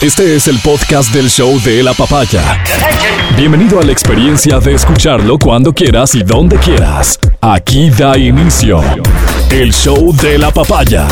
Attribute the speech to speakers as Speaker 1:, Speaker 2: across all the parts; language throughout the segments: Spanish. Speaker 1: Este es el podcast del show de la papaya. Bienvenido a la experiencia de escucharlo cuando quieras y donde quieras. Aquí da inicio el show de la papaya.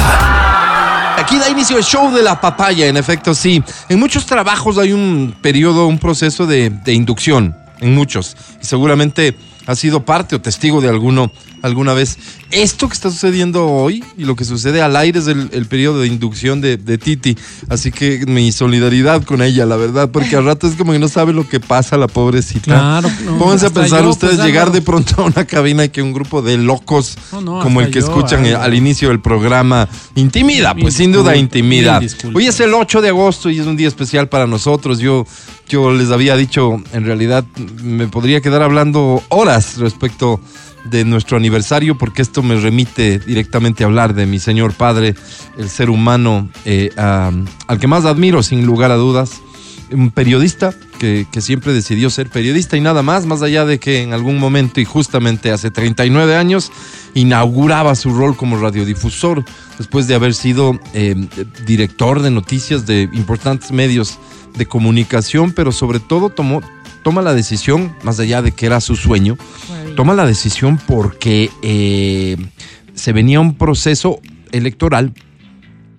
Speaker 2: Aquí da inicio el show de la papaya, en efecto, sí. En muchos trabajos hay un periodo, un proceso de, de inducción, en muchos. Y seguramente has sido parte o testigo de alguno alguna vez. Esto que está sucediendo hoy y lo que sucede al aire es el, el periodo de inducción de, de Titi. Así que mi solidaridad con ella, la verdad, porque al rato es como que no sabe lo que pasa la pobrecita.
Speaker 3: Claro, no,
Speaker 2: Ah, Pónganse a
Speaker 3: hasta
Speaker 2: pensar
Speaker 3: yo,
Speaker 2: ustedes
Speaker 3: pues,
Speaker 2: llegar
Speaker 3: Álvaro.
Speaker 2: de pronto a una cabina y que un grupo de locos
Speaker 3: No, no,
Speaker 2: como el
Speaker 3: hasta
Speaker 2: que
Speaker 3: yo,
Speaker 2: escuchan eh,
Speaker 3: Álvaro.
Speaker 2: al inicio del programa intimida, pues sin
Speaker 3: Disculpa,
Speaker 2: duda intimida.
Speaker 3: mil disculpas.
Speaker 2: Hoy es el 8 de agosto y es un día especial para nosotros. Yo, yo les había dicho, en realidad me podría quedar hablando horas respecto de nuestro aniversario porque esto me remite directamente a hablar de mi señor padre, el ser humano eh, ah, al que más admiro sin lugar a dudas. Un periodista que, que siempre decidió ser periodista y nada más, más allá de que en algún momento y justamente hace 39 años inauguraba su rol como radiodifusor después de haber sido eh, director de noticias de importantes medios de comunicación, pero sobre todo tomó, toma la decisión, más allá de que era su sueño, toma la decisión porque eh, se venía un proceso electoral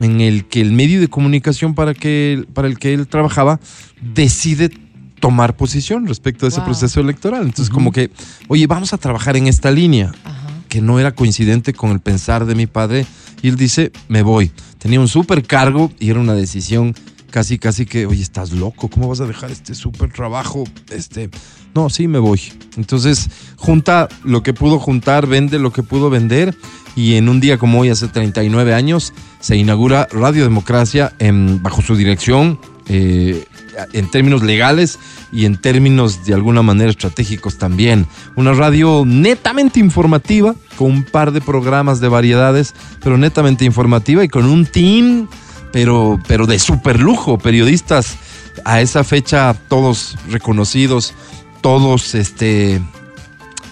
Speaker 2: en el que el medio de comunicación para, que, para el que él trabajaba decide tomar posición respecto a ese
Speaker 4: Wow.
Speaker 2: proceso electoral. Entonces, como que, oye, vamos a trabajar en esta línea
Speaker 4: Ajá.
Speaker 2: que no era coincidente con el pensar de mi padre. Y él dice, me voy. Tenía un súper cargo y era una decisión casi, casi que, oye, estás loco, ¿cómo vas a dejar este súper trabajo? Este, no, sí, me voy. Entonces, junta lo que pudo juntar, vende lo que pudo vender. Y en un día como hoy, hace 39 años, se inaugura Radio Democracia en- bajo su dirección. eh, en términos legales y en términos de alguna manera estratégicos también. Una radio netamente informativa, con un par de programas de variedades, pero netamente informativa y con un team, pero, pero de super lujo, periodistas a esa fecha todos reconocidos, todos este,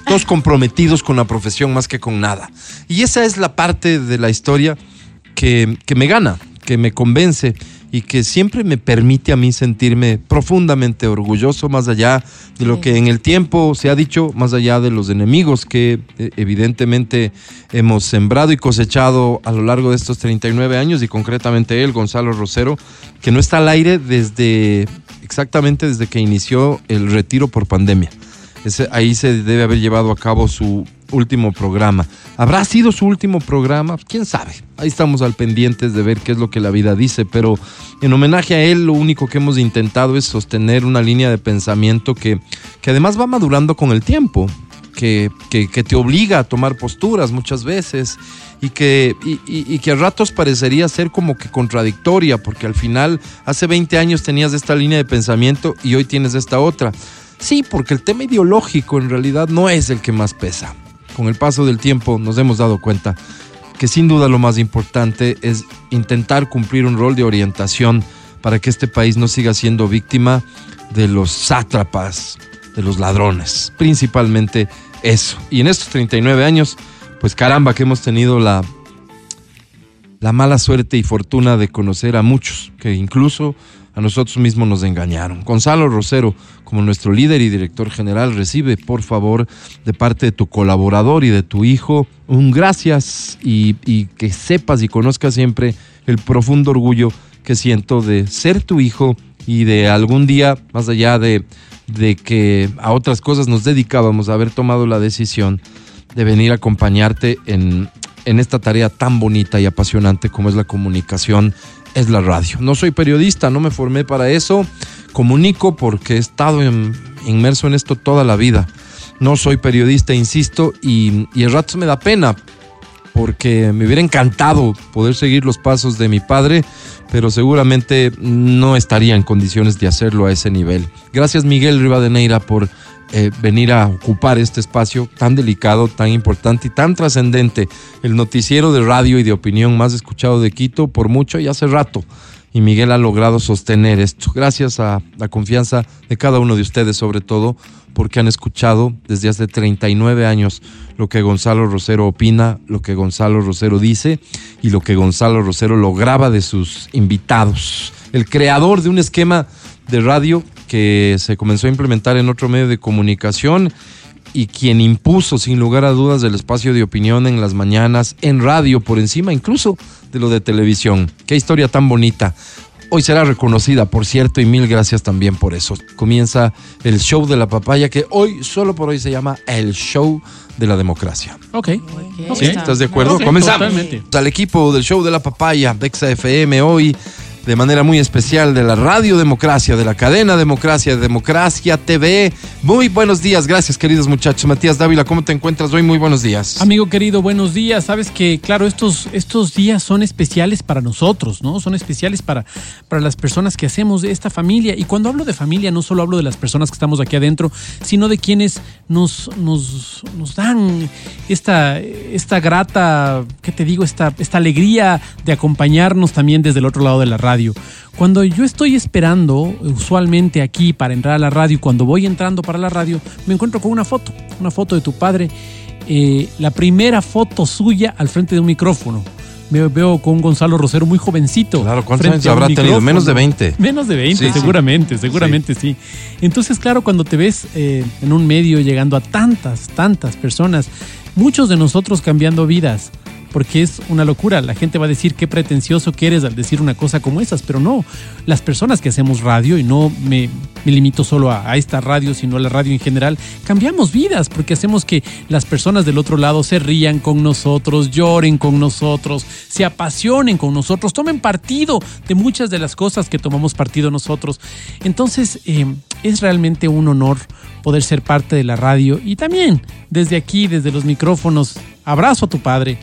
Speaker 2: todos comprometidos con la profesión más que con nada. Y esa es la parte de la historia que, que me gana, que me convence y que siempre me permite a mí sentirme profundamente orgulloso, más allá de lo
Speaker 4: Sí.
Speaker 2: que en el tiempo se ha dicho, más allá de los enemigos que eh, evidentemente hemos sembrado y cosechado a lo largo de estos 39 años, y concretamente él, Gonzalo Rosero, que no está al aire desde exactamente desde que inició el retiro por pandemia. Ese- ahí se debe haber llevado a cabo su último programa. ¿Habrá sido su último programa? Pues, ¿Quién sabe? Ahí estamos al pendientes de ver qué es lo que la vida dice, pero en homenaje a él lo único que hemos intentado es sostener una línea de pensamiento que, que además va madurando con el tiempo, que, que- que te obliga a tomar posturas muchas veces y que, y- y- y que a ratos parecería ser como que contradictoria, porque al final hace 20 años tenías esta línea de pensamiento y hoy tienes esta otra. Sí, porque el tema ideológico en realidad no es el que más pesa. Con el paso del tiempo nos hemos dado cuenta que sin duda lo más importante es intentar cumplir un rol de orientación para que este país no siga siendo víctima de los sátrapas, de los ladrones, principalmente eso. Y en estos 39 años, pues caramba que hemos tenido la, la mala suerte y fortuna de conocer a muchos que incluso a nosotros mismos nos engañaron. Gonzalo Rosero, como nuestro líder y director general, recibe, por favor, de parte de tu colaborador y de tu hijo, un gracias y, y que sepas y conozcas siempre el profundo orgullo que siento de ser tu hijo y de algún día, más allá de, de que a otras cosas nos dedicábamos, haber tomado la decisión de venir a acompañarte en, en esta tarea tan bonita y apasionante como es la comunicación, es la radio. No soy periodista, no me formé para eso, comunico porque he estado en- inmerso en esto toda la vida. No soy periodista, insisto, y, y a ratos me da pena porque me hubiera encantado poder seguir los pasos de mi padre, pero seguramente no estaría en condiciones de hacerlo a ese nivel. Gracias Miguel Rivadeneira por eh, venir a ocupar este espacio tan delicado, tan importante y tan trascendente, el noticiero de radio y de opinión más escuchado de Quito por mucho y hace rato. y Miguel ha logrado sostener esto. Gracias a la confianza de cada uno de ustedes, sobre todo porque han escuchado desde hace 39 años lo que Gonzalo Rosero opina, lo que Gonzalo Rosero dice y lo que Gonzalo Rosero lograba de sus invitados. El creador de un esquema de radio que se comenzó a implementar en otro medio de comunicación y quien impuso sin lugar a dudas el espacio de opinión en las mañanas, en radio, por encima incluso de lo de televisión. Qué historia tan bonita. Hoy será reconocida, por cierto, y mil gracias también por eso. Comienza el show de la papaya que hoy, solo por hoy, se llama el show de la democracia.
Speaker 3: Ok.
Speaker 2: ¿Sí? ¿Estás de acuerdo?
Speaker 3: Sí,
Speaker 2: Comenzamos.
Speaker 3: totalmente.
Speaker 2: Al equipo del show de la papaya, de XFM, hoy de manera muy especial de la Radio Democracia, de la cadena Democracia, de Democracia TV. Muy buenos días, gracias queridos muchachos. Matías Dávila, ¿cómo te encuentras hoy? Muy buenos días.
Speaker 3: Amigo querido, buenos días. Sabes que, claro, estos, estos días son especiales para nosotros, ¿no? Son especiales para, para las personas que hacemos de esta familia. Y cuando hablo de familia, no solo hablo de las personas que estamos aquí adentro, sino de quienes nos, nos, nos dan esta, esta grata, ¿qué te digo? Esta, esta alegría de acompañarnos también desde el otro lado de la radio. Cuando yo estoy esperando, usualmente aquí para entrar a la radio, y cuando voy entrando para la radio, me encuentro con una foto, una foto de tu padre eh, la primera foto suya al frente de un micrófono. Me veo con un Gonzalo Rosero muy jovencito.
Speaker 2: Claro, ¿cuántos
Speaker 3: frente
Speaker 2: años
Speaker 3: a un
Speaker 2: habrá tenido?
Speaker 3: micrófono.
Speaker 2: Menos de 20.
Speaker 3: Menos de 20,
Speaker 2: Sí, sí.
Speaker 3: seguramente, seguramente sí. Entonces, claro, cuando te ves eh, en un medio llegando a tantas, tantas personas, muchos de nosotros cambiando vidas, porque es una locura. La gente va a decir qué pretencioso que eres al decir una cosa como esas, pero no. Las personas que hacemos radio, y no me, me limito solo a, a esta radio, sino a la radio en general, cambiamos vidas porque hacemos que las personas del otro lado se rían con nosotros, lloren con nosotros, se apasionen con nosotros, tomen partido de muchas de las cosas que tomamos partido nosotros. Entonces, eh, es realmente un honor poder ser parte de la radio y también desde aquí, desde los micrófonos, abrazo a tu padre.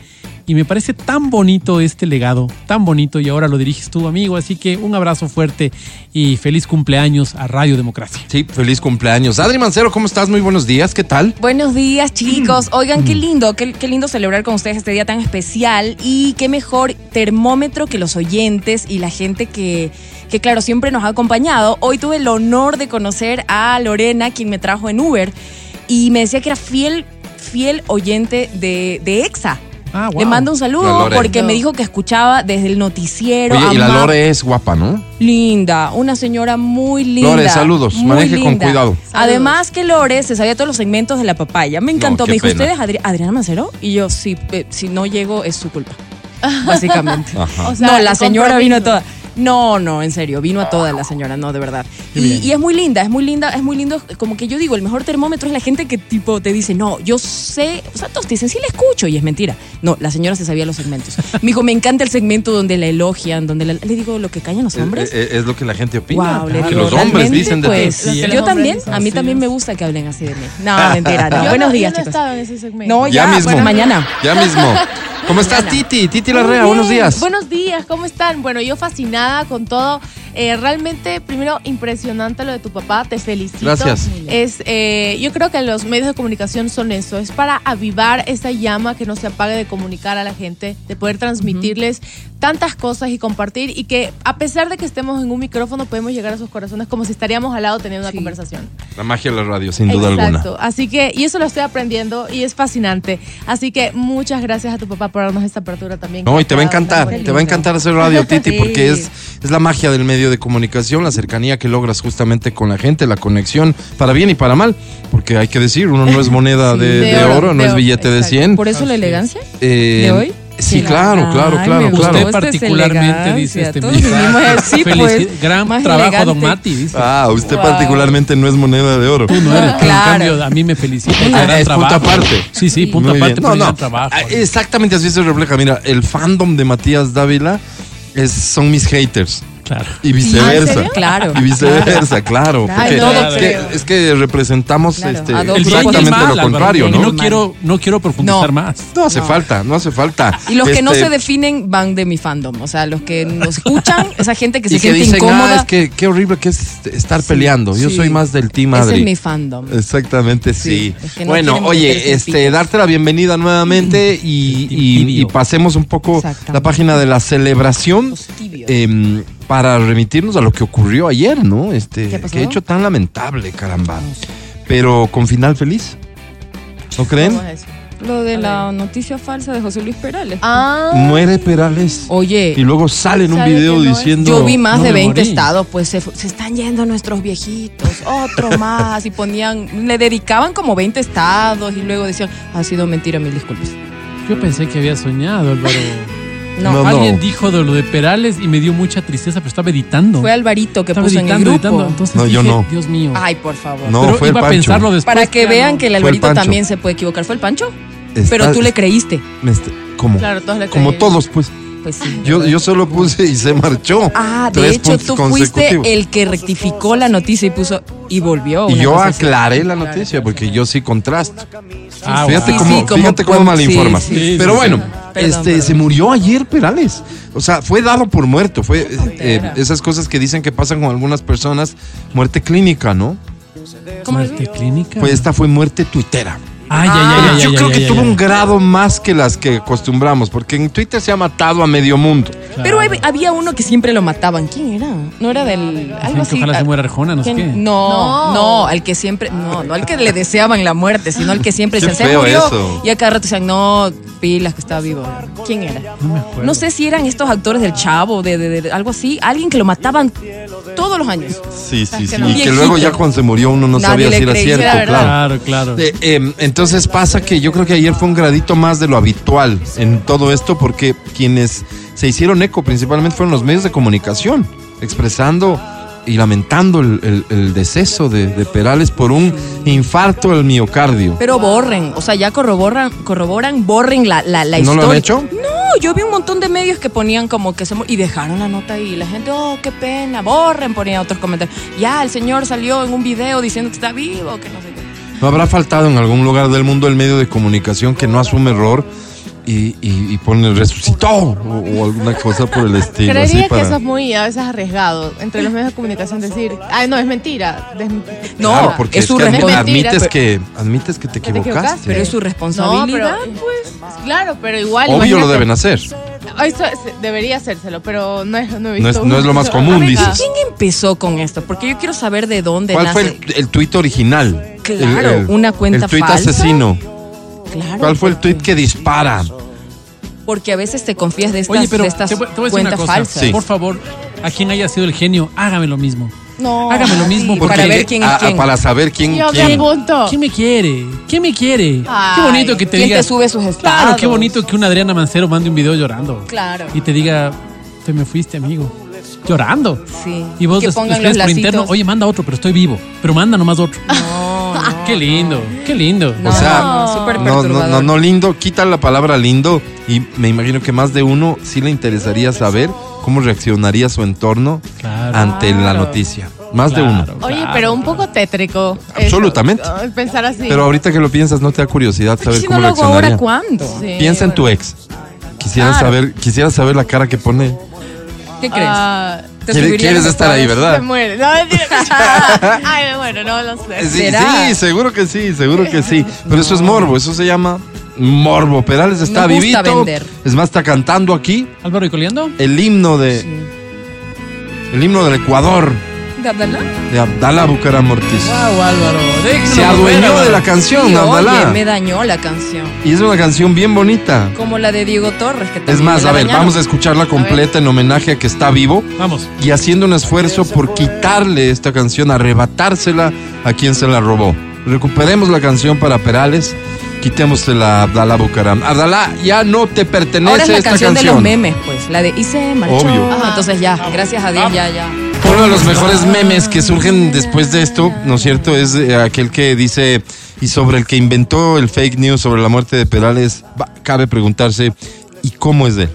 Speaker 3: Y me parece tan bonito este legado, tan bonito, y ahora lo diriges tú, amigo. Así que un abrazo fuerte y feliz cumpleaños a Radio Democracia.
Speaker 2: Sí, feliz cumpleaños. Adri Mancero, ¿cómo estás? Muy buenos días, ¿qué tal?
Speaker 4: Buenos días, chicos.
Speaker 2: Mm.
Speaker 4: Oigan, qué lindo, qué, qué lindo celebrar con ustedes este día tan especial y qué mejor termómetro que los oyentes y la gente que, que claro, siempre nos ha acompañado. Hoy tuve el honor de conocer a Lorena, quien me trajo en Uber, y me decía que era fiel, fiel oyente de, de EXA.
Speaker 3: Ah,
Speaker 4: Le mando un
Speaker 2: La
Speaker 4: saludo
Speaker 2: Lore.
Speaker 4: porque me dijo que escuchaba desde el noticiero.
Speaker 2: Oye, y la
Speaker 4: amaba-
Speaker 2: Lore es guapa, ¿no?
Speaker 4: Linda, una señora muy linda.
Speaker 2: Lore, saludos,
Speaker 4: muy
Speaker 2: maneje con
Speaker 4: linda.
Speaker 2: cuidado.
Speaker 4: Además que Lore se sabía todos los segmentos de la papaya. Me encantó.
Speaker 2: No, qué
Speaker 4: Me dijo,
Speaker 2: pena.
Speaker 4: ¿ustedes Adri- Adriana Mancero? Y yo, sí, eh, si no llego es su culpa. Básicamente.
Speaker 2: Ajá.
Speaker 5: O sea,
Speaker 4: no, la señora vino a
Speaker 5: compromiso.
Speaker 4: toda. No, no, en serio, vino a toda la señora, no, de verdad.
Speaker 3: Qué
Speaker 4: Y,
Speaker 3: bien.
Speaker 4: y es muy linda, es muy linda, es muy lindo. Como que yo digo, el mejor termómetro es la gente que tipo te dice, no, yo sé, o sea, todos te dicen, sí la escucho, y es mentira. No, la señora se sabía los segmentos. Me dijo, me encanta el segmento donde la elogian, donde la- le digo lo que callan los
Speaker 2: Es,
Speaker 4: hombres.
Speaker 2: es- Eh, es lo que la gente opina.
Speaker 4: Wow,
Speaker 2: lo
Speaker 4: le
Speaker 2: que
Speaker 4: digo,
Speaker 2: los hombres
Speaker 4: realmente,
Speaker 2: dicen de
Speaker 4: pues,
Speaker 2: ti.
Speaker 5: Sí, ¿eh?
Speaker 4: Yo
Speaker 5: Los hombres
Speaker 4: también,
Speaker 5: dicen
Speaker 4: a mí
Speaker 5: así,
Speaker 4: también
Speaker 5: ¿no?
Speaker 4: me gusta que hablen así de mí. No, mentira, no.
Speaker 5: Yo
Speaker 4: Buenos
Speaker 5: no-
Speaker 4: días,
Speaker 5: yo no
Speaker 4: chicos.
Speaker 5: estaba en ese segmento.
Speaker 4: No,
Speaker 2: Ya,
Speaker 4: Oh, ya,
Speaker 2: mismo.
Speaker 4: bueno, mañana.
Speaker 2: Ya mismo. ¿Cómo estás,
Speaker 4: Mañana.
Speaker 2: Titi? Titi
Speaker 5: Muy
Speaker 2: Larrea, buenos
Speaker 5: bien.
Speaker 2: días.
Speaker 5: Buenos días, ¿cómo están? Bueno, yo fascinada con todo. Eh, realmente, primero, impresionante lo de tu papá, te felicito.
Speaker 2: Gracias.
Speaker 5: Es, eh, yo creo que los medios de comunicación son eso, es para avivar esa llama que no se apague de comunicar a la gente, de poder transmitirles tantas cosas y compartir y que a pesar de que estemos en un micrófono podemos llegar a sus corazones como si estaríamos al lado teniendo
Speaker 4: Sí.
Speaker 5: una conversación.
Speaker 2: La magia de la radio, sin duda
Speaker 5: Exacto.
Speaker 2: alguna.
Speaker 5: Así que, y eso lo estoy aprendiendo y es fascinante. Así que muchas gracias a tu papá por darnos esta apertura también.
Speaker 2: No, y te va a
Speaker 5: Cada una
Speaker 2: encantar,
Speaker 5: buena
Speaker 2: te va a
Speaker 5: idea.
Speaker 2: encantar hacer radio, Titi,
Speaker 4: Sí.
Speaker 2: porque es, es la magia del medio de comunicación, la cercanía que logras justamente con la gente, la conexión, para bien y para mal, porque hay que decir, uno no es moneda
Speaker 4: Sí,
Speaker 2: de,
Speaker 4: de
Speaker 2: de
Speaker 5: oro,
Speaker 2: oro, no
Speaker 5: de
Speaker 2: es
Speaker 5: oro,
Speaker 2: billete de
Speaker 5: exacto.
Speaker 2: 100.
Speaker 4: Por eso
Speaker 3: Así
Speaker 4: la
Speaker 3: es.
Speaker 4: elegancia.
Speaker 2: Eh,
Speaker 4: ¿De hoy?
Speaker 2: Sí,
Speaker 4: Sí.
Speaker 2: claro, claro,
Speaker 4: Ay,
Speaker 2: claro,
Speaker 4: me gustó.
Speaker 2: claro.
Speaker 3: Usted
Speaker 4: Esta es
Speaker 3: particularmente
Speaker 4: elegancia,
Speaker 3: dice este
Speaker 4: todos
Speaker 3: mensaje.
Speaker 4: vinimos así,
Speaker 3: Felici-
Speaker 4: pues,
Speaker 3: Gran
Speaker 4: más
Speaker 3: trabajo, don
Speaker 4: elegante.
Speaker 3: Mati, dice.
Speaker 2: Ah, usted
Speaker 4: Wow.
Speaker 2: particularmente no es moneda de oro.
Speaker 3: Tú no eres, pero
Speaker 4: Claro.
Speaker 3: en cambio a mí me felicita.
Speaker 2: Ah, es punto aparte.
Speaker 3: Sí, sí, punto
Speaker 2: Muy
Speaker 3: aparte
Speaker 2: bien.
Speaker 3: por el
Speaker 2: No,
Speaker 3: gran
Speaker 2: no.
Speaker 3: trabajo.
Speaker 2: Ah, Exactamente así se refleja. Mira, el fandom de Matías Dávila es, son mis haters.
Speaker 3: Claro.
Speaker 2: Y viceversa.
Speaker 4: ¿Ah, serio? Claro.
Speaker 2: Y viceversa, claro.
Speaker 4: Claro,
Speaker 2: porque
Speaker 4: todo
Speaker 2: es, que,
Speaker 5: creo.
Speaker 2: es que representamos
Speaker 4: Claro,
Speaker 2: este,
Speaker 4: a dos
Speaker 3: El bien y el
Speaker 2: exactamente
Speaker 3: mal,
Speaker 2: lo
Speaker 3: Álvaro,
Speaker 2: contrario,
Speaker 3: y
Speaker 2: ¿no?
Speaker 4: no
Speaker 2: No,
Speaker 4: mal.
Speaker 3: quiero, no quiero profundizar
Speaker 4: No.
Speaker 3: más.
Speaker 2: hace
Speaker 4: No.
Speaker 2: falta, no hace falta.
Speaker 4: Y los que no
Speaker 2: Este,
Speaker 4: se definen van de mi fandom. O sea, los que nos escuchan, esa gente que se
Speaker 2: y que
Speaker 4: siente
Speaker 2: dicen, ah,
Speaker 4: incómoda.
Speaker 2: es que qué horrible que es estar peleando. Yo
Speaker 4: sí.
Speaker 2: soy más del team
Speaker 4: ese
Speaker 2: Adri.
Speaker 4: es mi fandom.
Speaker 2: Eh, Exactamente, sí.
Speaker 4: Sí, es que no
Speaker 2: bueno,
Speaker 4: quieren meterse
Speaker 2: oye,
Speaker 4: en
Speaker 2: este,
Speaker 4: picos. Mm.
Speaker 2: darte la bienvenida nuevamente y,
Speaker 3: El
Speaker 2: y-
Speaker 3: tibio.
Speaker 2: y pasemos un poco
Speaker 4: Exactamente.
Speaker 2: la página de la celebración
Speaker 4: Los tibios.
Speaker 2: em, para remitirnos a lo que ocurrió ayer, ¿no? Este,
Speaker 4: ¿Qué pasó?
Speaker 2: qué hecho tan lamentable, caramba. Pero con final feliz. ¿No creen?
Speaker 4: eh.
Speaker 5: ¿Cómo es eso?
Speaker 4: Lo de la noticia falsa de José Luis Perales.
Speaker 5: Ah,
Speaker 2: Muere Perales. Y
Speaker 4: Oye,
Speaker 2: luego sale en un
Speaker 5: Sale que
Speaker 2: video
Speaker 5: no es.
Speaker 2: diciendo.
Speaker 4: yo vi más
Speaker 3: no
Speaker 4: de
Speaker 3: me
Speaker 4: 20
Speaker 3: morí.
Speaker 4: estados, pues se, fu- se están yendo nuestros viejitos, otro más, y ponían, le dedicaban como 20 estados y luego decían, ha sido mentira, mil disculpas.
Speaker 3: Yo pensé que había soñado, Álvaro.
Speaker 4: No,
Speaker 2: No,
Speaker 3: Alguien dijo de lo de Perales y me dio mucha tristeza, pero estaba editando.
Speaker 4: fue Alvarito que
Speaker 3: estaba
Speaker 4: puso en el
Speaker 3: editando,
Speaker 4: grupo.
Speaker 3: editando. Entonces
Speaker 2: No, yo
Speaker 3: dije,
Speaker 2: no.
Speaker 3: Dios mío.
Speaker 4: Ay, por favor.
Speaker 2: No,
Speaker 3: pero
Speaker 2: fue el
Speaker 3: iba a
Speaker 2: Pancho.
Speaker 3: pensarlo después.
Speaker 4: Para que
Speaker 3: ya
Speaker 4: vean
Speaker 3: no.
Speaker 4: que el
Speaker 2: Fue el
Speaker 4: Alvarito
Speaker 2: Pancho.
Speaker 4: también se puede equivocar. ¿Fue el Pancho?
Speaker 2: está-
Speaker 4: Pero tú le creíste.
Speaker 2: me está- ¿Cómo?
Speaker 5: claro, todos le
Speaker 2: Como
Speaker 5: creían.
Speaker 2: todos, pues.
Speaker 4: Pues sí.
Speaker 2: Yo, yo solo puse y se marchó.
Speaker 4: Ah, de
Speaker 2: Tres
Speaker 4: hecho,
Speaker 2: puntos
Speaker 4: tú fuiste
Speaker 2: consecutivos.
Speaker 4: el que rectificó la noticia y puso y volvió.
Speaker 2: Y
Speaker 4: una
Speaker 2: yo
Speaker 4: cosa así.
Speaker 2: aclaré la noticia porque yo sí contrasto.
Speaker 3: Ah,
Speaker 2: Fíjate
Speaker 3: wow.
Speaker 4: sí,
Speaker 2: cómo,
Speaker 4: como
Speaker 2: fíjate cómo
Speaker 4: con-
Speaker 2: malinforma.
Speaker 4: sí,
Speaker 3: sí,
Speaker 2: Pero
Speaker 3: sí,
Speaker 2: bueno,
Speaker 4: Perdón,
Speaker 2: este
Speaker 4: perdón.
Speaker 2: se murió ayer Perales. O sea, fue dado por muerto. Fue eh,
Speaker 4: Ah,
Speaker 2: eh, esas cosas que dicen que pasan con algunas personas, muerte clínica, ¿no?
Speaker 4: ¿Cómo es?
Speaker 3: ¿Muerte clínica?
Speaker 2: Pues esta fue muerte tuitera.
Speaker 3: Ay, ay, ay, ay,
Speaker 2: Yo
Speaker 3: ay,
Speaker 2: creo
Speaker 3: ay,
Speaker 2: que
Speaker 3: ay,
Speaker 2: tuvo
Speaker 3: ay.
Speaker 2: un grado más que las que acostumbramos, porque en Twitter se ha matado a medio mundo.
Speaker 4: Pero hab- había uno que siempre lo mataban. ¿Quién era? No era del. Algo
Speaker 3: Dicen que
Speaker 4: así.
Speaker 3: ojalá se
Speaker 4: ah,
Speaker 3: muera Arjona, no sé
Speaker 4: ¿quién?
Speaker 3: qué.
Speaker 4: No,
Speaker 5: No.
Speaker 4: no, al que siempre, no, no al que le deseaban la muerte, sino al que siempre
Speaker 2: Qué
Speaker 4: decían, se
Speaker 2: feo
Speaker 4: murió.
Speaker 2: eso.
Speaker 4: Y a cada rato decían, no, pilas que está vivo. ¿Quién era?
Speaker 3: No me acuerdo.
Speaker 4: No sé si eran estos actores del Chavo, de, de- de algo así, alguien que lo mataban todos los años.
Speaker 2: Sí, sí, sí.
Speaker 5: no.
Speaker 2: Y que luego ya cuando se murió uno no
Speaker 4: Nadie
Speaker 2: sabía
Speaker 4: le
Speaker 2: si era
Speaker 4: creía,
Speaker 2: cierto,
Speaker 5: era verdad.
Speaker 2: claro.
Speaker 3: Claro, claro.
Speaker 2: Eh, em, entonces pasa que yo creo que ayer fue un gradito más de lo habitual en todo esto porque quienes se hicieron eco principalmente fueron los medios de comunicación, expresando y lamentando el, el- el deceso de, de Perales por un infarto al miocardio.
Speaker 4: Pero borren, o sea, ya corroboran, corroboran borren la, la, la
Speaker 2: ¿No
Speaker 4: historia.
Speaker 2: lo han hecho?
Speaker 4: No, yo vi un montón de medios que ponían como que se mu- y dejaron la nota ahí. La gente, oh, qué pena, borren, ponían otros comentarios. Ya, el señor salió en un video diciendo que está vivo, que no sé qué.
Speaker 2: No habrá faltado en algún lugar del mundo el medio de comunicación que no asume error y, y- y pone resucitó o, o alguna cosa por el estilo. así
Speaker 5: Creería que
Speaker 2: para-
Speaker 5: eso es muy a veces arriesgado entre los medios de comunicación decir, ay no, es mentira. des-
Speaker 4: No,
Speaker 2: Claro, porque
Speaker 4: es
Speaker 2: es,
Speaker 4: su
Speaker 2: que admi-
Speaker 5: responsabilidad.
Speaker 2: admites
Speaker 5: Pero-
Speaker 2: que admites que te
Speaker 5: te equivocaste.
Speaker 2: equivocaste.
Speaker 4: Pero es su
Speaker 5: No, pero
Speaker 4: responsabilidad.
Speaker 5: pues, claro, pero
Speaker 4: Ah,
Speaker 5: igual.
Speaker 2: Obvio lo
Speaker 5: imagínate, ah,
Speaker 2: deben hacer.
Speaker 5: Eso es- debería hacérselo, pero no es, no he
Speaker 2: No es-
Speaker 5: visto
Speaker 2: no es lo más
Speaker 5: uno.
Speaker 2: común,
Speaker 5: Ajá.
Speaker 2: dices.
Speaker 4: ¿Quién empezó con esto? Porque yo quiero saber de dónde
Speaker 2: ¿Cuál
Speaker 4: nace.
Speaker 2: fue el, el tuit original?
Speaker 4: Claro,
Speaker 2: El- el-
Speaker 4: una cuenta
Speaker 2: El tuit
Speaker 4: falsa.
Speaker 2: asesino.
Speaker 4: Claro,
Speaker 2: ¿Cuál fue el
Speaker 4: porque-
Speaker 2: tuit que dispara?
Speaker 4: Porque a veces te confías de estas,
Speaker 3: Oye, pero
Speaker 4: de estas
Speaker 3: te, voy- te voy a decir una
Speaker 4: cuentas
Speaker 3: cosa.
Speaker 4: falsas.
Speaker 2: Sí.
Speaker 3: Por favor, a quien haya sido el genio, hágame lo mismo.
Speaker 4: No,
Speaker 3: Hágame lo mismo,
Speaker 4: para
Speaker 3: porque-
Speaker 4: ver quién es
Speaker 2: Ah, ah,
Speaker 4: quién.
Speaker 2: para saber quién.
Speaker 5: Yo
Speaker 2: quién.
Speaker 5: me apunto.
Speaker 3: ¿Quién me quiere? ¿Quién me quiere? qué
Speaker 5: Ay,
Speaker 3: bonito que te
Speaker 4: ¿quién
Speaker 3: diga.
Speaker 4: te sube sus estados?
Speaker 3: Claro, qué bonito que una Adriana Mancero mande un video llorando.
Speaker 4: Claro.
Speaker 3: Y te diga, te me fuiste, amigo. Llorando.
Speaker 4: Sí.
Speaker 3: Y vos
Speaker 4: que
Speaker 3: des-
Speaker 4: pongan
Speaker 3: después
Speaker 4: los
Speaker 3: por interno,
Speaker 4: lacitos.
Speaker 3: oye, manda otro, pero estoy vivo. Pero manda nomás otro.
Speaker 4: No, no,
Speaker 3: qué lindo, qué lindo.
Speaker 4: No,
Speaker 2: o sea,
Speaker 4: no, no, súper
Speaker 2: No, no, no,
Speaker 4: perturbador.
Speaker 2: no, lindo. Quita la palabra lindo y me imagino que más de uno sí le interesaría saber cómo reaccionaría su entorno
Speaker 3: Claro.
Speaker 2: ante la
Speaker 4: Claro.
Speaker 2: noticia. Más de
Speaker 3: Claro.
Speaker 2: uno.
Speaker 5: Oye,
Speaker 3: Claro,
Speaker 5: pero un poco tétrico. eso.
Speaker 2: Absolutamente.
Speaker 5: Ah, Pensar así.
Speaker 2: Pero ahorita que lo piensas, ¿no te da curiosidad saber
Speaker 4: si no
Speaker 2: cómo
Speaker 4: lo hago ahora,
Speaker 2: reaccionaría?
Speaker 4: ¿cuándo?
Speaker 5: Sí,
Speaker 2: Piensa en
Speaker 5: bueno.
Speaker 2: tu ex. Quisiera
Speaker 4: Claro.
Speaker 2: saber, quisiera saber la cara que pone.
Speaker 4: ¿Qué crees?
Speaker 5: Ah,
Speaker 4: ¿Te
Speaker 2: ¿Quieres-
Speaker 4: subirías
Speaker 2: quieres
Speaker 4: los
Speaker 2: estar ahí,
Speaker 4: estados?
Speaker 2: verdad?
Speaker 5: Se muere. No, mentira. Ay, me muero, no lo sé.
Speaker 2: Sí,
Speaker 4: ¿Será?
Speaker 2: sí, seguro que sí, seguro que sí. Pero eso es morbo, eso se llama morbo. Perales está
Speaker 4: Me gusta
Speaker 2: vivito.
Speaker 4: vender.
Speaker 2: Es más, está cantando aquí
Speaker 3: Álvaro y Coleando.
Speaker 2: el himno de el himno del Ecuador
Speaker 4: ¿De Abdalá?
Speaker 2: de Abdalá Bucaramortis.
Speaker 3: Wow, Álvaro. déjenos
Speaker 2: Se adueñó
Speaker 3: ver,
Speaker 2: de la
Speaker 3: Álvaro.
Speaker 2: canción,
Speaker 4: Sí, oye,
Speaker 2: Abdalá.
Speaker 4: me dañó la canción.
Speaker 2: Y es una canción bien bonita.
Speaker 4: Como la de Diego Torres, que también
Speaker 2: Es más,
Speaker 4: me la
Speaker 2: a ver,
Speaker 4: dañaron.
Speaker 2: vamos a escucharla completa en homenaje a que está vivo
Speaker 3: Vamos.
Speaker 2: y haciendo un esfuerzo por quitarle esta canción, arrebatársela a quien se la robó. Recuperemos la canción para Perales, quitémosela a Abdalá Bucaram. Abdalá, ya no te pertenece
Speaker 4: Ahora es la
Speaker 2: esta
Speaker 4: canción,
Speaker 2: canción.
Speaker 4: de los memes, pues. La de Y se marchó.
Speaker 2: Obvio.
Speaker 3: Ah,
Speaker 4: Ajá, Entonces ya, gracias a Dios, ya, ya.
Speaker 2: Uno de los mejores memes que surgen después de esto, ¿no es cierto? Es eh, aquel que dice, y sobre el que inventó el fake news sobre la muerte de Perales, va- cabe preguntarse, ¿y cómo es de él?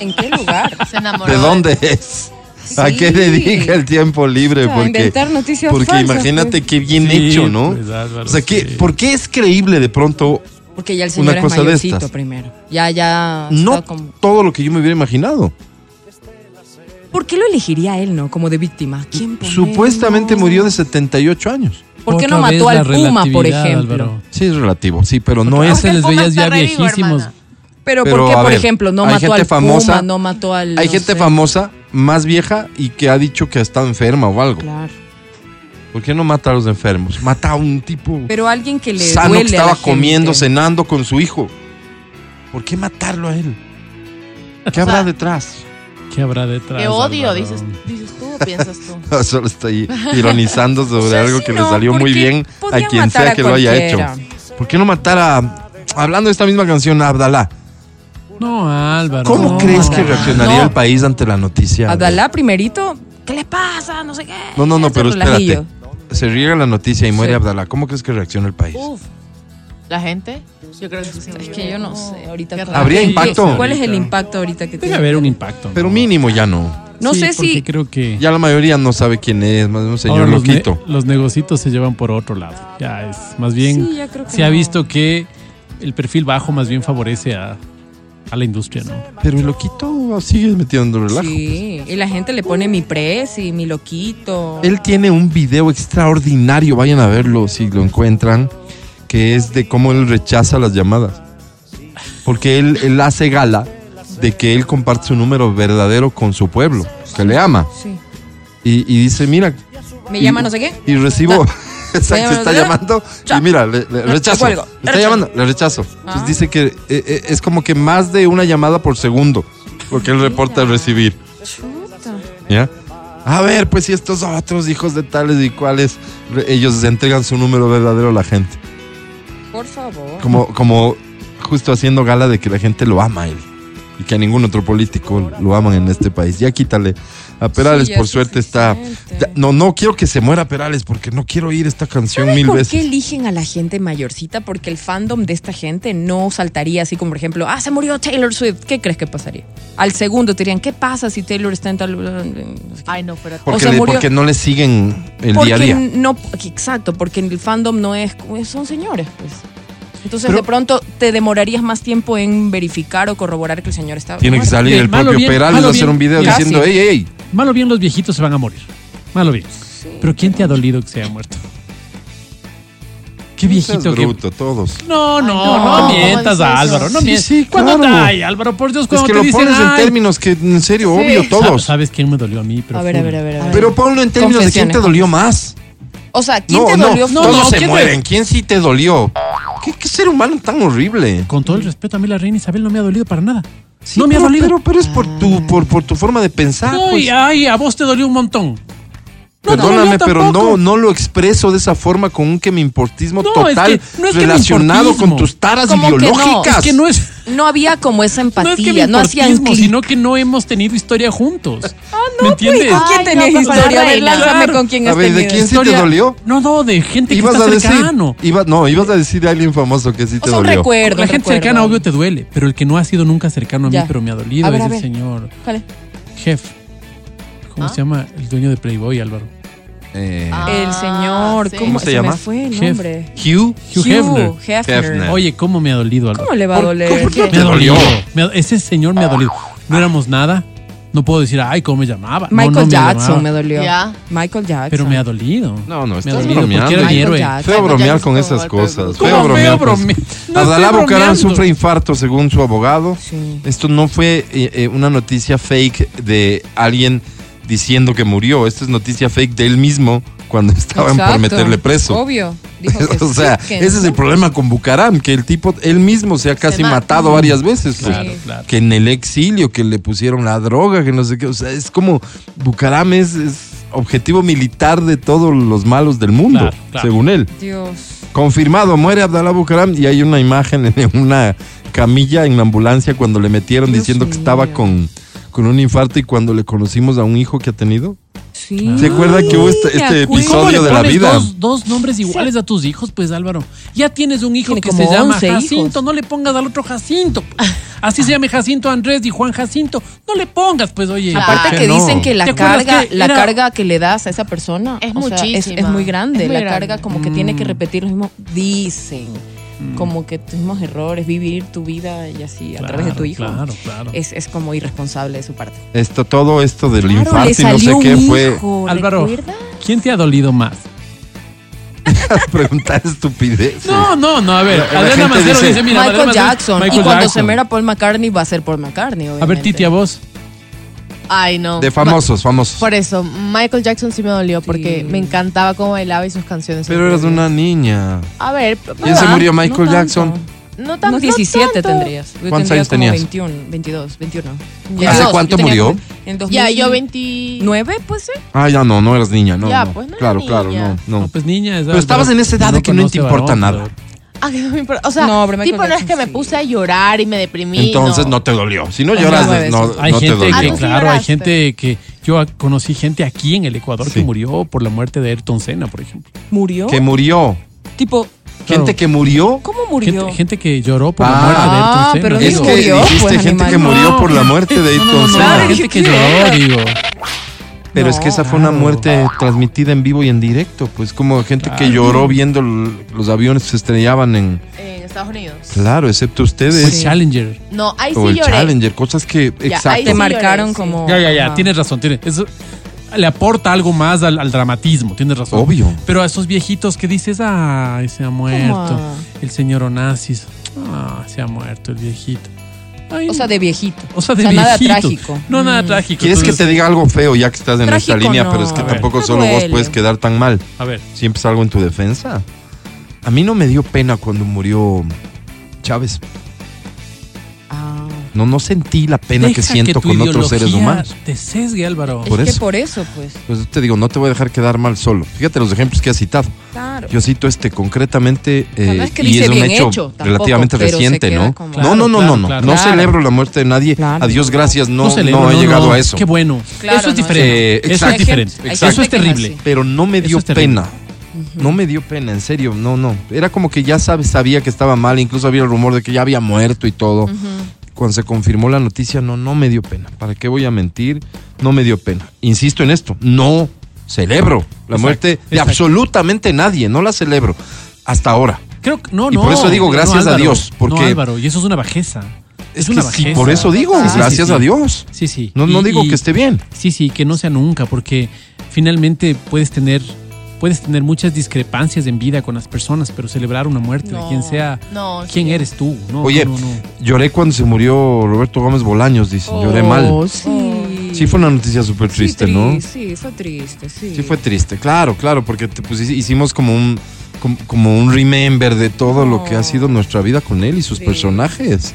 Speaker 4: ¿En qué lugar?
Speaker 5: Se enamoró.
Speaker 2: ¿De dónde es? ¿A
Speaker 4: Sí.
Speaker 2: qué dedica el tiempo libre?
Speaker 4: A inventar noticias
Speaker 2: porque
Speaker 4: falsas,
Speaker 2: imagínate
Speaker 4: pues.
Speaker 2: qué bien
Speaker 3: Sí,
Speaker 2: hecho, ¿no?
Speaker 3: pues, Álvaro,
Speaker 2: o sea, que,
Speaker 3: sí.
Speaker 2: ¿por qué es creíble de pronto?
Speaker 4: Porque ya el señor
Speaker 2: Una cosa
Speaker 4: es
Speaker 2: de
Speaker 4: mayorcito
Speaker 2: estas.
Speaker 4: primero. Ya, ya.
Speaker 2: No
Speaker 4: está como-
Speaker 2: todo lo que yo me hubiera imaginado.
Speaker 4: ¿Por qué lo elegiría él, no? Como de víctima. ¿Quién pone-
Speaker 2: Supuestamente murió de 78 años.
Speaker 4: ¿Por qué no
Speaker 3: Otra vez
Speaker 4: mató
Speaker 3: la
Speaker 4: al Puma, por
Speaker 3: relatividad,
Speaker 4: ejemplo?
Speaker 3: Álvaro.
Speaker 2: Sí, es relativo, sí, pero no
Speaker 3: A
Speaker 2: es...
Speaker 5: Porque
Speaker 3: ese
Speaker 5: el
Speaker 3: les
Speaker 5: Puma
Speaker 3: veías
Speaker 5: está
Speaker 3: ya
Speaker 5: re vivo,
Speaker 3: viejísimos.
Speaker 5: hermana.
Speaker 4: Pero,
Speaker 2: Pero,
Speaker 4: ¿por qué,
Speaker 2: a
Speaker 4: por
Speaker 2: ver,
Speaker 4: ejemplo, no
Speaker 2: hay
Speaker 4: mató
Speaker 2: gente
Speaker 4: al
Speaker 2: famosa-
Speaker 4: Puma, no mató al.
Speaker 2: Hay
Speaker 4: no
Speaker 2: gente
Speaker 4: sé?
Speaker 2: famosa más vieja y que ha dicho que ha estado enferma o algo.
Speaker 4: Claro.
Speaker 2: ¿Por qué no mata a los enfermos? Mata a un tipo
Speaker 4: Pero alguien que le
Speaker 2: sano que
Speaker 4: duele a la
Speaker 2: estaba
Speaker 4: gente.
Speaker 2: comiendo, cenando con su hijo. ¿Por qué matarlo a él? ¿Qué habrá
Speaker 5: sea,
Speaker 2: detrás?
Speaker 3: ¿Qué habrá detrás?
Speaker 5: Te odio,
Speaker 3: Álvaro?
Speaker 5: dices, dices tú o piensas tú.
Speaker 2: Solo estoy ironizando sobre
Speaker 4: O sea,
Speaker 2: algo
Speaker 4: sí,
Speaker 2: que le
Speaker 4: no,
Speaker 2: salió muy
Speaker 4: porque
Speaker 2: bien a
Speaker 4: podían
Speaker 2: quien
Speaker 4: matar
Speaker 2: sea
Speaker 4: a
Speaker 2: que lo haya hecho.
Speaker 4: cualquiera.
Speaker 2: ¿Por qué no matar a... Hablando de esta misma canción, a Abdalá.
Speaker 3: No, Álvaro.
Speaker 2: ¿Cómo
Speaker 3: no.
Speaker 2: crees que reaccionaría
Speaker 5: No.
Speaker 2: el país ante la noticia?
Speaker 4: Adalá primerito, ¿qué le pasa? No sé qué.
Speaker 2: No, no, no,
Speaker 4: Hace
Speaker 2: pero
Speaker 4: relajillo.
Speaker 2: espérate. Se riega la noticia y muere
Speaker 4: Sí.
Speaker 2: Abdalá. ¿Cómo crees que reacciona el país?
Speaker 5: Uf. ¿La gente? Yo creo que sí.
Speaker 4: Es que yo no sé ahorita.
Speaker 5: Qué
Speaker 4: cuál-
Speaker 5: raro.
Speaker 2: Habría
Speaker 4: ¿Qué-
Speaker 2: impacto.
Speaker 4: ¿Cuál es el impacto ahorita que
Speaker 3: Debe
Speaker 4: tiene?
Speaker 3: haber un impacto.
Speaker 2: Pero
Speaker 3: ¿no?
Speaker 2: mínimo ya no.
Speaker 4: No
Speaker 3: Sí,
Speaker 4: sé si
Speaker 3: porque creo que.
Speaker 2: Ya la mayoría no sabe quién es, más de un señor
Speaker 3: ahora los, ne-
Speaker 2: loquito.
Speaker 3: los negocitos se llevan por otro lado. Ya es. Más bien,
Speaker 4: Sí, ya creo que
Speaker 3: se ha
Speaker 4: no.
Speaker 3: visto que el perfil bajo más bien favorece a, a la industria, ¿no?
Speaker 2: Pero el loquito sigue metiendo relajo.
Speaker 4: Sí, y la gente le pone mi pres y mi loquito.
Speaker 2: Él tiene un video extraordinario, vayan a verlo si lo encuentran, que es de cómo él rechaza las llamadas. Porque él, él hace gala de que él comparte su número verdadero con su pueblo, que le ama.
Speaker 4: Sí.
Speaker 2: Y, y dice, mira,
Speaker 4: Me
Speaker 2: Y-
Speaker 4: llama no sé qué.
Speaker 2: y recibo...
Speaker 4: Me llama,
Speaker 2: Exacto, está
Speaker 4: ¿verdad?
Speaker 2: llamando
Speaker 4: Chao.
Speaker 2: y mira, le, le
Speaker 4: te
Speaker 2: rechazo.
Speaker 4: cuelgo.
Speaker 2: Está
Speaker 4: Rechazo.
Speaker 2: llamando, le rechazo.
Speaker 4: Ah.
Speaker 2: Entonces dice que eh, eh, es como que más de una llamada por segundo, porque él reporta recibir.
Speaker 4: Chuta.
Speaker 2: ¿Ya? A ver, pues si estos otros hijos de tales y cuales, re- ellos entregan su número verdadero a la gente.
Speaker 4: Por favor.
Speaker 2: Como, como justo haciendo gala de que la gente lo ama a él. Y que a ningún otro político lo aman en este país. Ya quítale. A Perales,
Speaker 4: Sí, ya
Speaker 2: por
Speaker 4: es
Speaker 2: suerte, está...
Speaker 4: suficiente.
Speaker 2: ya- no, no quiero que se muera Perales porque no quiero oír esta canción
Speaker 4: ¿Sabe
Speaker 2: mil
Speaker 4: por qué
Speaker 2: veces.
Speaker 4: eligen a la gente mayorcita? Porque el fandom de esta gente no saltaría así como, por ejemplo, ah, se murió Taylor Swift. ¿Qué crees que pasaría? Al segundo te dirían, ¿qué pasa si Taylor está en tal...
Speaker 5: Ay, no, pero
Speaker 4: O
Speaker 2: Porque,
Speaker 4: sea,
Speaker 2: le-
Speaker 4: murió-
Speaker 2: porque no le siguen el
Speaker 4: porque
Speaker 2: día a día.
Speaker 4: no, exacto, porque el fandom no es, son señores, pues. Entonces
Speaker 2: Pero-
Speaker 4: de pronto te demorarías más tiempo en verificar o corroborar que el señor está.
Speaker 2: Tiene que salir
Speaker 3: bien,
Speaker 2: el
Speaker 3: malo
Speaker 2: propio
Speaker 3: bien,
Speaker 2: Perales a
Speaker 3: malo
Speaker 2: hacer un
Speaker 3: bien.
Speaker 2: video
Speaker 3: Casi.
Speaker 2: diciendo, ¡Ey, ey!
Speaker 3: Malo bien, los viejitos se van a morir. Malo bien. Pero ¿quién te ha dolido que se haya muerto? Qué
Speaker 2: seas
Speaker 3: viejito que.
Speaker 2: bruto, todos.
Speaker 3: No, no,
Speaker 5: no,
Speaker 3: no,
Speaker 5: ¿cómo
Speaker 3: mientas,
Speaker 5: dices
Speaker 3: Álvaro. No
Speaker 2: Sí,
Speaker 3: mientas.
Speaker 2: sí,
Speaker 3: ¿Cuándo
Speaker 2: claro.
Speaker 3: ay, Álvaro? Por Dios,
Speaker 2: Es
Speaker 3: cuando
Speaker 2: que
Speaker 3: te
Speaker 2: lo
Speaker 3: dicen,
Speaker 2: pones en
Speaker 3: ay,
Speaker 2: términos que, en serio, obvio, todos.
Speaker 3: ¿Sabes quién me dolió a mí? Pero
Speaker 4: A ver, a
Speaker 3: full.
Speaker 4: ver, a ver. a ver.
Speaker 2: Pero ponlo en términos de quién
Speaker 4: Confesiones.
Speaker 2: te dolió más.
Speaker 4: o sea, ¿quién
Speaker 2: No,
Speaker 4: te
Speaker 2: no,
Speaker 4: dolió?
Speaker 2: todos
Speaker 3: no,
Speaker 2: se
Speaker 3: ¿quién te-
Speaker 2: mueren. ¿Quién sí te dolió? ¿Qué, qué ser humano tan horrible?
Speaker 3: Con todo el respeto, a mí la reina Isabel no me ha dolido para nada.
Speaker 2: Sí,
Speaker 3: no me
Speaker 2: pero,
Speaker 3: ha dolido.
Speaker 2: Pero, pero es por tu, por, por tu forma de pensar.
Speaker 3: No,
Speaker 2: pues.
Speaker 3: y, ay, a vos te dolió un montón. No,
Speaker 2: Perdóname,
Speaker 3: no, yo
Speaker 2: pero no,
Speaker 3: tampoco.
Speaker 2: no lo expreso de esa forma con un que mi importismo
Speaker 3: No,
Speaker 2: total
Speaker 3: es que- no es que mi
Speaker 2: relacionado con
Speaker 3: importismo.
Speaker 2: tus taras
Speaker 4: Como que no,
Speaker 2: biológicas.
Speaker 3: Es que no es,
Speaker 4: No había como esa
Speaker 3: no es que
Speaker 4: empatía,
Speaker 3: me
Speaker 4: no, hacían
Speaker 3: importismo,
Speaker 4: clic. Ah, pues,
Speaker 3: sino que no hemos tenido historia juntos. ¿Me entiendes?
Speaker 4: ¿Con quién
Speaker 5: Ay,
Speaker 4: tenías
Speaker 5: no, pues,
Speaker 4: historia? A
Speaker 5: para
Speaker 4: ver,
Speaker 5: bailar.
Speaker 4: lánzame con quién
Speaker 2: A
Speaker 4: has
Speaker 2: ver, ¿de
Speaker 4: tenido.
Speaker 2: quién sí te dolió?
Speaker 3: No, no, de gente que
Speaker 2: Ibas
Speaker 3: está
Speaker 2: a decir,
Speaker 3: cercano.
Speaker 2: iba- no, ibas a decir a alguien famoso que sí
Speaker 4: O
Speaker 2: te
Speaker 4: sea, un
Speaker 2: dolió.
Speaker 4: recuerdo.
Speaker 3: La
Speaker 4: un
Speaker 3: gente
Speaker 4: recuerdo.
Speaker 3: cercana, obvio, te duele, pero el que no ha sido nunca cercano a mí,
Speaker 4: Ya.
Speaker 3: pero me ha dolido,
Speaker 4: A
Speaker 3: es
Speaker 4: ver, a
Speaker 3: el
Speaker 4: ver.
Speaker 3: señor
Speaker 4: ¿Cuál es?
Speaker 3: Jeff. ¿Cómo
Speaker 5: ¿Ah?
Speaker 3: se llama el dueño de Playboy, Álvaro?
Speaker 2: Eh,
Speaker 5: Ah,
Speaker 4: El señor,
Speaker 5: sí.
Speaker 4: ¿cómo
Speaker 2: ¿Cómo se llama?
Speaker 4: Me fue el
Speaker 3: Jeff.
Speaker 4: nombre.
Speaker 2: Hugh,
Speaker 3: Hugh Hefner.
Speaker 4: Hefner.
Speaker 2: Hefner.
Speaker 3: Oye, ¿cómo me ha dolido, Álvaro?
Speaker 4: ¿Cómo le va a
Speaker 2: ¿Por-
Speaker 4: doler?
Speaker 2: por qué no
Speaker 3: Me
Speaker 2: te
Speaker 3: ha dolido.
Speaker 2: dolió?
Speaker 3: Me ha- ese señor me ha dolido. No éramos nada. No puedo decir, ay, ¿cómo me llamaba? No,
Speaker 4: Michael
Speaker 3: no me llamaba,
Speaker 4: Jackson me dolió.
Speaker 5: Ya.
Speaker 4: Michael Jackson.
Speaker 3: Pero me ha dolido.
Speaker 2: No, no,
Speaker 3: me
Speaker 2: estás
Speaker 3: ha dolido
Speaker 2: bromeando.
Speaker 3: porque era mi
Speaker 4: Michael
Speaker 3: héroe.
Speaker 2: Feo
Speaker 4: Jackson.
Speaker 5: Ay, no, ya
Speaker 2: bromear
Speaker 5: no
Speaker 2: con
Speaker 5: estoy
Speaker 2: estas
Speaker 5: bromeando.
Speaker 2: cosas.
Speaker 3: ¿Cómo
Speaker 2: Feo bromear.
Speaker 3: feo
Speaker 2: con-
Speaker 3: brome- No
Speaker 2: Abdalá
Speaker 3: estoy
Speaker 2: Bucaram
Speaker 3: bromeando.
Speaker 2: sufre infarto según su abogado.
Speaker 4: Sí.
Speaker 2: Esto no fue eh, eh, una noticia fake de alguien diciendo que murió. Esto es noticia fake de él mismo cuando estaban por
Speaker 4: Exacto.
Speaker 2: meterle preso.
Speaker 4: Obvio. Dijo que
Speaker 2: o sea,
Speaker 4: sí, que
Speaker 2: ese es
Speaker 4: no.
Speaker 2: el problema con Bucaram, que el tipo él mismo se ha casi
Speaker 5: mata.
Speaker 2: matado varias veces. pues.
Speaker 3: Claro, claro.
Speaker 2: Que en el exilio, que le pusieron la droga, que no sé qué. O sea, es como Bucaram es, es objetivo militar de todos los malos del mundo,
Speaker 3: Claro, claro.
Speaker 2: según él.
Speaker 4: Dios.
Speaker 2: Confirmado, muere Abdalá Bucaram y hay una imagen en una camilla en la ambulancia cuando le metieron
Speaker 4: Dios
Speaker 2: diciendo que
Speaker 4: mío.
Speaker 2: estaba con, con un infarto y cuando le conocimos a un hijo que ha tenido.
Speaker 4: Sí.
Speaker 2: ¿Se acuerda que hubo este-
Speaker 4: Sí, me
Speaker 2: este
Speaker 4: acuerdo.
Speaker 2: episodio? Odio de la
Speaker 3: pones
Speaker 2: vida.
Speaker 3: Dos, dos nombres iguales a tus hijos, pues Álvaro. Ya tienes un hijo
Speaker 4: Tiene
Speaker 3: que
Speaker 4: como
Speaker 3: se llama
Speaker 4: 11 hijos.
Speaker 3: Jacinto, no le pongas al otro Jacinto. pues. Así se llame Jacinto Andrés y Juan Jacinto. No le pongas, pues oye.
Speaker 5: Claro.
Speaker 4: Aparte
Speaker 5: ¿Por
Speaker 4: que
Speaker 2: no?
Speaker 4: dicen que
Speaker 3: ¿Te
Speaker 4: la
Speaker 3: acuerdas
Speaker 4: carga,
Speaker 3: que
Speaker 4: la
Speaker 3: era-
Speaker 4: carga que le das a esa persona
Speaker 5: Es
Speaker 4: o sea, es,
Speaker 5: muchísima.
Speaker 4: es muy grande.
Speaker 5: Es muy
Speaker 4: la
Speaker 5: grande.
Speaker 4: carga como que tiene
Speaker 2: Mm.
Speaker 4: que repetir los mismos, dicen, como que tus mismos errores, vivir tu vida y así a través de tu hijo. Eh,
Speaker 3: Claro, claro.
Speaker 4: Es, es como irresponsable de su parte.
Speaker 2: Esto, todo esto del
Speaker 4: Claro, le
Speaker 2: infarto y no
Speaker 4: salió
Speaker 2: sé
Speaker 4: un
Speaker 2: qué fue
Speaker 4: hijo,
Speaker 3: Álvaro,
Speaker 4: ¿recuerda?
Speaker 3: ¿quién te ha dolido más?
Speaker 2: preguntar estupidez.
Speaker 3: No, no, no, a ver.
Speaker 2: La- la
Speaker 3: Adriana
Speaker 2: gente
Speaker 3: Mancero
Speaker 2: dice-
Speaker 3: dice, mira,
Speaker 4: Michael
Speaker 3: Adriana Mancero-
Speaker 4: Jackson.
Speaker 3: Michael
Speaker 4: y cuando
Speaker 3: Jackson.
Speaker 4: se muera Paul McCartney va a ser Paul McCartney.
Speaker 3: A ver, Titi, a vos.
Speaker 5: Ay, no.
Speaker 2: De famosos, famosos.
Speaker 5: Por eso, Michael Jackson sí me dolió porque me encantaba cómo bailaba y sus canciones.
Speaker 2: Pero eras una niña.
Speaker 5: A ver,
Speaker 2: ¿Quién se
Speaker 5: ah,
Speaker 2: murió
Speaker 4: no
Speaker 2: Michael
Speaker 4: tanto.
Speaker 2: Jackson?
Speaker 5: No tan-
Speaker 4: Unos 17
Speaker 5: tanto.
Speaker 4: tendrías. Yo
Speaker 2: ¿Cuántos
Speaker 4: tendría
Speaker 2: años
Speaker 4: como
Speaker 2: tenías?
Speaker 4: 21, 22, 21.
Speaker 5: Ya.
Speaker 2: ¿Hace
Speaker 5: Dios,
Speaker 2: cuánto
Speaker 4: Yo tenía
Speaker 2: murió?
Speaker 4: como- En
Speaker 5: Ya, yo
Speaker 4: 2009,
Speaker 5: 29.
Speaker 4: pues sí.
Speaker 2: Ah, ya no, no eras niña, no.
Speaker 5: Ya,
Speaker 2: no.
Speaker 5: pues, no era
Speaker 2: claro, claro,
Speaker 5: niña.
Speaker 2: no, no.
Speaker 3: No, pues niña.
Speaker 2: Pero estabas en esa edad de que no te
Speaker 3: conoce
Speaker 2: importa
Speaker 3: varón,
Speaker 2: nada.
Speaker 5: Ah, que no me importa. O sea,
Speaker 4: No, pero Michael
Speaker 5: tipo, no es
Speaker 4: Jackson
Speaker 5: que me
Speaker 4: sí.
Speaker 5: puse a llorar y me deprimí.
Speaker 2: Entonces no te dolió. Si no
Speaker 4: Ajá,
Speaker 2: lloras,
Speaker 4: nueve,
Speaker 2: no,
Speaker 4: sí.
Speaker 3: Hay
Speaker 2: no te
Speaker 3: gente
Speaker 2: dolió.
Speaker 5: Ah,
Speaker 3: que,
Speaker 5: tú sí
Speaker 3: claro, hay
Speaker 5: lloraste.
Speaker 3: gente que yo a- conocí gente aquí en el Ecuador
Speaker 2: Sí.
Speaker 3: que murió por la muerte de Ayrton Senna, por ejemplo.
Speaker 4: ¿Murió?
Speaker 2: Que murió.
Speaker 4: Tipo,
Speaker 2: Gente que murió.
Speaker 4: ¿cómo murió?
Speaker 3: Gente, gente que lloró por
Speaker 2: Ah.
Speaker 3: la muerte de Ayrton
Speaker 4: Ah,
Speaker 3: Senna.
Speaker 4: pero
Speaker 2: Es
Speaker 4: ¿Quién
Speaker 2: que
Speaker 4: murió?
Speaker 2: dijiste
Speaker 4: Pues,
Speaker 2: gente
Speaker 4: animal.
Speaker 2: que murió
Speaker 3: No.
Speaker 2: por la muerte de
Speaker 3: No,
Speaker 2: Ayrton
Speaker 3: no, no,
Speaker 2: Senna.
Speaker 4: Claro,
Speaker 3: gente que
Speaker 4: ¿qué?
Speaker 3: lloró, digo.
Speaker 2: Pero es
Speaker 4: No,
Speaker 2: que esa fue una
Speaker 3: claro.
Speaker 2: muerte transmitida en vivo y en directo, pues como gente que
Speaker 3: Claro.
Speaker 2: lloró viendo l- los aviones que se estrellaban en...
Speaker 5: En Estados Unidos.
Speaker 2: Claro, excepto
Speaker 3: Fue
Speaker 2: ustedes.
Speaker 4: Sí.
Speaker 3: Challenger.
Speaker 5: No, ahí
Speaker 2: O
Speaker 5: sí
Speaker 2: Pues, el
Speaker 5: lloré.
Speaker 2: Challenger, cosas que...
Speaker 5: Ya,
Speaker 2: exacto.
Speaker 5: ahí
Speaker 4: Te
Speaker 5: sí
Speaker 4: marcaron
Speaker 5: lloré, sí.
Speaker 4: como...
Speaker 3: Ya, ya, ya,
Speaker 4: Oh, Ajá.
Speaker 3: tienes razón. Tienes, eso le aporta algo más al, al dramatismo, tienes razón.
Speaker 2: Obvio.
Speaker 3: Pero a esos viejitos que dices, ay, se ha muerto.
Speaker 4: ah.
Speaker 3: El señor Onassis, ah, se ha muerto el viejito. Ay,
Speaker 4: O sea, de viejito.
Speaker 3: o sea, de
Speaker 4: nada
Speaker 3: viejito.
Speaker 4: trágico. Mm.
Speaker 3: No, nada trágico.
Speaker 2: ¿Quieres que
Speaker 3: Entonces,
Speaker 2: te diga algo feo ya que estás en esta
Speaker 4: Trágico,
Speaker 2: línea?
Speaker 4: no.
Speaker 2: Pero es que
Speaker 3: A ver.
Speaker 2: tampoco
Speaker 4: Me
Speaker 2: solo vos
Speaker 4: duele.
Speaker 2: puedes quedar tan mal.
Speaker 3: A ver,
Speaker 2: Siempre salgo en tu defensa. A mí no me dio pena cuando murió Chávez.
Speaker 4: Ah.
Speaker 2: No, no sentí la pena
Speaker 3: deja
Speaker 2: que siento
Speaker 3: tu
Speaker 2: con otros seres
Speaker 3: ideología
Speaker 2: humanos.
Speaker 3: Te sesgue, Álvaro.
Speaker 2: Por
Speaker 4: es
Speaker 2: eso.
Speaker 4: que por eso, pues.
Speaker 2: Pues yo te digo, no te voy a dejar quedar mal solo. Fíjate los ejemplos que has citado.
Speaker 4: Claro.
Speaker 2: Yo cito este concretamente
Speaker 4: sea, no
Speaker 2: eh,
Speaker 4: es que
Speaker 2: y
Speaker 4: dice
Speaker 2: es un
Speaker 4: bien
Speaker 2: hecho,
Speaker 4: hecho, tampoco,
Speaker 2: relativamente
Speaker 4: pero se
Speaker 2: reciente,
Speaker 4: queda
Speaker 2: ¿no?
Speaker 4: como-
Speaker 2: no,
Speaker 3: Claro,
Speaker 2: no, no,
Speaker 3: claro,
Speaker 2: no,
Speaker 3: claro.
Speaker 2: no
Speaker 4: Claro.
Speaker 2: celebro la muerte de nadie.
Speaker 4: Claro.
Speaker 2: A Dios gracias, no,
Speaker 3: celebro,
Speaker 2: no he llegado
Speaker 3: no.
Speaker 2: a eso.
Speaker 3: Qué bueno.
Speaker 4: Claro,
Speaker 3: eso
Speaker 4: no,
Speaker 3: es diferente.
Speaker 2: eh,
Speaker 3: eso es
Speaker 2: exacto,
Speaker 3: diferente.
Speaker 2: exacto.
Speaker 3: Eso es terrible.
Speaker 2: Pero no me
Speaker 3: Eso
Speaker 2: dio
Speaker 3: es terrible.
Speaker 2: pena. No me dio pena, en serio, no, no. Era como que ya sabes, sabía que estaba mal, incluso había el rumor de que ya había muerto y todo. Cuando se confirmó la noticia, no, no me dio pena. ¿Para qué voy a mentir? No me dio pena. Insisto en esto, no celebro la
Speaker 3: Exacto,
Speaker 2: muerte de
Speaker 3: exacto.
Speaker 2: absolutamente nadie, no la celebro. Hasta ahora.
Speaker 3: Creo que no,
Speaker 2: Y
Speaker 3: no.
Speaker 2: por eso digo
Speaker 3: no,
Speaker 2: gracias a
Speaker 3: Álvaro,
Speaker 2: Dios, porque-
Speaker 3: no, Álvaro, y eso es una bajeza.
Speaker 2: Es,
Speaker 3: Es
Speaker 2: que
Speaker 3: una
Speaker 2: sí,
Speaker 3: bajeza.
Speaker 2: por eso digo,
Speaker 4: Sí, sí,
Speaker 2: gracias
Speaker 3: sí.
Speaker 2: a Dios.
Speaker 3: Sí, sí.
Speaker 2: No, no
Speaker 3: Y-
Speaker 2: digo
Speaker 3: y-
Speaker 2: que esté bien.
Speaker 3: Sí, sí, que no sea nunca, porque finalmente puedes tener puedes tener muchas discrepancias en vida con las personas, pero celebrar una muerte de
Speaker 5: No,
Speaker 3: quien sea,
Speaker 5: no,
Speaker 3: quién
Speaker 5: sí.
Speaker 3: eres tú, no,
Speaker 2: Oye,
Speaker 3: no, no, no.
Speaker 2: Lloré cuando se murió Roberto Gómez Bolaños, dice. Lloré mal.
Speaker 5: Oh, sí.
Speaker 2: Sí, fue una noticia súper
Speaker 4: Sí,
Speaker 2: triste,
Speaker 4: tri-
Speaker 2: ¿no?
Speaker 4: Sí, fue triste, sí.
Speaker 2: Sí fue triste, claro, claro, porque te- pues, hicimos como un como, como un remember de todo lo que ha sido nuestra vida con él y sus
Speaker 4: Sí.
Speaker 2: personajes.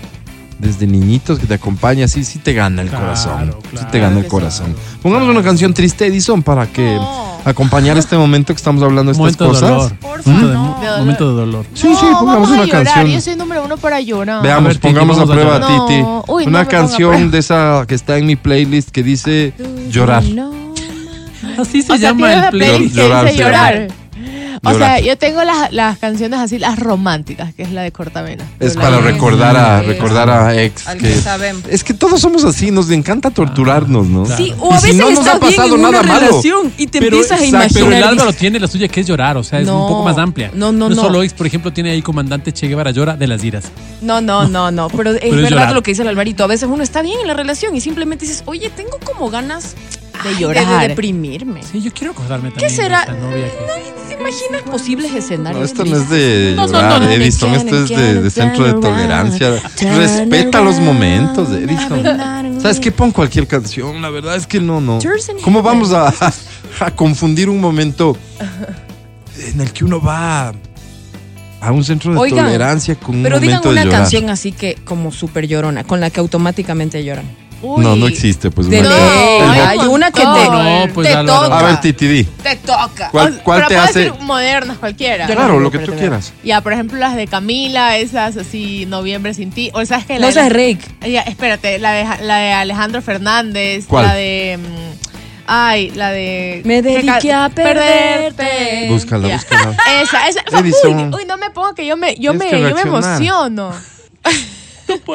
Speaker 2: Desde niñitos que te acompaña, sí, sí te gana el
Speaker 3: Claro,
Speaker 2: corazón. sí te
Speaker 3: claro
Speaker 2: gana el
Speaker 5: que
Speaker 2: corazón. Pongamos una canción triste, Edison, para que
Speaker 5: No.
Speaker 2: acompañar este momento que estamos hablando de estas
Speaker 3: momento de
Speaker 2: cosas.
Speaker 3: dolor.
Speaker 5: Porfa,
Speaker 3: Momento de-
Speaker 5: no. De dolor.
Speaker 3: Momento de dolor.
Speaker 2: Sí,
Speaker 5: No,
Speaker 2: sí, pongamos
Speaker 5: vamos a
Speaker 2: una
Speaker 5: llorar.
Speaker 2: canción.
Speaker 5: Yo soy número uno para llorar.
Speaker 2: Veamos,
Speaker 3: ver, Titi,
Speaker 2: pongamos a
Speaker 3: vamos a
Speaker 2: prueba,
Speaker 3: llorar.
Speaker 5: No,
Speaker 2: Titi.
Speaker 5: uy, no
Speaker 2: una
Speaker 5: me ponga
Speaker 2: canción
Speaker 5: prueba.
Speaker 2: de esa que está en mi playlist que dice llorar.
Speaker 3: Así se
Speaker 5: O sea,
Speaker 3: llama
Speaker 5: tiene
Speaker 3: el
Speaker 5: una
Speaker 3: play.
Speaker 5: playlist que
Speaker 2: Llorar,
Speaker 5: dice
Speaker 2: se
Speaker 5: llorar. O sea,
Speaker 2: Llorar.
Speaker 5: yo tengo las, las canciones así, las románticas, que es la de Cortavena.
Speaker 2: Es
Speaker 5: Yo la-
Speaker 2: para
Speaker 4: Ay,
Speaker 2: recordar a
Speaker 4: sí.
Speaker 2: recordar a ex
Speaker 4: Al
Speaker 2: que
Speaker 4: que sabemos.
Speaker 2: es que todos somos así, nos encanta torturarnos, ¿no?
Speaker 3: Claro.
Speaker 4: Sí, o a
Speaker 2: Y si
Speaker 4: veces
Speaker 2: no nos ha
Speaker 4: estás bien
Speaker 2: pasado
Speaker 4: en
Speaker 2: nada
Speaker 4: una
Speaker 2: malo.
Speaker 4: relación y te
Speaker 2: Pero
Speaker 4: empiezas
Speaker 2: exacto,
Speaker 4: a imaginar.
Speaker 3: Pero el Álvaro
Speaker 4: dices,
Speaker 3: tiene la suya que es llorar, o sea, es
Speaker 4: No,
Speaker 3: un poco más amplia.
Speaker 4: no, no, no.
Speaker 3: solo ex, por ejemplo, tiene ahí comandante Che Guevara llora de las iras.
Speaker 4: No, no, no, no. Pero es
Speaker 3: Pero es
Speaker 4: verdad
Speaker 3: llorar.
Speaker 4: lo que dice el Alvarito. A veces uno está bien en la relación y simplemente dices, oye, tengo como ganas ay,
Speaker 5: llorar.
Speaker 4: de deprimirme.
Speaker 3: Sí, yo quiero acordarme también
Speaker 4: será?
Speaker 3: de esta novia que-
Speaker 4: ¿Te imaginas posibles escenarios?
Speaker 2: No, esto no es de
Speaker 4: No, no,
Speaker 2: llorar,
Speaker 4: no, no.
Speaker 2: Edison, esto es de, de centro de tolerancia. Respeta los momentos, Edison. ¿Sabes qué? Pon cualquier canción, la verdad es que no, no. ¿Cómo vamos a, a confundir un momento en el que uno va a un centro de
Speaker 4: Oigan,
Speaker 2: tolerancia con un
Speaker 4: Pero digan
Speaker 2: momento de
Speaker 4: una
Speaker 2: llorar?
Speaker 4: canción así que como súper llorona, con la que automáticamente lloran.
Speaker 5: Uy.
Speaker 2: No, no existe, pues.
Speaker 4: De
Speaker 2: una
Speaker 5: no,
Speaker 2: canción. El
Speaker 4: ley.
Speaker 5: ay,
Speaker 2: bo-
Speaker 4: Hay una que te,
Speaker 5: No,
Speaker 3: pues,
Speaker 4: te
Speaker 3: Álvaro.
Speaker 4: toca.
Speaker 2: A ver, Titi, di.
Speaker 5: Te toca.
Speaker 2: ¿Cuál-
Speaker 5: O-
Speaker 2: cuál
Speaker 5: pero
Speaker 2: te
Speaker 5: puedes
Speaker 2: hace-
Speaker 5: decir modernas, cualquiera.
Speaker 2: Claro, lo que tú quieras.
Speaker 5: Ya, por ejemplo, las de Camila, esas así, Noviembre sin ti. O sabes que la
Speaker 4: No
Speaker 5: de-
Speaker 4: seas Rick.
Speaker 5: Ya, espérate, la de, la de Alejandro Fernández,
Speaker 2: ¿Cuál?
Speaker 5: la de... mm, Ay, la de...
Speaker 4: Me dediqué a
Speaker 5: Reca-
Speaker 4: perderte.
Speaker 2: Búscala,
Speaker 5: Ya.
Speaker 2: búscala.
Speaker 5: Esa, esa. o sea,
Speaker 2: Edison.
Speaker 5: uy, uy, no me pongo que yo me, yo
Speaker 2: Tienes
Speaker 5: me,
Speaker 2: que
Speaker 5: yo me
Speaker 2: reaccionar.
Speaker 5: emociono.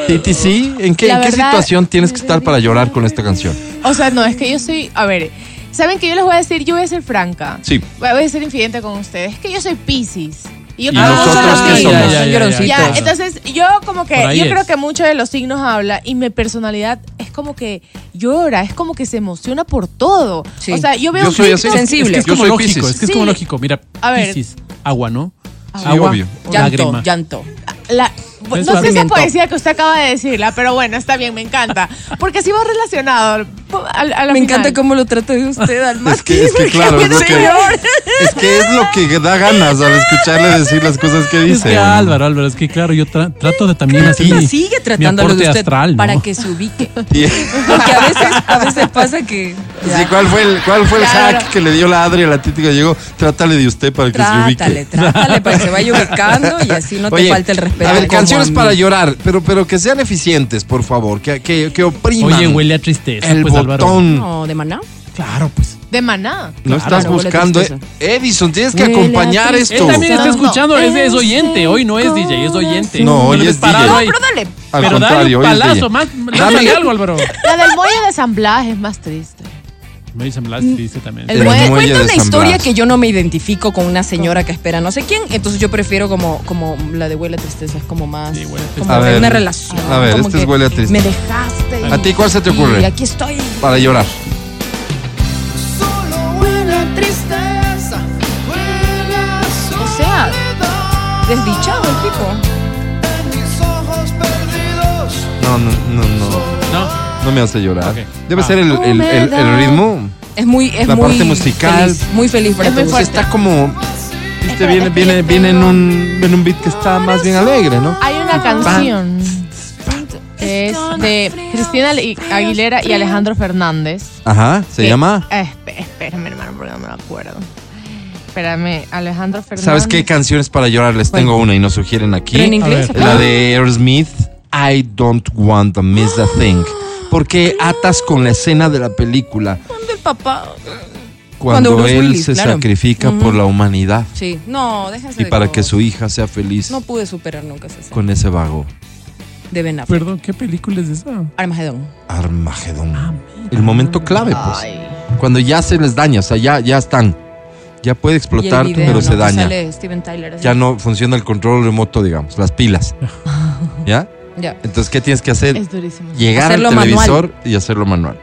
Speaker 2: Titi, sí, ¿en qué,
Speaker 5: La
Speaker 2: en qué
Speaker 5: verdad-
Speaker 2: situación tienes que estar para llorar con esta canción?
Speaker 5: O sea, no, es que yo soy... A ver, ¿saben que yo les voy a decir? Yo voy a ser franca.
Speaker 2: Sí.
Speaker 5: Voy voy a ser infidente con ustedes. Es que yo soy Piscis. Y yo
Speaker 2: ¿Y
Speaker 5: creo que
Speaker 2: nosotros
Speaker 5: muchos de
Speaker 2: qué
Speaker 5: los-
Speaker 2: somos?
Speaker 5: Ya,
Speaker 4: Son lloroncitos.
Speaker 5: ya, entonces yo como que,
Speaker 3: Por ahí
Speaker 5: yo
Speaker 3: es.
Speaker 5: creo que mucho de los signos habla y mi personalidad es como que llora, es como que se emociona por todo.
Speaker 4: Sí.
Speaker 5: O sea, yo veo
Speaker 2: Yo soy así.
Speaker 5: signos-
Speaker 4: Sensible.
Speaker 3: Es que es
Speaker 2: Yo
Speaker 3: como
Speaker 2: soy
Speaker 3: lógico,
Speaker 2: Piscis.
Speaker 3: es que es como
Speaker 5: Sí.
Speaker 3: lógico. Mira,
Speaker 5: A ver.
Speaker 3: Piscis, agua, ¿no?
Speaker 2: Sí,
Speaker 3: agua,
Speaker 2: obvio.
Speaker 4: Llanto,
Speaker 3: lágrima.
Speaker 4: llanto.
Speaker 5: La- no
Speaker 3: Es
Speaker 5: sé si es
Speaker 3: pavimento.
Speaker 5: poesía que usted acaba de decirla, pero bueno, está bien, me encanta. Porque si va relacionado al- a la
Speaker 4: Me
Speaker 5: final.
Speaker 4: encanta cómo lo trata de usted, Almas.
Speaker 2: Es que, es que claro, es lo que, es que es lo que da ganas al escucharle decir las cosas que
Speaker 3: Es
Speaker 2: dice.
Speaker 3: que Álvaro, Álvaro, es que claro, yo tra- trato de también hacer mi,
Speaker 4: sigue
Speaker 3: mi
Speaker 4: tratándolo
Speaker 3: aporte
Speaker 4: de usted
Speaker 3: astral, ¿no?
Speaker 4: para que se ubique.
Speaker 2: Y-
Speaker 4: Porque a veces, a veces pasa que. ya.
Speaker 2: Sí, ¿Cuál fue el, cuál fue el
Speaker 4: Claro.
Speaker 2: hack que le dio la Adri a la Titi que llegó? Trátale de usted para que se
Speaker 4: Trátale,
Speaker 2: ubique.
Speaker 4: trátale para que se vaya ubicando y así no
Speaker 2: Oye,
Speaker 4: te falte el respeto.
Speaker 2: A ver,
Speaker 4: como
Speaker 2: canciones
Speaker 4: mí.
Speaker 2: para llorar, pero, pero que sean eficientes, por favor, que, que, que opriman
Speaker 3: Oye, huele a tristeza,
Speaker 2: el
Speaker 3: pues Álvaro.
Speaker 2: botón. No,
Speaker 4: No, de maná.
Speaker 3: Claro, pues.
Speaker 5: De maná.
Speaker 2: estás
Speaker 4: huele a
Speaker 2: buscando. eh.
Speaker 4: tristeza.
Speaker 2: Edison, tienes que
Speaker 4: Huele a
Speaker 2: acompañar
Speaker 4: tristeza.
Speaker 2: esto.
Speaker 3: Él también está
Speaker 5: No,
Speaker 3: escuchando, es, es oyente. Hoy no es DJ, es oyente.
Speaker 2: No, hoy
Speaker 3: le
Speaker 2: es
Speaker 3: ves
Speaker 2: DJ.
Speaker 3: parado ahí.
Speaker 2: No,
Speaker 4: Pero dale.
Speaker 2: Al
Speaker 3: Pero dale
Speaker 2: contrario,
Speaker 3: un
Speaker 2: hoy es
Speaker 3: palazo,
Speaker 2: DJ.
Speaker 3: más,
Speaker 2: Dame-
Speaker 3: lánzale algo, Álvaro.
Speaker 5: La del muelle de San Blas es más triste.
Speaker 3: Me dicen Blas, dice también.
Speaker 4: El
Speaker 2: El
Speaker 4: muelle,
Speaker 2: muelle
Speaker 4: cuenta
Speaker 2: de
Speaker 4: una
Speaker 2: San
Speaker 4: historia
Speaker 2: Blas.
Speaker 4: que yo no me identifico con una señora que espera no sé quién, entonces yo prefiero como, como la de huele a tristeza, es como más
Speaker 3: Sí, huele a
Speaker 4: como
Speaker 2: tristeza. A
Speaker 4: de una
Speaker 2: ver,
Speaker 4: relación.
Speaker 2: a ver,
Speaker 4: como
Speaker 2: este es
Speaker 4: que
Speaker 2: huele a tristeza.
Speaker 4: Me dejaste. y-
Speaker 2: ¿A ti cuál se te
Speaker 4: Y
Speaker 2: ocurre?
Speaker 4: aquí estoy.
Speaker 2: Para llorar.
Speaker 4: O sea, desdichado el tipo.
Speaker 2: No, no, no, no.
Speaker 3: No,
Speaker 2: No me hace llorar.
Speaker 3: Ok.
Speaker 2: Debe
Speaker 3: Ah.
Speaker 2: ser el, el- el- el ritmo.
Speaker 4: Es muy, es
Speaker 2: La
Speaker 4: muy
Speaker 2: parte musical.
Speaker 4: feliz, muy feliz para
Speaker 5: Es muy
Speaker 4: todos.
Speaker 2: Entonces está como. Viste, viene, viene, viene en un, en un beat que está más bien alegre, ¿no?
Speaker 5: Hay una canción que es de Cristina Li- Aguilera y Alejandro Fernández.
Speaker 2: Ajá, se
Speaker 5: que-
Speaker 2: llama.
Speaker 5: Eh, esp- espérame, hermano, porque no me lo acuerdo. Espérame, Alejandro Fernández.
Speaker 2: ¿Sabes qué canciones para llorar? Les tengo una y nos sugieren aquí.
Speaker 4: Pero en inglés.
Speaker 3: A ver.
Speaker 2: La de Aerosmith, I don't want to miss a thing. Porque atas con la escena de la película
Speaker 4: ¿Dónde el papá?
Speaker 2: cuando,
Speaker 4: Cuando Bruce
Speaker 2: él
Speaker 4: Willis,
Speaker 2: se
Speaker 4: claro.
Speaker 2: sacrifica por la humanidad
Speaker 4: Sí, no, déjense
Speaker 2: y
Speaker 4: de
Speaker 2: para que
Speaker 4: cosas.
Speaker 2: su hija sea feliz
Speaker 4: No pude superar nunca ese escena
Speaker 2: con ese vago
Speaker 4: de Ben Affleck.
Speaker 3: perdón, ¿qué película es esa?
Speaker 4: Armagedón.
Speaker 2: Armagedón.
Speaker 4: Ah,
Speaker 2: El momento clave, pues.
Speaker 5: Ay.
Speaker 2: Cuando ya se les daña, o sea, ya, ya están. Ya puede
Speaker 4: Y el
Speaker 2: explotar,
Speaker 4: video,
Speaker 2: pero
Speaker 4: ¿no?
Speaker 2: se
Speaker 4: Que
Speaker 2: daña.
Speaker 4: Sale Steven Tyler. así.
Speaker 2: Ya no funciona el control remoto, digamos, las pilas. ¿Ya?
Speaker 4: Ya.
Speaker 2: Entonces, ¿qué tienes que hacer?
Speaker 5: Es durísimo.
Speaker 2: llegar
Speaker 4: Hacerlo
Speaker 2: al
Speaker 4: manual.
Speaker 2: televisor y hacerlo manual.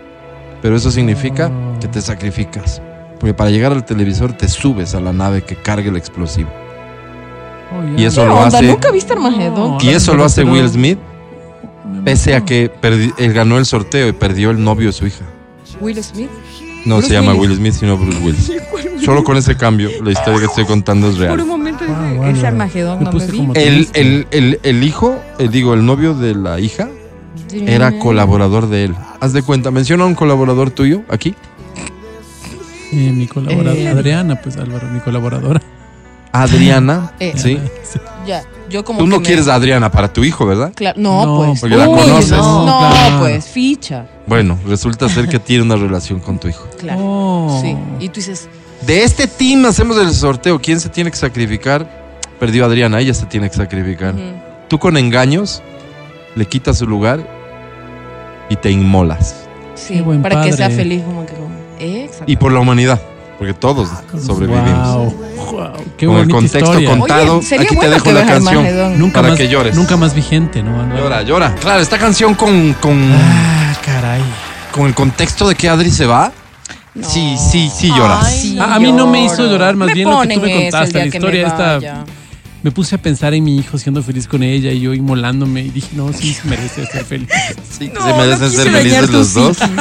Speaker 2: Pero eso significa
Speaker 4: Ah.
Speaker 2: que te sacrificas. Porque para llegar al televisor te subes a la nave que cargue el explosivo.
Speaker 3: Oh,
Speaker 2: Y eso
Speaker 4: ¿Qué
Speaker 2: lo
Speaker 4: onda?
Speaker 2: hace.
Speaker 4: ¿Nunca viste Armagedón?
Speaker 2: Y eso lo hace
Speaker 3: Pero-
Speaker 2: Will Smith, pese a que perdi- él ganó el sorteo y perdió el novio de su hija.
Speaker 4: Will Smith.
Speaker 2: No
Speaker 4: Bruce
Speaker 2: se llama
Speaker 4: Willis.
Speaker 2: Will Smith, sino Bruce Willis. Solo con ese cambio, la historia que estoy contando es
Speaker 4: Por
Speaker 2: real.
Speaker 4: un momento
Speaker 3: Ah,
Speaker 4: dije,
Speaker 3: bueno,
Speaker 4: es
Speaker 3: bueno.
Speaker 4: Armagedón,
Speaker 3: Me
Speaker 4: no me
Speaker 3: puse
Speaker 4: vi.
Speaker 3: como-
Speaker 2: El, el- el- el hijo, eh, digo, el novio de la hija, era colaborador de él. Haz de cuenta, menciona a un colaborador tuyo aquí.
Speaker 3: Eh, mi colaboradora,
Speaker 5: Eh.
Speaker 3: Adriana, pues Álvaro, mi colaboradora.
Speaker 2: Adriana,
Speaker 4: Eh,
Speaker 2: ¿sí?
Speaker 4: Ya, yo como
Speaker 2: Tú
Speaker 4: que
Speaker 2: no
Speaker 4: me-
Speaker 2: quieres a Adriana para tu hijo, ¿verdad?
Speaker 4: Cla- no,
Speaker 3: No,
Speaker 4: pues.
Speaker 2: porque la
Speaker 4: Uy,
Speaker 2: conoces.
Speaker 4: No, no,
Speaker 3: Claro.
Speaker 4: pues, ficha.
Speaker 2: Bueno, resulta ser que tiene una relación con tu hijo.
Speaker 4: Claro.
Speaker 3: Oh.
Speaker 4: Sí. Y tú dices,
Speaker 2: De este team hacemos el sorteo. ¿Quién se tiene que sacrificar? Perdió Adriana, ella se tiene que sacrificar.
Speaker 4: ujú,
Speaker 2: Tú con engaños le quitas su lugar y te inmolas.
Speaker 4: sí,
Speaker 3: Qué buen
Speaker 4: para que sea
Speaker 3: padre.
Speaker 4: feliz, como que como. Exacto.
Speaker 2: Y por la humanidad, porque todos
Speaker 4: Ah,
Speaker 2: sobrevivimos.
Speaker 3: Wow. Wow, Qué
Speaker 2: Con el
Speaker 3: bonita
Speaker 2: contexto
Speaker 3: historia.
Speaker 2: con- contado,
Speaker 4: Oye, sería
Speaker 2: aquí te
Speaker 4: bueno
Speaker 2: dejo
Speaker 4: que
Speaker 2: la
Speaker 4: veas
Speaker 2: canción.
Speaker 4: Armagedón.
Speaker 3: nunca
Speaker 2: para
Speaker 3: más,
Speaker 2: que llores.
Speaker 3: Nunca más vigente, ¿no? Álvaro?
Speaker 2: Llora, llora. Claro, esta canción con, con,
Speaker 3: Ah, caray.
Speaker 2: con el contexto de que Adri se va,
Speaker 4: No.
Speaker 2: sí, sí, sí lloras.
Speaker 4: Ay, sí
Speaker 3: A- a mí no me
Speaker 4: lloro.
Speaker 3: hizo llorar, más
Speaker 4: Me
Speaker 3: bien lo que
Speaker 4: ponen
Speaker 3: tú me
Speaker 4: eso el
Speaker 3: contaste,
Speaker 4: día
Speaker 3: la
Speaker 4: que me
Speaker 3: historia esta-
Speaker 4: vaya.
Speaker 3: Me puse a pensar en mi hijo siendo feliz con ella y yo inmolándome y dije, no, sí, se merece ser feliz.
Speaker 2: Sí, que
Speaker 4: No,
Speaker 2: se merecen ser
Speaker 4: no quise dañar
Speaker 2: felices
Speaker 4: tu
Speaker 2: los dos.
Speaker 4: psiquis.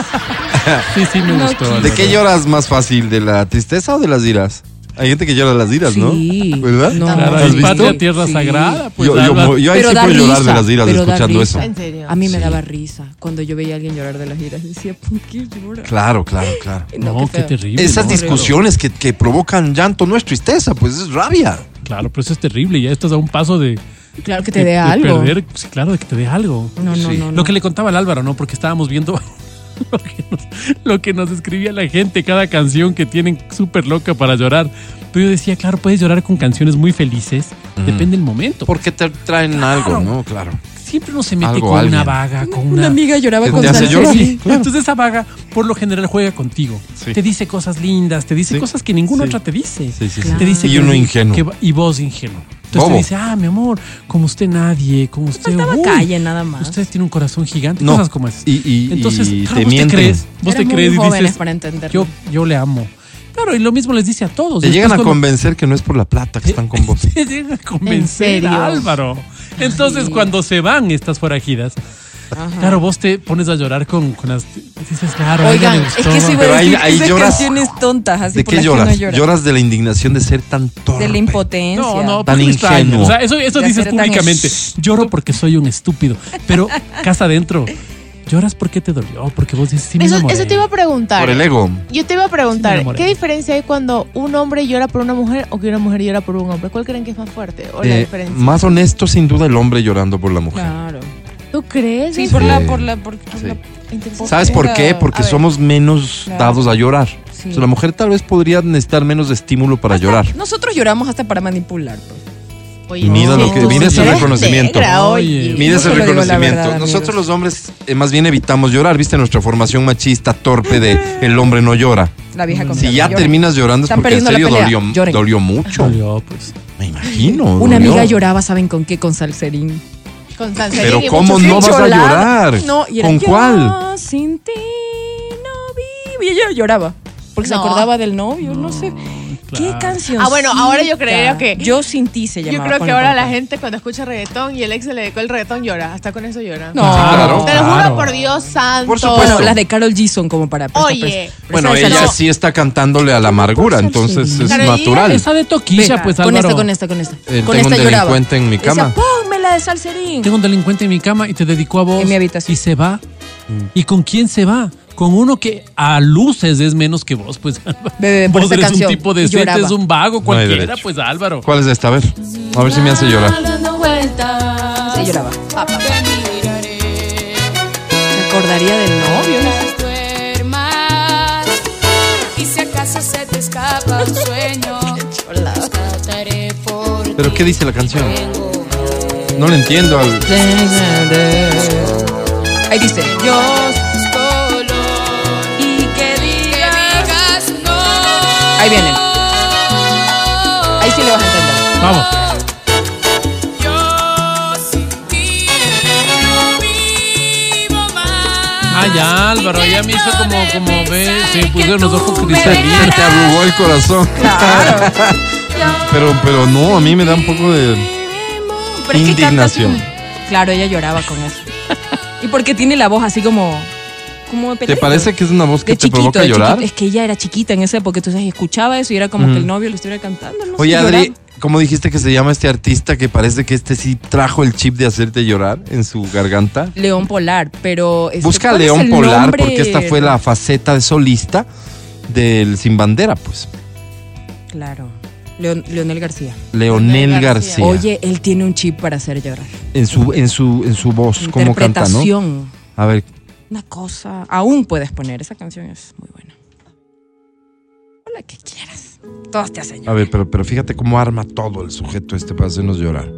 Speaker 3: Sí, sí, me
Speaker 4: No
Speaker 3: gustó.
Speaker 4: quise.
Speaker 2: ¿De
Speaker 3: Álvaro.
Speaker 2: qué lloras más fácil? ¿De la tristeza o de las iras? Hay gente que llora de las iras, ¿no?
Speaker 4: Sí.
Speaker 2: ¿Verdad?
Speaker 4: No.
Speaker 3: Claro,
Speaker 2: ¿Has
Speaker 3: es
Speaker 2: visto?
Speaker 3: patria, tierra
Speaker 4: Sí.
Speaker 3: sagrada. Pues,
Speaker 2: yo, yo,
Speaker 3: Álvaro.
Speaker 2: mo- yo ahí
Speaker 4: Pero
Speaker 2: sí
Speaker 4: da
Speaker 2: puedo llorar de
Speaker 4: risa,
Speaker 2: las iras
Speaker 4: pero da
Speaker 2: escuchando eso.
Speaker 4: risa.
Speaker 5: En serio.
Speaker 4: A mí me
Speaker 2: Sí.
Speaker 4: daba risa cuando yo veía a alguien llorar de las giras. Decía, ¿por qué llora?
Speaker 2: Claro, claro, claro.
Speaker 3: No, qué,
Speaker 4: feo.
Speaker 3: terrible.
Speaker 2: Esas
Speaker 3: ¿no?
Speaker 2: discusiones que, que provocan llanto no es tristeza, pues es rabia.
Speaker 3: Claro, pero eso es terrible. Ya estás a un paso de,
Speaker 4: Claro que te
Speaker 3: de-
Speaker 4: dé
Speaker 3: de
Speaker 4: algo.
Speaker 3: perder. Sí, claro, de que te dé algo.
Speaker 4: No, no,
Speaker 2: Sí.
Speaker 4: no, no.
Speaker 3: Lo que le contaba al Álvaro, ¿no? Porque estábamos viendo lo que nos, lo que nos escribía la gente, cada canción que tienen súper loca para llorar. Pero yo decía, claro, puedes llorar con canciones muy felices. Depende del momento.
Speaker 2: Porque te traen algo, ¿no? Claro.
Speaker 3: siempre uno se mete
Speaker 2: Algo,
Speaker 3: con
Speaker 2: alguien.
Speaker 3: una vaga, con
Speaker 4: Una
Speaker 3: una.
Speaker 4: amiga lloraba
Speaker 2: Te-
Speaker 4: con
Speaker 2: te hace
Speaker 4: Sánchez.
Speaker 2: llorar.
Speaker 3: Sí, Entonces esa vaga, por lo general, juega contigo.
Speaker 2: Sí.
Speaker 3: Te dice cosas lindas, te dice
Speaker 2: Sí.
Speaker 3: cosas que ninguna
Speaker 2: Sí.
Speaker 3: otra te dice.
Speaker 2: Sí, sí, sí.
Speaker 4: Claro.
Speaker 3: Te dice
Speaker 2: Y
Speaker 3: que-
Speaker 2: uno ingenuo.
Speaker 3: que- y vos ingenuo. Entonces
Speaker 2: Bobo.
Speaker 3: te dice, ah, mi amor, como usted nadie, como usted.
Speaker 4: Faltaba
Speaker 3: uy,
Speaker 4: calle nada más.
Speaker 3: Usted tiene un corazón gigante,
Speaker 2: No.
Speaker 3: cosas como esas.
Speaker 2: Y- y-
Speaker 3: Entonces,
Speaker 2: y te
Speaker 3: claro, vos te
Speaker 2: mienten.
Speaker 3: crees, vos te
Speaker 4: Éramos
Speaker 3: crees y
Speaker 4: jóvenes
Speaker 3: dices,
Speaker 4: para entenderlo.
Speaker 3: yo, yo le amo. Claro, y lo mismo les dice a todos.
Speaker 2: Te
Speaker 3: Estás
Speaker 2: llegan a
Speaker 3: con lo-
Speaker 2: convencer que no es por la plata que están con vos.
Speaker 3: te llegan a convencer,
Speaker 5: serio?
Speaker 3: Álvaro. Entonces, cuando se van estas forajidas, claro, vos te pones a llorar con, con las. Dices, claro, a ella
Speaker 5: Oigan,
Speaker 3: le
Speaker 4: Es
Speaker 3: gustó.
Speaker 4: que sí, voy
Speaker 2: Pero
Speaker 4: a
Speaker 2: ahí-
Speaker 4: decir
Speaker 2: ahí
Speaker 4: esas
Speaker 2: lloras.
Speaker 4: canciones tontas, así
Speaker 2: ¿De
Speaker 4: por
Speaker 2: qué
Speaker 4: las que uno
Speaker 2: lloras?
Speaker 4: llora.
Speaker 2: lloras de la indignación de ser tan torpe.
Speaker 4: De la impotencia.
Speaker 3: No, no,
Speaker 2: Tan
Speaker 3: pues, no extraño.
Speaker 2: ingenuo.
Speaker 3: O sea, eso, eso
Speaker 4: De
Speaker 3: dices
Speaker 4: ser tan
Speaker 3: públicamente.
Speaker 4: es-
Speaker 3: Lloro porque soy un estúpido. Pero casa adentro, lloras porque te dolió, porque vos dices, sí, me
Speaker 5: Eso,
Speaker 3: enamoré.
Speaker 5: eso te iba a preguntar.
Speaker 2: Por el ego.
Speaker 5: Yo te iba a
Speaker 3: Sí, me
Speaker 5: preguntar,
Speaker 3: enamoré.
Speaker 5: ¿qué diferencia hay cuando un hombre llora por una mujer o que una mujer llora por un hombre? ¿Cuál creen que es más fuerte o la
Speaker 2: Eh,
Speaker 5: diferencia?
Speaker 2: más honesto, sin duda, el hombre llorando por la mujer.
Speaker 4: Claro.
Speaker 5: ¿Tú crees?
Speaker 4: Sí,
Speaker 5: eso?
Speaker 4: por la,
Speaker 2: Sí.
Speaker 4: por la, por, por
Speaker 2: Sí.
Speaker 4: la-
Speaker 5: Interesante.
Speaker 2: ¿Sabes por qué?
Speaker 5: A
Speaker 2: Porque
Speaker 5: ver.
Speaker 2: somos menos
Speaker 4: Claro.
Speaker 2: dados a llorar.
Speaker 4: Sí.
Speaker 2: O sea, la mujer tal vez podría necesitar menos estímulo para
Speaker 4: Hasta-
Speaker 2: llorar.
Speaker 4: Nosotros lloramos hasta para manipular. pues.
Speaker 5: Oye,
Speaker 2: Mira
Speaker 5: sí,
Speaker 2: lo que-
Speaker 5: tú
Speaker 2: mira
Speaker 5: sí
Speaker 2: ese
Speaker 5: eres
Speaker 2: reconocimiento.
Speaker 5: negra,
Speaker 3: Oye.
Speaker 2: Mira ese
Speaker 4: Yo solo digo la
Speaker 2: reconocimiento.
Speaker 4: verdad, amigos.
Speaker 2: Nosotros los hombres eh, más bien evitamos llorar, viste nuestra formación machista torpe de el hombre no llora.
Speaker 4: La vieja con
Speaker 2: Mm, Si
Speaker 4: plata
Speaker 2: ya
Speaker 4: llora.
Speaker 2: terminas llorando es
Speaker 4: Están
Speaker 2: porque en
Speaker 4: perdiendo la
Speaker 2: serio
Speaker 4: pelea.
Speaker 2: dolió,
Speaker 4: Lloren.
Speaker 2: dolió mucho.
Speaker 3: Dolió, pues.
Speaker 2: Me imagino.
Speaker 4: Una
Speaker 2: dolió.
Speaker 4: amiga lloraba, ¿saben con qué? Con salserín.
Speaker 5: Con Sanserín
Speaker 2: Pero
Speaker 5: y
Speaker 2: cómo
Speaker 5: muchos-
Speaker 2: no vas a
Speaker 4: Cholada.
Speaker 2: llorar.
Speaker 4: No, y era,
Speaker 2: ¿Con
Speaker 4: "Yo
Speaker 2: cuál?
Speaker 4: sin ti no vivo. Y ella lloraba. Porque se
Speaker 5: No.
Speaker 4: acordaba del novio, no, sé. ¿Qué
Speaker 3: claro.
Speaker 4: canción?
Speaker 5: Ah, bueno, ahora yo creería que-
Speaker 4: Yo sin ti se
Speaker 5: Yo
Speaker 4: llamaba.
Speaker 5: creo
Speaker 4: con
Speaker 5: que ahora la
Speaker 4: corazón.
Speaker 5: gente cuando escucha reggaetón y el ex se le dedicó el reggaetón llora, hasta con eso llora.
Speaker 4: No.
Speaker 2: Sí, claro.
Speaker 5: Te lo juro
Speaker 3: Claro.
Speaker 5: por Dios santo.
Speaker 2: Por
Speaker 4: Bueno,
Speaker 2: supuesto.
Speaker 4: las de Carol G son como para. para-
Speaker 5: Oye.
Speaker 4: para-
Speaker 2: Bueno,
Speaker 4: para-
Speaker 2: ella
Speaker 4: no.
Speaker 2: sí está cantándole a la amargura, entonces es
Speaker 5: Claro, y
Speaker 2: natural.
Speaker 3: Esa de toquilla,
Speaker 4: Ve,
Speaker 3: pues,
Speaker 5: este,
Speaker 4: con
Speaker 3: Álvaro.
Speaker 4: esta, con esta, con esta.
Speaker 2: Eh,
Speaker 4: con
Speaker 2: tengo un
Speaker 4: esta lloraba.
Speaker 2: delincuente en mi
Speaker 4: Decía,
Speaker 2: cama.
Speaker 4: Ponme la de salserín.
Speaker 3: Tengo un delincuente en mi cama y te dedicó a vos.
Speaker 4: En mi habitación.
Speaker 3: Y se va.
Speaker 2: Mm.
Speaker 3: ¿Y con quién se va? Con uno que a luces es menos que vos, pues Álvaro.
Speaker 4: Bebé, por
Speaker 3: vos
Speaker 4: esa
Speaker 3: eres
Speaker 4: canción.
Speaker 3: un tipo
Speaker 4: Y
Speaker 3: decente,
Speaker 4: lloraba.
Speaker 3: es un vago
Speaker 2: No hay
Speaker 3: cualquiera,
Speaker 2: derecho.
Speaker 3: pues Álvaro.
Speaker 2: ¿Cuál es esta? A ver. A ver si me hace llorar.
Speaker 4: Sí, lloraba. Me acordaría del novio. no sé.
Speaker 6: duermas y si acaso se te escapa un sueño trataré por
Speaker 2: ¿Pero qué dice la canción? No le entiendo al...
Speaker 4: Ahí dice, yo
Speaker 6: tus colores
Speaker 4: y que
Speaker 6: que
Speaker 4: digas.
Speaker 6: digas no
Speaker 4: Ahí vienen. Ahí sí le vas a entender.
Speaker 3: Vamos.
Speaker 6: yo sin ti no vivo más
Speaker 3: Ah, ya, Álvaro, ya me hizo como, como ve, se me pusieron los ojos
Speaker 2: Se, se
Speaker 3: cristalinos.
Speaker 2: te arrugó el corazón. pero, pero no, a mí me da un poco de...
Speaker 4: Pero es que
Speaker 2: Indignación.
Speaker 4: cantas un- Claro, ella lloraba con eso. y porque tiene la voz así como. como de
Speaker 2: ¿Te
Speaker 4: petardo.
Speaker 2: parece que es una voz que
Speaker 4: de
Speaker 2: te
Speaker 4: chiquito,
Speaker 2: provoca
Speaker 4: de
Speaker 2: llorar? Mm.
Speaker 4: chiquito. Es que ella era chiquita en esa época, entonces escuchaba eso y era como que el novio lo estuviera cantando. No
Speaker 2: Oye,
Speaker 4: sé,
Speaker 2: Adri,
Speaker 4: lloraba.
Speaker 2: ¿cómo dijiste que se llama este artista que parece que este sí trajo el chip de hacerte llorar en su garganta?
Speaker 4: León Polar, pero. este,
Speaker 2: Busca a
Speaker 4: ¿cuál es
Speaker 2: León
Speaker 4: el
Speaker 2: Polar
Speaker 4: nombre?
Speaker 2: porque esta fue la faceta de solista del Sin Bandera, pues.
Speaker 4: Claro. Leon- Leonel García.
Speaker 2: Leonel García.
Speaker 5: García.
Speaker 4: Oye, él tiene un chip para hacer llorar.
Speaker 2: En su, en su, en su voz, Pues, cómo canta, ¿no?
Speaker 4: Interpretación.
Speaker 2: A ver,
Speaker 4: Una cosa. Aún puedes poner. Esa canción es muy buena. O la que quieras. Todas te hacen
Speaker 2: a
Speaker 4: llorar.
Speaker 2: ver, pero, pero fíjate cómo arma todo el sujeto este para hacernos llorar.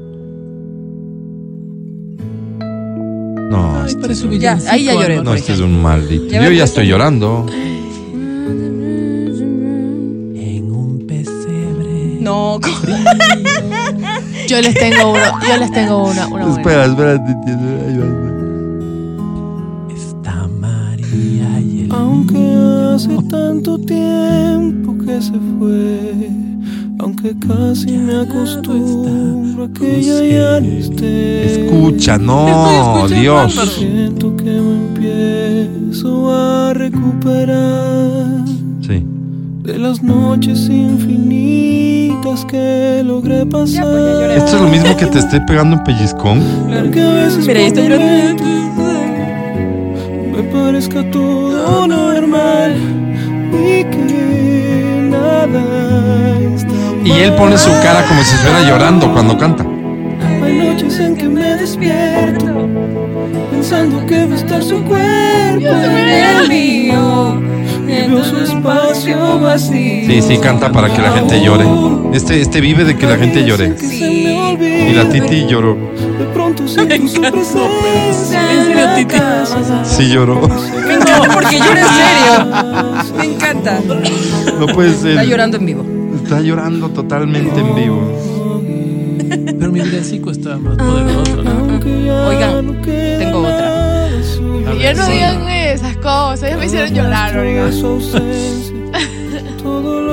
Speaker 2: No,
Speaker 3: Ay,
Speaker 2: este-
Speaker 3: parece un
Speaker 4: Ya, ahí ya
Speaker 3: villancico,
Speaker 4: lloré.
Speaker 2: no,
Speaker 3: Álvaro.
Speaker 2: este es un maldito.
Speaker 4: Ya
Speaker 2: Yo
Speaker 4: me
Speaker 2: ya
Speaker 4: puse-
Speaker 2: estoy llorando. este-
Speaker 3: En un pesebre.
Speaker 4: No, co-
Speaker 5: Yo les tengo uno, yo les tengo una, una buena.
Speaker 2: Espera, espera. ti- ti- ahí va.
Speaker 3: Está María y el
Speaker 7: Aunque hace tanto tiempo que se fue, aunque casi me acostumbro a que ella ya no esté.
Speaker 2: Escucha, no,
Speaker 3: Estoy escuchando,
Speaker 2: Dios.
Speaker 3: Álvaro.
Speaker 7: Siento que me empiezo a recuperar
Speaker 2: Sí.
Speaker 7: de las noches infinitas que logré pasar.
Speaker 2: Esto es lo mismo que te esté pegando un pellizcón.
Speaker 7: Porque a veces
Speaker 4: Mira, ahí está
Speaker 7: por
Speaker 4: llorando.
Speaker 7: me parezca todo normal y que nada está
Speaker 2: Y él pone su cara como si estuviera llorando cuando canta.
Speaker 7: Hay noches en que me despierto pensando que va a estar su cuerpo en el mío y veo su espacio vacío.
Speaker 2: Sí, sí, canta para que la gente llore. Este, este vive de que la gente llore. Y
Speaker 7: Y
Speaker 2: la Titi lloró.
Speaker 7: De pronto siento su presencia.
Speaker 4: ¿En serio, Titi?
Speaker 2: Sí lloró.
Speaker 4: Me encanta porque llora en serio. Me encanta.
Speaker 2: No puede ser.
Speaker 4: Está llorando en vivo.
Speaker 2: Está llorando totalmente en vivo.
Speaker 3: Pero mi villancico está más
Speaker 4: Ah.
Speaker 3: poderoso, ¿no?
Speaker 4: Oigan, tengo otra.
Speaker 5: Ya no digan esas cosas, ya me hicieron llorar, oigan.
Speaker 7: Su ausencia, todo lo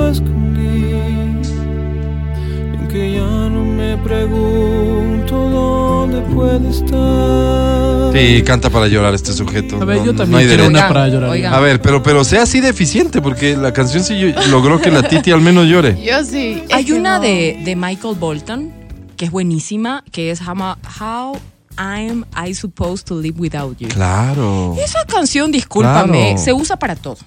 Speaker 7: puede estar.
Speaker 2: Sí, canta para llorar este sujeto.
Speaker 3: A ver,
Speaker 2: No-
Speaker 3: yo
Speaker 2: no
Speaker 3: también
Speaker 2: hay
Speaker 3: quiero
Speaker 2: derecho.
Speaker 3: una para llorar.
Speaker 4: Oigan.
Speaker 2: A ver, pero, pero sea así deficiente, porque la canción sí yo- logró que la Titi al menos llore.
Speaker 5: Yo sí. es
Speaker 4: Hay
Speaker 5: que
Speaker 4: una
Speaker 5: Este no.
Speaker 4: de, de Michael Bolton que es buenísima, que es How, Ma- How I'm I Supposed to Live Without You.
Speaker 2: Claro.
Speaker 4: Esa canción, discúlpame,
Speaker 2: Claro.
Speaker 4: se usa para todo.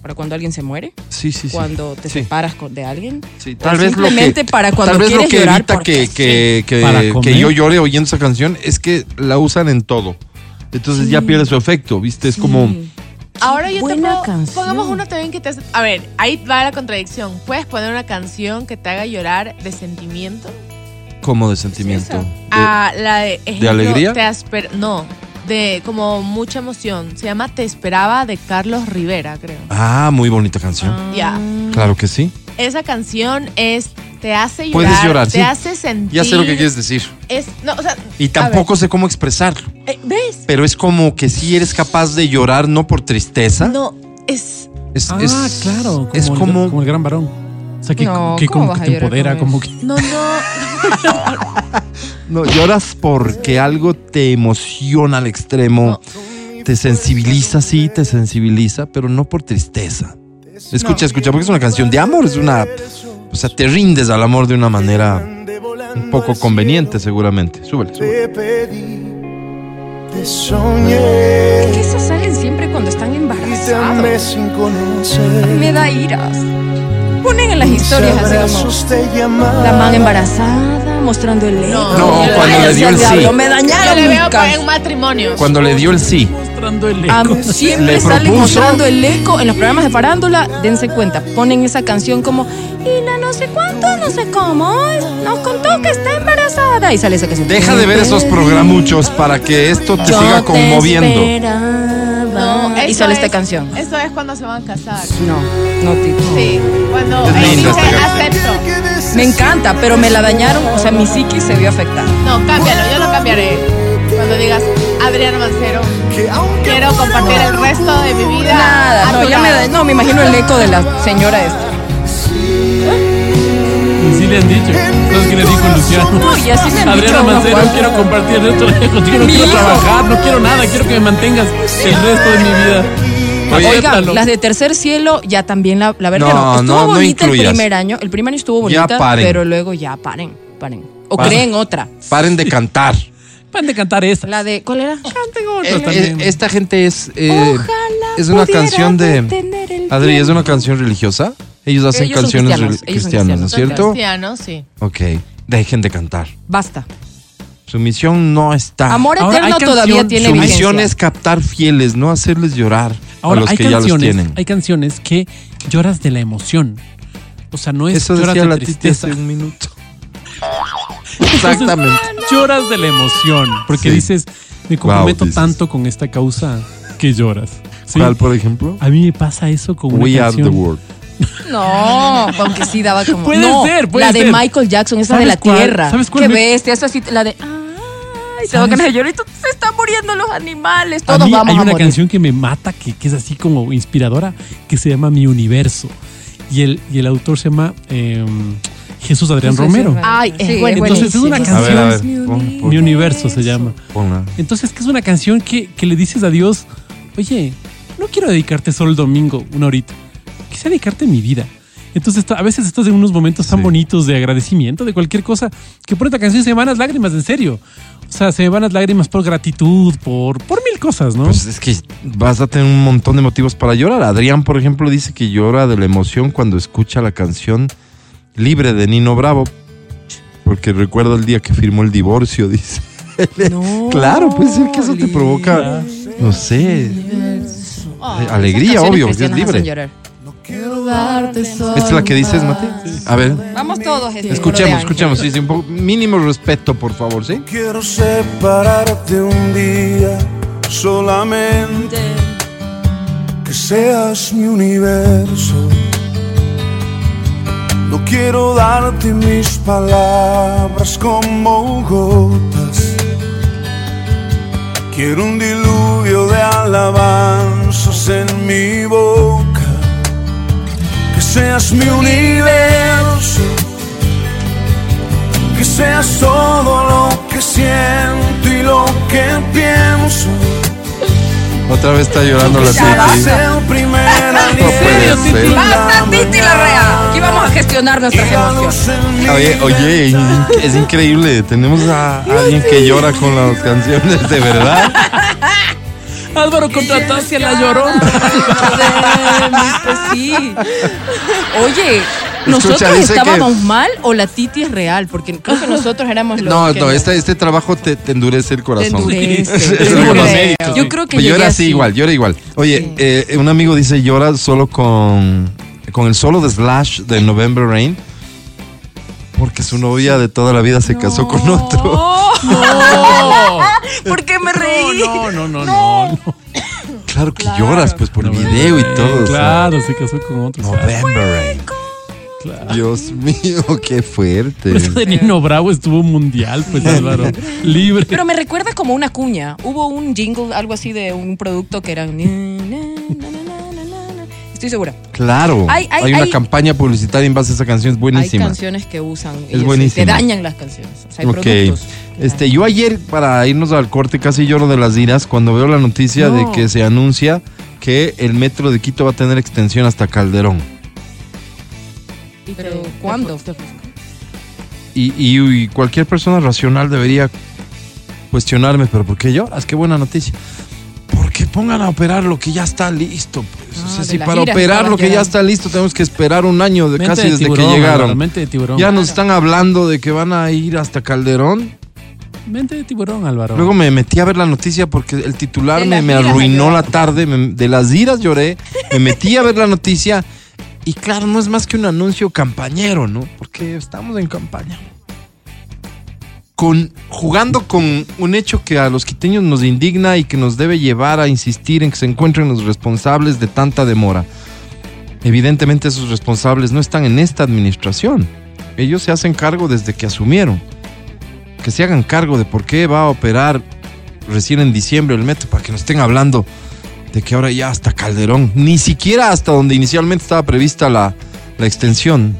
Speaker 4: Para cuando alguien se muere,
Speaker 2: Sí, sí, sí.
Speaker 4: cuando te
Speaker 2: Sí.
Speaker 4: separas con- de alguien.
Speaker 2: Sí,
Speaker 4: o
Speaker 2: tal vez lo que,
Speaker 4: simplemente para cuando
Speaker 2: tal vez lo
Speaker 4: quieres
Speaker 2: que
Speaker 4: llorar
Speaker 2: evita
Speaker 4: porque
Speaker 2: que,
Speaker 4: sí.
Speaker 2: que, que-
Speaker 3: Para
Speaker 2: que
Speaker 3: comer.
Speaker 2: yo llore oyendo esa canción es que la usan en todo. Entonces ya pierde su efecto, ¿viste? Es como.
Speaker 4: Sí.
Speaker 5: Ahora yo te
Speaker 4: Buena
Speaker 5: puedo,
Speaker 4: canción.
Speaker 5: pongamos una también que te hace, a ver, ahí va la contradicción. ¿Puedes poner una canción que te haga llorar de sentimiento?
Speaker 2: Como de sentimiento. De-
Speaker 5: Ah, la de, ejemplo,
Speaker 2: alegría?
Speaker 5: te asper- no, de como mucha emoción. Se llama Te esperaba de Carlos Rivera, creo.
Speaker 2: Ah, muy bonita canción.
Speaker 5: Ya.
Speaker 2: Claro que sí.
Speaker 5: Esa canción es te hace llorar,
Speaker 2: Puedes llorar,
Speaker 5: te
Speaker 2: sí.
Speaker 5: hace sentir.
Speaker 2: Ya sé lo que quieres decir.
Speaker 5: Es, no, o sea,
Speaker 2: Y tampoco sé cómo expresarlo.
Speaker 5: eh, ¿ves?
Speaker 2: Pero es como que sí eres capaz de llorar, no por tristeza.
Speaker 5: No, es
Speaker 2: Es,
Speaker 3: Ah,
Speaker 2: es-
Speaker 3: claro. Como
Speaker 2: es
Speaker 3: el-
Speaker 2: como.
Speaker 3: como el gran varón. O sea, que,
Speaker 4: No,
Speaker 3: que
Speaker 4: ¿cómo
Speaker 3: como
Speaker 4: vas
Speaker 3: que
Speaker 4: a
Speaker 3: te
Speaker 4: llorar
Speaker 3: empodera,
Speaker 4: con
Speaker 3: como que.
Speaker 5: no no
Speaker 2: No, lloras porque algo te emociona al extremo. Te sensibiliza, sí, te sensibiliza, pero no por tristeza. Escucha, escucha, porque es una canción de amor, es una. pues, O sea, te rindes al amor de una manera un poco conveniente, seguramente. Súbele, súbele.
Speaker 8: Te pedí, te soñé.
Speaker 4: ¿Qué se salen siempre cuando están
Speaker 8: Y te amé
Speaker 4: embarazados?
Speaker 8: sin conocer.
Speaker 4: Me da iras. Ponen en las
Speaker 8: Mis
Speaker 4: historias así como
Speaker 8: abrazos te llamaban.
Speaker 4: la man embarazada mostrando el ego.
Speaker 5: No,
Speaker 2: No,
Speaker 4: Ay,
Speaker 2: cuando le dio el
Speaker 4: ese
Speaker 2: sí.
Speaker 4: diablo, Me
Speaker 5: Yo
Speaker 4: dañaron
Speaker 5: le
Speaker 4: mi
Speaker 5: veo para
Speaker 4: casa.
Speaker 5: un matrimonio.
Speaker 2: Cuando le dio el sí.
Speaker 3: Mostrando el
Speaker 4: Am-
Speaker 3: eco.
Speaker 4: siempre
Speaker 2: Le
Speaker 4: salen
Speaker 2: propuso.
Speaker 4: mostrando el eco en los programas de farándula. Dense cuenta, ponen esa canción como y la no sé cuánto, no sé cómo nos contó que está embarazada y sale esa canción.
Speaker 2: Deja de ver esos programuchos para que esto te
Speaker 4: Yo
Speaker 2: siga conmoviendo.
Speaker 4: esperaba.
Speaker 5: No,
Speaker 4: y
Speaker 5: eso
Speaker 4: sale esta
Speaker 5: es-
Speaker 4: canción.
Speaker 5: Eso es cuando se van a casar.
Speaker 4: No, no, Tito.
Speaker 5: Sí, cuando
Speaker 2: Es
Speaker 5: ahí
Speaker 2: linda
Speaker 5: dice
Speaker 2: esta
Speaker 5: acepto.
Speaker 4: Me encanta, pero me la dañaron. O sea, mi psiquis se vio afectada.
Speaker 5: No, cámbialo, yo lo cambiaré. Cuando digas Adrián Mancero,
Speaker 8: Que aunque
Speaker 5: quiero compartir el resto de mi vida.
Speaker 4: Nada,
Speaker 5: a
Speaker 4: no,
Speaker 5: tu
Speaker 4: ya me,
Speaker 5: lado.
Speaker 4: da- no, me imagino el eco de la señora esta.
Speaker 3: Y sí le han dicho. Entonces, que le dijo Luciano?
Speaker 4: No, y así me han dicho
Speaker 3: Adriana
Speaker 4: unos
Speaker 3: Mancero,
Speaker 4: cuantos.
Speaker 3: quiero compartir el resto de lejos, no
Speaker 4: Mi
Speaker 3: quiero
Speaker 4: hijo.
Speaker 3: trabajar, no quiero nada, quiero que me mantengas el resto de mi vida. Acéptalo.
Speaker 4: Oigan, las de Tercer Cielo ya también la, la verdad
Speaker 2: No,
Speaker 4: no. Estuvo
Speaker 2: no, no
Speaker 4: bonita el
Speaker 2: incluyas.
Speaker 4: primer año. El primer año estuvo
Speaker 2: Ya
Speaker 4: bonita,
Speaker 2: paren.
Speaker 4: pero luego ya paren, paren. O
Speaker 3: Paren.
Speaker 4: creen otra.
Speaker 2: Paren de cantar.
Speaker 3: Van de cantar esa.
Speaker 4: La de ¿cuál era?
Speaker 3: Canten otras
Speaker 2: Eh, eh,
Speaker 3: también.
Speaker 2: Esta gente es. eh, es una
Speaker 4: pudiera
Speaker 2: canción de.
Speaker 4: detener el
Speaker 2: Adri, ¿es
Speaker 4: tiempo.
Speaker 2: una canción religiosa? Ellos hacen
Speaker 4: Ellos son
Speaker 2: canciones
Speaker 4: cristianos,
Speaker 2: reli-
Speaker 4: ellos son
Speaker 2: cristianas, ¿no es
Speaker 4: cristianos,
Speaker 2: cierto?
Speaker 5: Cristiano, sí.
Speaker 2: Ok, dejen de cantar.
Speaker 4: Basta.
Speaker 2: Su misión no está.
Speaker 4: Amor
Speaker 3: Ahora,
Speaker 4: eterno
Speaker 3: hay
Speaker 4: todavía
Speaker 3: canción-
Speaker 4: tiene
Speaker 2: Su
Speaker 4: vigencia.
Speaker 2: misión es captar fieles, no hacerles llorar
Speaker 3: Ahora,
Speaker 2: a los
Speaker 3: hay,
Speaker 2: que ya los
Speaker 3: canciones,
Speaker 2: tienen.
Speaker 3: hay canciones que lloras de la emoción. O sea, no es
Speaker 2: Eso
Speaker 3: lloras
Speaker 2: decía
Speaker 3: de
Speaker 2: la Titi
Speaker 3: tristeza.
Speaker 2: hace un minuto. Exactamente.
Speaker 3: Lloras de la emoción. Porque
Speaker 2: Sí.
Speaker 3: dices, me comprometo
Speaker 2: Wow, dices.
Speaker 3: tanto con esta causa que lloras. Sí.
Speaker 2: ¿Cuál, por ejemplo?
Speaker 3: A mí me pasa eso con una
Speaker 2: We are the
Speaker 3: canción.
Speaker 2: world.
Speaker 4: No, aunque sí daba como.
Speaker 3: Puede
Speaker 4: no,
Speaker 3: ser, puede
Speaker 4: La de
Speaker 3: ser.
Speaker 4: Michael Jackson, esa de
Speaker 3: ¿Sabes
Speaker 4: la
Speaker 3: cuál?
Speaker 4: tierra.
Speaker 3: ¿Sabes cuál
Speaker 4: Qué
Speaker 3: me-
Speaker 4: bestia, esa sí, la de. Ay, se va a
Speaker 3: ¿Sabes?
Speaker 4: ganar de llorar. y tú- Se están muriendo los animales.
Speaker 3: A
Speaker 4: Todos
Speaker 3: mí
Speaker 4: vamos
Speaker 3: hay
Speaker 4: a
Speaker 3: una
Speaker 4: morir.
Speaker 3: canción que me mata, que, que es así como inspiradora, que se llama Mi Universo. Y el, y el autor se llama eh, Jesús Adrián
Speaker 4: Jesús
Speaker 3: Romero.
Speaker 4: Adrián.
Speaker 5: Ay, es
Speaker 4: Sí,
Speaker 5: bueno.
Speaker 3: Entonces es una
Speaker 2: A ver,
Speaker 3: canción.
Speaker 2: a ver. pon-
Speaker 3: Mi
Speaker 2: pon-
Speaker 3: Universo se llama.
Speaker 2: ponla.
Speaker 3: Entonces, que es una canción que, que le dices a Dios, oye, no quiero dedicarte solo el domingo, una horita. Quise dedicarte mi vida. Entonces, ta- a veces estás en unos momentos tan
Speaker 2: Sí.
Speaker 3: bonitos de agradecimiento, de cualquier cosa, que por esta canción se me van las lágrimas, en serio. O sea, se me van las lágrimas por gratitud, por, por mil cosas, ¿no?
Speaker 2: Pues es que vas a tener un montón de motivos para llorar. Adrián, por ejemplo, dice que llora de la emoción cuando escucha la canción Libre de Nino Bravo, porque recuerda el día que firmó el divorcio, dice.
Speaker 4: No,
Speaker 2: Claro, puede ser que eso te
Speaker 4: Lili.
Speaker 2: provoca, no sé,
Speaker 5: Ay,
Speaker 2: alegría,
Speaker 4: Esas canciones
Speaker 2: obvio, es
Speaker 4: cristianas hacen
Speaker 2: libre.
Speaker 4: llorar.
Speaker 2: ¿Esta es la que dices, Mate? A ver,
Speaker 4: Vamos todos. este, coro de
Speaker 2: escuchemos,
Speaker 4: ángel.
Speaker 2: escuchemos, sí, sí, un poco, mínimo respeto, por favor, ¿sí?
Speaker 8: Quiero separarte un día solamente que seas mi universo. No quiero darte mis palabras como gotas. Quiero un diluvio de alabanzas en mi boca. Que seas mi universo que seas todo lo que siento y lo
Speaker 2: otra vez está llorando la
Speaker 8: Es
Speaker 2: Titi.
Speaker 8: el primer aliento
Speaker 2: Ah, puede ser.
Speaker 4: Basta, Titi
Speaker 8: mañana.
Speaker 4: Larrea. Aquí vamos a gestionar nuestras
Speaker 8: Y la luz
Speaker 4: emociones.
Speaker 8: en mi
Speaker 2: Oye, oye, in- es increíble. Tenemos a alguien que llora con las canciones, de verdad.
Speaker 3: Álvaro contrató hacia la llorona.
Speaker 4: Pues sí. Oye, ¿nosotros
Speaker 2: Escucha, dice que-
Speaker 4: estábamos mal o la Titi es real? Porque creo que nosotros éramos los
Speaker 2: No,
Speaker 4: que
Speaker 2: no, este, este trabajo te, te endurece el
Speaker 4: te
Speaker 2: corazón.
Speaker 4: endurece.
Speaker 2: Es
Speaker 4: Yo
Speaker 2: como los
Speaker 4: creo.
Speaker 3: médicos,
Speaker 4: Yo
Speaker 3: sí.
Speaker 4: creo que
Speaker 2: Pues
Speaker 4: llegué
Speaker 2: llora
Speaker 4: así.
Speaker 2: así igual, llora igual. Oye, eh, un amigo dice llora solo con, con el solo de Slash de November Rain. Porque su novia de toda la vida se casó con otro.
Speaker 4: ¿Por qué me reí?
Speaker 3: No, no, no, no. no.
Speaker 2: Claro que lloras, pues por el
Speaker 3: No,
Speaker 2: video y
Speaker 3: eh,
Speaker 2: todo. o sea,
Speaker 3: Claro, se casó con otro. o sea,
Speaker 2: November Rain. Dios mío, qué
Speaker 3: Por
Speaker 2: fuerte.
Speaker 3: eso de Nino Bravo estuvo mundial, pues Álvaro. Libre.
Speaker 4: Pero me recuerda como una cuña. Hubo un jingle, algo así de un producto que era. Estoy segura.
Speaker 2: Claro.
Speaker 4: Hay- hay-
Speaker 2: una
Speaker 4: hay-
Speaker 2: campaña publicitaria en base a esa canción, es buenísima.
Speaker 4: Hay canciones que usan y
Speaker 2: Es
Speaker 4: así,
Speaker 2: buenísima.
Speaker 4: te dañan las canciones. O sea, hay
Speaker 2: Ok.
Speaker 4: productos.
Speaker 2: Este, yo ayer, para irnos al corte, casi lloro de las iras cuando veo la noticia de que se anuncia que el metro de Quito va a tener extensión hasta Calderón.
Speaker 4: Pero ¿cuándo?
Speaker 2: Y, y- y cualquier persona racional debería cuestionarme, pero ¿por qué lloras? Qué buena noticia. Porque pongan a operar lo que ya está listo. Pues. o
Speaker 4: Ah,
Speaker 2: sea,
Speaker 4: de
Speaker 2: si
Speaker 4: las
Speaker 2: para
Speaker 4: iras
Speaker 2: operar
Speaker 4: estabas
Speaker 2: lo que ya
Speaker 4: llorando.
Speaker 2: está listo tenemos que esperar un año de,
Speaker 3: Mente
Speaker 2: casi
Speaker 3: de
Speaker 2: desde
Speaker 3: tiburón,
Speaker 2: que
Speaker 3: Álvaro,
Speaker 2: llegaron.
Speaker 3: mente de tiburón.
Speaker 2: Ya nos están hablando de que van a ir hasta Calderón.
Speaker 3: Mente de tiburón, Álvaro.
Speaker 2: Luego me metí a ver la noticia porque el titular
Speaker 4: De
Speaker 2: me,
Speaker 4: las
Speaker 2: me
Speaker 4: iras,
Speaker 2: arruinó la
Speaker 4: ayuda.
Speaker 2: tarde, me- de las iras lloré, me metí a ver la noticia y claro, no es más que un anuncio campañero, ¿no? Porque estamos en campaña. Con, jugando con un hecho que a los quiteños nos indigna y que nos debe llevar a insistir en que se encuentren los responsables de tanta demora. Evidentemente esos responsables no están en esta administración. Ellos se hacen cargo desde que asumieron. Que se hagan cargo de por qué va a operar recién en diciembre el metro para que nos estén hablando de que ahora ya hasta Calderón, ni siquiera hasta donde inicialmente estaba prevista la, la extensión,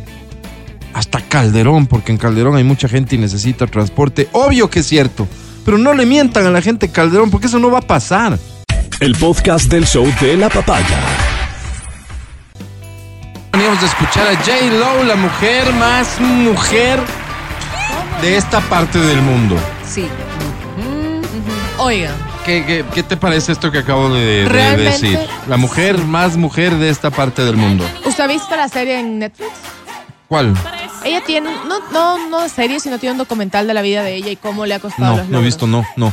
Speaker 2: hasta Calderón, porque en Calderón hay mucha gente y necesita transporte. Obvio que es cierto, pero no le mientan a la gente de Calderón porque eso no va a pasar.
Speaker 1: El podcast del show de la papaya.
Speaker 2: Veníamos de escuchar a J. Lo, la mujer más mujer de esta parte del mundo.
Speaker 4: Sí.
Speaker 5: Oigan,
Speaker 2: ¿Qué, qué- qué te parece esto que acabo de, de- de
Speaker 5: Realmente,
Speaker 2: decir? La mujer más mujer de esta parte del mundo.
Speaker 5: ¿usted ha visto la serie en Netflix?
Speaker 2: ¿Cuál?
Speaker 5: Ella tiene, no, no, no serie, sino tiene un documental de la vida de ella y cómo le ha costado
Speaker 2: No,
Speaker 5: los
Speaker 2: no he
Speaker 5: logros.
Speaker 2: visto, no, no.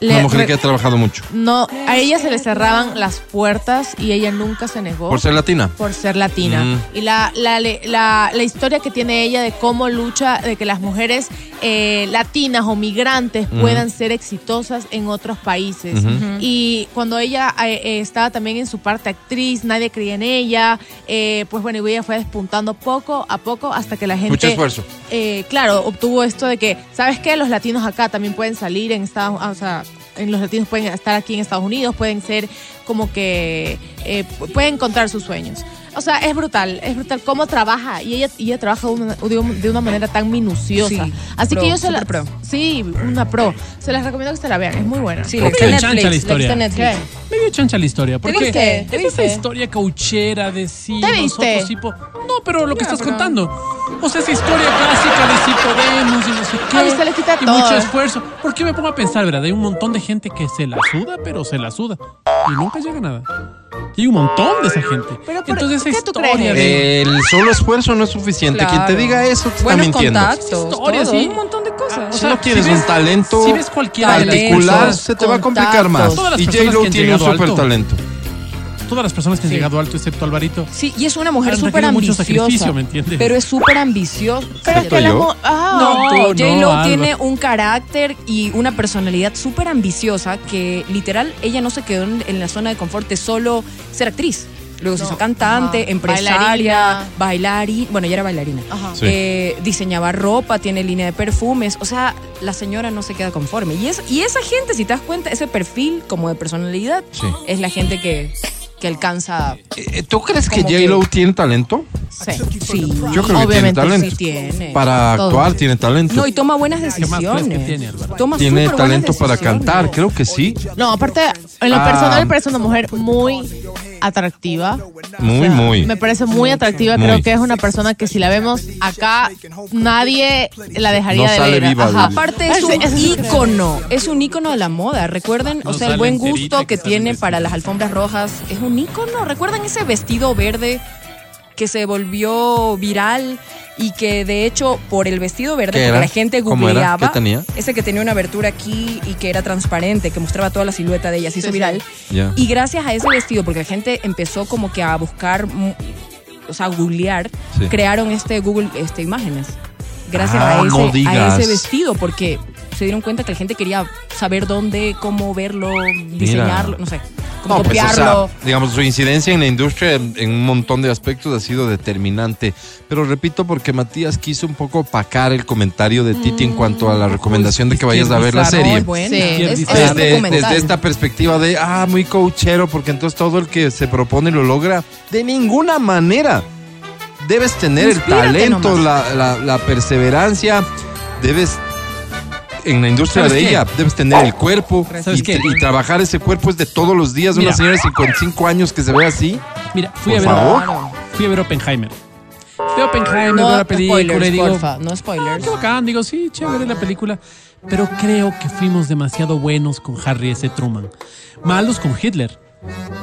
Speaker 5: Le-
Speaker 2: Una mujer
Speaker 5: re-
Speaker 2: que ha trabajado mucho.
Speaker 5: No, a ella se le cerraban las puertas y ella nunca se negó.
Speaker 2: Por ser latina.
Speaker 5: por ser latina.
Speaker 2: Mm.
Speaker 5: Y la, la, le- la- la historia que tiene ella de cómo lucha, de que las mujeres eh, latinas o migrantes puedan ser exitosas en otros países.
Speaker 2: Ujú.
Speaker 5: Y cuando ella eh, eh, estaba también en su parte actriz, nadie creía en ella, eh, pues bueno, y ella fue despuntando poco a poco hasta que la gente...
Speaker 2: Mucho esfuerzo.
Speaker 5: eh, claro, obtuvo esto de que, ¿sabes qué? Los latinos acá también pueden salir en Estados ah, o sea, en los latinos pueden estar aquí en Estados Unidos, pueden ser como que eh, pu- pueden encontrar sus sueños. O sea, es brutal, es brutal cómo trabaja y ella, y ella trabaja de una, de un- de una manera tan minuciosa.
Speaker 4: Sí,
Speaker 5: Así
Speaker 4: pro,
Speaker 5: que yo se la
Speaker 4: superpro.
Speaker 5: Sí, una pro. Se las recomiendo que se la vean, es muy buena.
Speaker 4: Sí,
Speaker 3: Ok.
Speaker 4: la está en
Speaker 3: Chancha la
Speaker 4: Netflix.
Speaker 3: historia.
Speaker 4: está en Netflix.
Speaker 5: ¿Qué?
Speaker 3: Medio chancha la historia, porque
Speaker 4: viste? ¿Te
Speaker 3: es esa
Speaker 4: viste?
Speaker 3: historia cauchera de sí,
Speaker 5: ¿Te viste?
Speaker 3: nosotros sí po- No, pero lo que estás contando. O sea, esa historia clásica de sí podemos y no sé qué.
Speaker 5: A usted le quita
Speaker 3: y
Speaker 5: todo.
Speaker 3: mucho esfuerzo. Porque me pongo a pensar, ¿verdad? Hay un montón de gente que se la suda, pero se la suda. Y nunca llega a nada. Y hay un montón de esa gente.
Speaker 5: Pero, pero,
Speaker 3: Entonces esa
Speaker 5: ¿qué tú
Speaker 3: historia
Speaker 5: crees?
Speaker 3: de...
Speaker 2: El solo esfuerzo no es suficiente. Quien te
Speaker 4: Claro.
Speaker 2: diga eso te está
Speaker 4: Buenos
Speaker 2: mintiendo.
Speaker 4: contactos,
Speaker 3: Historia,
Speaker 4: todo,
Speaker 3: sí. Ah,
Speaker 4: un montón de cosas.
Speaker 3: O
Speaker 2: Si
Speaker 3: sea,
Speaker 2: no tienes
Speaker 3: si ves-
Speaker 2: un talento
Speaker 3: si ves cualquiera de las
Speaker 2: particular,
Speaker 3: personas,
Speaker 2: se te va a complicar más.
Speaker 3: Todas las
Speaker 2: Y
Speaker 3: personas
Speaker 2: J-Lo
Speaker 3: que han
Speaker 2: tiene un
Speaker 3: llegado alto.
Speaker 2: super talento.
Speaker 3: Todas las personas que han llegado alto, excepto Alvarito.
Speaker 4: Sí, y es una mujer
Speaker 3: Han
Speaker 4: súper
Speaker 3: requerido mucho sacrificio,
Speaker 4: ambiciosa.
Speaker 3: ¿me entiendes?
Speaker 4: Pero es súper ambiciosa.
Speaker 5: Pero es
Speaker 2: Excepto
Speaker 5: que la
Speaker 2: yo.
Speaker 5: mu- ah,
Speaker 4: No,
Speaker 3: No, tú,
Speaker 4: J-Lo
Speaker 3: no, Alba.
Speaker 4: tiene un carácter y una personalidad súper ambiciosa que literal ella no se quedó en, en la zona de confort de solo ser actriz. Luego se
Speaker 5: No,
Speaker 4: hizo cantante,
Speaker 5: ajá.
Speaker 4: empresaria, bailarina. bueno, ella era bailarina.
Speaker 5: Ajá.
Speaker 2: Sí.
Speaker 4: Eh, diseñaba ropa, tiene línea de perfumes. O sea, la señora no se queda conforme. Y, es, y esa gente, si te das cuenta, ese perfil como de personalidad,
Speaker 2: Sí.
Speaker 4: es la gente que que alcanza.
Speaker 2: Eh, ¿Tú crees que
Speaker 4: Como que-
Speaker 2: J-Lo tiene talento?
Speaker 5: Sí.
Speaker 4: Sí,
Speaker 2: Yo creo que tiene
Speaker 4: obviamente
Speaker 2: talento.
Speaker 4: sí tiene.
Speaker 2: Para
Speaker 4: Todo.
Speaker 2: actuar tiene talento.
Speaker 4: No, y toma buenas
Speaker 3: más crees que
Speaker 4: decisiones.
Speaker 3: tiene, Álvaro?
Speaker 4: Toma
Speaker 2: tiene
Speaker 4: superbuenas
Speaker 2: talento para
Speaker 4: decisiones.
Speaker 2: cantar, creo que sí.
Speaker 5: No, aparte, en lo
Speaker 2: Ah.
Speaker 5: personal me parece una mujer muy atractiva. O
Speaker 2: Muy,
Speaker 5: sea,
Speaker 2: muy.
Speaker 5: Me parece muy atractiva.
Speaker 2: Muy.
Speaker 5: Creo que es una persona que si la vemos acá, nadie la dejaría
Speaker 2: No
Speaker 5: de
Speaker 2: sale
Speaker 5: ver.
Speaker 2: viva,
Speaker 5: Ajá.
Speaker 2: Luli.
Speaker 4: Aparte es
Speaker 5: Ese-
Speaker 4: un
Speaker 5: ese es el-
Speaker 4: ícono, es un ícono de la moda. Recuerden,
Speaker 3: No
Speaker 4: o sea, el
Speaker 3: sale
Speaker 4: buen
Speaker 3: enterita,
Speaker 4: gusto que
Speaker 3: que sale
Speaker 4: tiene
Speaker 3: vestida.
Speaker 4: para las alfombras rojas. Es un ícono. Recuerdan ese vestido verde que se volvió viral y que de hecho por el vestido verde
Speaker 2: ¿Qué
Speaker 4: porque
Speaker 2: era?
Speaker 4: la gente
Speaker 2: ¿Cómo era?
Speaker 4: googleaba
Speaker 2: ¿Qué tenía?
Speaker 4: ese que tenía una abertura aquí y que era transparente que mostraba toda la silueta de ella se hizo
Speaker 5: Sí, sí.
Speaker 4: viral
Speaker 2: Ya.
Speaker 4: y gracias a ese vestido porque la gente empezó como que a buscar mm, o sea a googlear
Speaker 2: Sí.
Speaker 4: crearon este Google este imágenes gracias
Speaker 2: Ah,
Speaker 4: a, ese,
Speaker 2: no
Speaker 4: a
Speaker 2: digas.
Speaker 4: ese vestido, porque se dieron cuenta que la gente quería saber dónde, cómo verlo, diseñarlo, no sé, cómo
Speaker 2: No, pues, o sea,
Speaker 4: copiarlo.
Speaker 2: digamos, su incidencia en la industria en, en un montón de aspectos ha sido determinante. Pero repito, porque Matías quiso un poco opacar el comentario de Titi en cuanto a la recomendación de que vayas a ver la
Speaker 4: Claro,
Speaker 2: serie.
Speaker 4: bueno,
Speaker 5: Sí.
Speaker 4: es,
Speaker 3: Ah,
Speaker 4: es un
Speaker 2: Desde,
Speaker 4: documental.
Speaker 2: desde esta perspectiva de, ah, muy coachero, porque entonces todo el que se propone lo logra. De ninguna manera. Debes tener
Speaker 4: Inspírate
Speaker 2: el talento,
Speaker 4: nomás.
Speaker 2: la, la- la perseverancia. Debes, en la industria de
Speaker 3: ¿Sabes qué?
Speaker 2: ella, debes tener el cuerpo.
Speaker 3: ¿Sabes
Speaker 2: Y,
Speaker 3: qué?
Speaker 2: tra- y trabajar ese cuerpo es de todos los días. Una
Speaker 3: Mira.
Speaker 2: señora de 55 años que se ve así.
Speaker 3: Mira, fui a
Speaker 2: Por
Speaker 3: ver.
Speaker 2: favor.
Speaker 3: Fui a ver Oppenheimer. Fui a Oppenheimer, veo
Speaker 4: No
Speaker 3: la película y
Speaker 4: spoilers,
Speaker 3: digo.
Speaker 4: porfa, no spoilers.
Speaker 3: Qué bacán, digo, sí, chévere la película. Pero creo que fuimos demasiado buenos con Harry S. Truman. Malos con Hitler.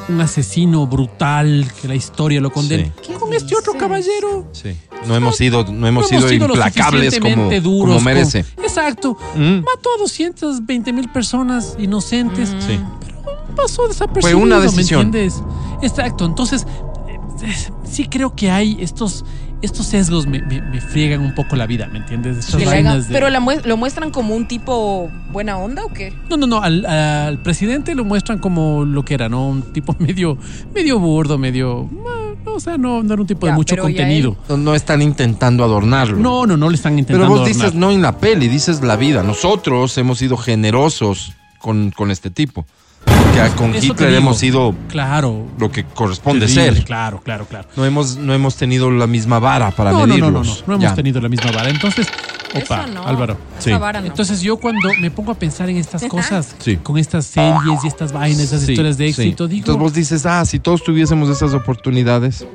Speaker 3: Un asesino brutal que la historia lo condena. Con este otro caballero.
Speaker 2: Sí. No hemos sido, no hemos
Speaker 3: no
Speaker 2: sido
Speaker 3: lo
Speaker 2: implacables como,
Speaker 3: suficientemente
Speaker 2: como
Speaker 3: duros,
Speaker 2: merece.
Speaker 3: como- exacto.
Speaker 2: Mm.
Speaker 3: Mató a 220 mil personas inocentes.
Speaker 2: Sí.
Speaker 3: pasó desapercibido.
Speaker 2: Mm. Fue una decisión.
Speaker 3: ¿me entiendes? Exacto. Entonces, eh, eh, sí creo que hay estos, estos sesgos me, me- me friegan un poco la vida, ¿me entiendes? Estas
Speaker 4: Que le hagan-
Speaker 3: vainas de-
Speaker 4: Pero la mue- lo muestran como un tipo buena onda o qué?
Speaker 3: No, no, no. Al, al presidente lo muestran como lo que era, ¿no? Un tipo medio, medio burdo, medio. ah, no, o sea, no, no era un tipo
Speaker 4: Ya,
Speaker 3: de mucho
Speaker 4: pero ya
Speaker 3: contenido.
Speaker 2: No, no están intentando adornarlo.
Speaker 3: No, no, no le están
Speaker 2: Pero
Speaker 3: intentando.
Speaker 2: vos dices
Speaker 3: adornar.
Speaker 2: no en la peli, dices la vida. Nosotros hemos sido generosos con, con este tipo. Porque con
Speaker 3: Eso te
Speaker 2: Hitler
Speaker 3: digo.
Speaker 2: hemos sido
Speaker 3: Claro.
Speaker 2: lo que corresponde
Speaker 3: Sí,
Speaker 2: ser.
Speaker 3: Claro, claro, claro.
Speaker 2: No hemos, no hemos tenido la misma vara para
Speaker 3: No, no, no, no, no,
Speaker 2: medirlos.
Speaker 3: no hemos
Speaker 2: Ya.
Speaker 3: tenido la misma vara. Entonces, opa,
Speaker 4: Esa no.
Speaker 3: Álvaro.
Speaker 4: Esa
Speaker 2: Sí.
Speaker 4: vara no.
Speaker 3: Entonces yo cuando me pongo a pensar en estas cosas,
Speaker 2: Sí.
Speaker 3: con estas series y estas vainas, estas
Speaker 2: Sí,
Speaker 3: historias de
Speaker 2: sí.
Speaker 3: éxito, digo,
Speaker 2: Entonces vos dices, ah, si todos tuviésemos esas oportunidades.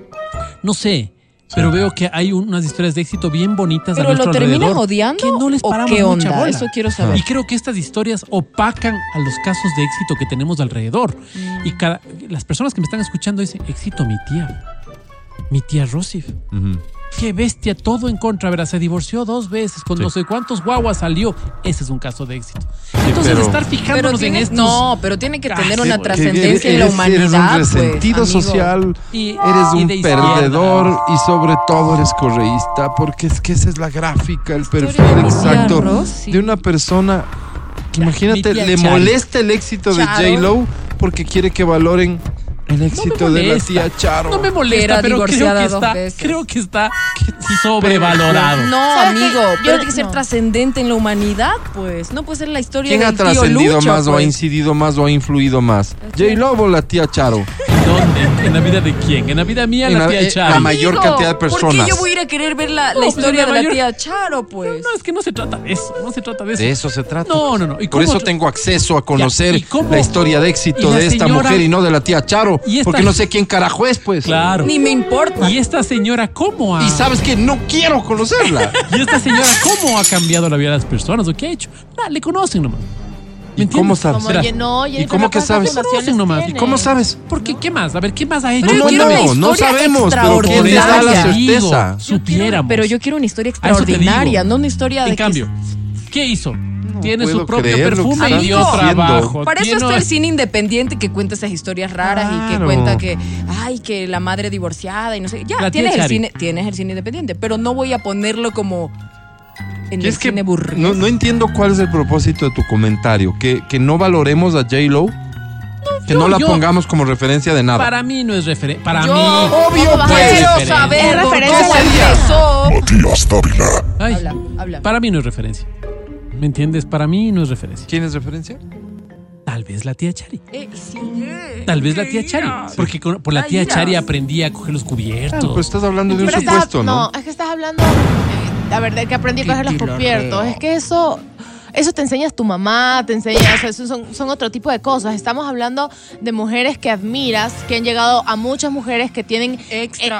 Speaker 3: no sé, pero veo que hay unas historias de éxito bien bonitas a
Speaker 4: Pero lo
Speaker 3: nuestro
Speaker 4: terminan
Speaker 3: alrededor.
Speaker 4: odiando
Speaker 3: que no les
Speaker 4: o
Speaker 3: paramos
Speaker 4: qué
Speaker 3: mucha
Speaker 4: onda?
Speaker 3: bola.
Speaker 4: Eso quiero saber.
Speaker 3: Y creo que estas historias opacan a los casos de éxito que tenemos alrededor.
Speaker 4: Mm.
Speaker 3: Y cada- las personas que me están escuchando dicen, éxito mi tía, mi tía Rosif. Qué bestia, todo en contra, verás, se divorció dos veces, con no sé cuántos guaguas salió. Ese es un caso de éxito. Entonces,
Speaker 2: pero-
Speaker 3: estar
Speaker 2: pues,
Speaker 3: fijándonos en
Speaker 4: tiene,
Speaker 3: estos...
Speaker 4: no, pero tiene que
Speaker 3: Ah,
Speaker 4: tener
Speaker 3: sí,
Speaker 4: una
Speaker 3: porque
Speaker 4: trascendencia en la
Speaker 2: Eres-
Speaker 4: humanidad.
Speaker 2: Eres un
Speaker 4: pues,
Speaker 2: resentido
Speaker 4: amigo.
Speaker 2: social,
Speaker 3: Y- ah,
Speaker 2: eres
Speaker 3: y
Speaker 2: un
Speaker 3: de izquierda.
Speaker 2: perdedor y sobre todo eres correísta, porque es que esa es la gráfica, el perfil
Speaker 4: de María
Speaker 2: exacto
Speaker 4: Rossi.
Speaker 2: de una persona que imagínate,
Speaker 3: mi tía
Speaker 2: le
Speaker 3: Charo.
Speaker 2: molesta el éxito de
Speaker 4: Charo.
Speaker 2: J-Lo porque quiere que valoren el
Speaker 3: No me
Speaker 2: éxito de la
Speaker 3: molesta.
Speaker 2: tía Charo.
Speaker 3: No me
Speaker 4: Era
Speaker 3: molesta, pero creo
Speaker 4: divorciada
Speaker 3: que,
Speaker 4: dos
Speaker 3: está,
Speaker 4: veces.
Speaker 3: creo que está sobrevalorado.
Speaker 4: No,
Speaker 5: ¿Sabes qué?
Speaker 4: amigo,
Speaker 5: Yo-
Speaker 4: pero tiene que ser
Speaker 5: no.
Speaker 4: trascendente en la humanidad, pues. No puede ser la historia
Speaker 2: ¿Quién ha
Speaker 4: del tío
Speaker 2: trascendido
Speaker 4: Lucho,
Speaker 2: más o ha
Speaker 4: pues.
Speaker 2: incidido más o ha influido más? ¿J-Lo o la tía Charo?
Speaker 3: ¿En dónde? ¿En la vida de quién? ¿En la vida mía?
Speaker 2: En la-
Speaker 3: La
Speaker 2: eh,
Speaker 3: tía
Speaker 2: en
Speaker 3: Charo.
Speaker 2: la mayor
Speaker 4: Amigo,
Speaker 2: cantidad de
Speaker 4: ¿Por
Speaker 2: personas.
Speaker 4: qué yo voy a ir a querer ver la, la
Speaker 3: No, pues,
Speaker 4: historia
Speaker 3: la
Speaker 4: de la
Speaker 3: mayor-
Speaker 4: tía Charo, pues?
Speaker 3: No, es que no se trata de eso. No se trata de eso.
Speaker 2: De eso se trata.
Speaker 3: No, no, no. ¿Y
Speaker 2: Por
Speaker 3: cómo
Speaker 2: eso
Speaker 3: tra-
Speaker 2: tengo acceso a conocer
Speaker 3: Ya, ¿y cómo?
Speaker 2: la historia de éxito
Speaker 3: ¿Y la
Speaker 2: de esta
Speaker 3: señora?
Speaker 2: mujer y no de la tía Charo.
Speaker 3: ¿Y esta-
Speaker 2: Porque no sé quién carajo es, pues.
Speaker 3: Claro.
Speaker 4: Ni me importa.
Speaker 3: ¿Y esta señora cómo ha.?
Speaker 2: Y sabes que no quiero conocerla.
Speaker 3: ¿Y esta señora cómo ha cambiado la vida de las personas? ¿O qué ha hecho? Nah, le conocen nomás.
Speaker 2: ¿Y
Speaker 3: ¿Me
Speaker 2: cómo
Speaker 3: entiendes?
Speaker 2: sabes?
Speaker 5: Como,
Speaker 3: Será.
Speaker 5: oye, no, Jennifer,
Speaker 2: cómo que
Speaker 5: ¿cuántas
Speaker 2: sabes?
Speaker 5: fundaciones
Speaker 3: Conocen nomás. ¿Y
Speaker 5: tiene?
Speaker 2: ¿Cómo sabes?
Speaker 3: ¿por qué? ¿Qué más? A ver, ¿qué más ha hecho?
Speaker 4: Pero yo
Speaker 2: no,
Speaker 4: quiero una
Speaker 2: no, no
Speaker 4: historia
Speaker 2: sabemos, pero ¿quién les da la
Speaker 4: extraordinaria.
Speaker 2: certeza?
Speaker 4: Yo quiero-
Speaker 3: Supiéramos.
Speaker 4: pero yo quiero una
Speaker 3: A
Speaker 4: historia
Speaker 3: eso te digo.
Speaker 4: extraordinaria, no una historia de
Speaker 3: En
Speaker 4: que-
Speaker 3: cambio, ¿qué hizo? Tiene
Speaker 2: puedo
Speaker 3: su propio
Speaker 2: creer lo que
Speaker 3: perfume
Speaker 4: estás
Speaker 3: y dio
Speaker 2: diciendo.
Speaker 3: trabajo.
Speaker 4: Para eso
Speaker 3: Tiene-
Speaker 4: está el cine independiente que cuenta esas historias raras y que
Speaker 2: Claro.
Speaker 4: cuenta que, ay, que la madre divorciada y no sé. Ya,
Speaker 3: La tía
Speaker 4: tienes el,
Speaker 3: Chari.
Speaker 4: cine, tienes el cine independiente, pero no voy a ponerlo como en
Speaker 2: Que
Speaker 4: el
Speaker 2: es que
Speaker 4: cine burro.
Speaker 2: no, no entiendo cuál es el propósito de tu comentario. Que, que no valoremos a J-Lo. que
Speaker 3: yo-
Speaker 2: no la
Speaker 3: yo-
Speaker 2: pongamos como referencia de nada.
Speaker 3: Para mí no es referente. Para
Speaker 4: Yo
Speaker 3: mí.
Speaker 5: ¿Cómo vas a
Speaker 3: pues.
Speaker 5: hacer?
Speaker 4: quiero
Speaker 3: Es
Speaker 4: saber cómo
Speaker 5: referencia a la vida.
Speaker 4: empezó.
Speaker 3: Ay,
Speaker 4: Habla, habla.
Speaker 3: Para mí no es referencia. ¿Me entiendes? Para mí no es referencia.
Speaker 2: ¿Quién es referencia?
Speaker 3: Tal vez la tía Chari.
Speaker 4: Eh, sí. Eh,
Speaker 3: Tal vez la tía Chari. Porque con- por la tía Chari aprendí a coger los
Speaker 2: Claro,
Speaker 3: cubiertos.
Speaker 2: pero Pues estás hablando de un
Speaker 5: Pero estás-
Speaker 2: supuesto, ¿no?
Speaker 5: es que estás hablando, eh, a ver, de que aprendí a coger los cubiertos. Es que eso, eso te enseñas tu mamá, te enseñas, o sea, eso son, son otro tipo de cosas. Estamos hablando de mujeres que admiras, que han llegado a muchas mujeres que tienen eh, el miedo,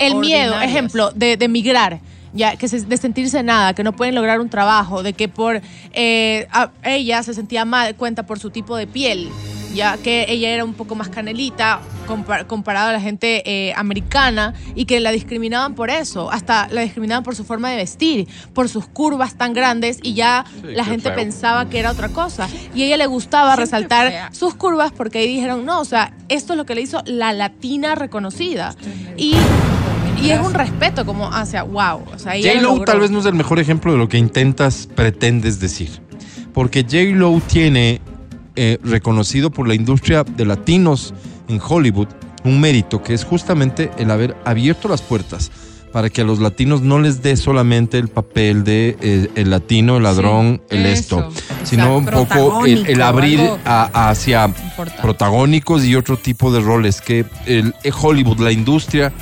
Speaker 4: Extraordinarias.
Speaker 5: ejemplo, de, de emigrar. Ya, que se- de sentirse nada, que no pueden lograr un trabajo, de que por eh, a- ella se sentía mal cuenta por su tipo de piel, ya que ella era un poco más canelita compar- comparado a la gente eh, americana y que la discriminaban por eso, hasta la discriminaban por su forma de vestir, por sus curvas tan grandes y ya la
Speaker 2: qué
Speaker 5: gente
Speaker 2: feo.
Speaker 5: pensaba que era otra cosa. Y a ella le gustaba
Speaker 4: Gente
Speaker 5: resaltar
Speaker 4: fea.
Speaker 5: sus curvas porque ahí dijeron, no, o sea, esto es lo que le hizo la latina reconocida. Y, y es un respeto como hacia, wow. O sea, ella
Speaker 2: J-Lo
Speaker 5: logró.
Speaker 2: tal vez no es el mejor ejemplo de lo que intentas, pretendes decir. Porque J-Lo tiene, eh, reconocido por la industria de latinos en Hollywood, un mérito que es justamente el haber abierto las puertas para que a los latinos no les dé solamente el papel de eh, el latino, el ladrón, el esto, sino un poco el, el
Speaker 4: Protagónico,
Speaker 2: abrir
Speaker 4: algo
Speaker 2: a- hacia protagónicos y otro tipo de roles que el eh, Hollywood, la industria,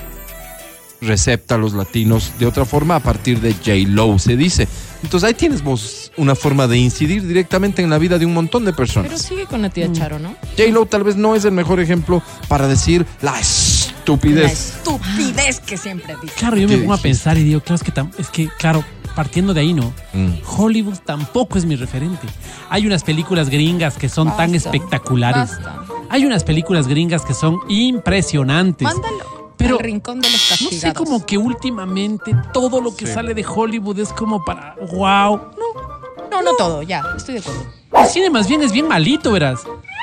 Speaker 2: recepta a los latinos de otra forma a partir de J-Lo, se dice. Entonces ahí tienes vos una forma de incidir directamente en la vida de un montón de
Speaker 4: Pero
Speaker 2: personas.
Speaker 4: sigue con la
Speaker 2: Mm,
Speaker 4: tía Charo, ¿no?
Speaker 2: J-Lo tal vez no es el mejor ejemplo para decir la
Speaker 4: La
Speaker 2: estupidez.
Speaker 4: estupidez que siempre dice.
Speaker 3: Claro, yo me
Speaker 2: ¿Qué
Speaker 3: pongo a
Speaker 2: dijiste?
Speaker 3: pensar y digo, claro, es que, tam- es que, claro, partiendo de ahí, ¿no?
Speaker 2: Mm.
Speaker 3: Hollywood tampoco es mi referente. Hay unas películas gringas que son tan espectaculares.
Speaker 4: Basta.
Speaker 3: Hay unas películas gringas que son impresionantes.
Speaker 4: Mándalo
Speaker 3: Pero-
Speaker 4: al rincón de los
Speaker 3: No
Speaker 4: castigados.
Speaker 3: sé, como que últimamente todo lo que sale de Hollywood es como para wow.
Speaker 4: No, no todo, ya, estoy de acuerdo.
Speaker 3: El cine más bien es bien malito, verás.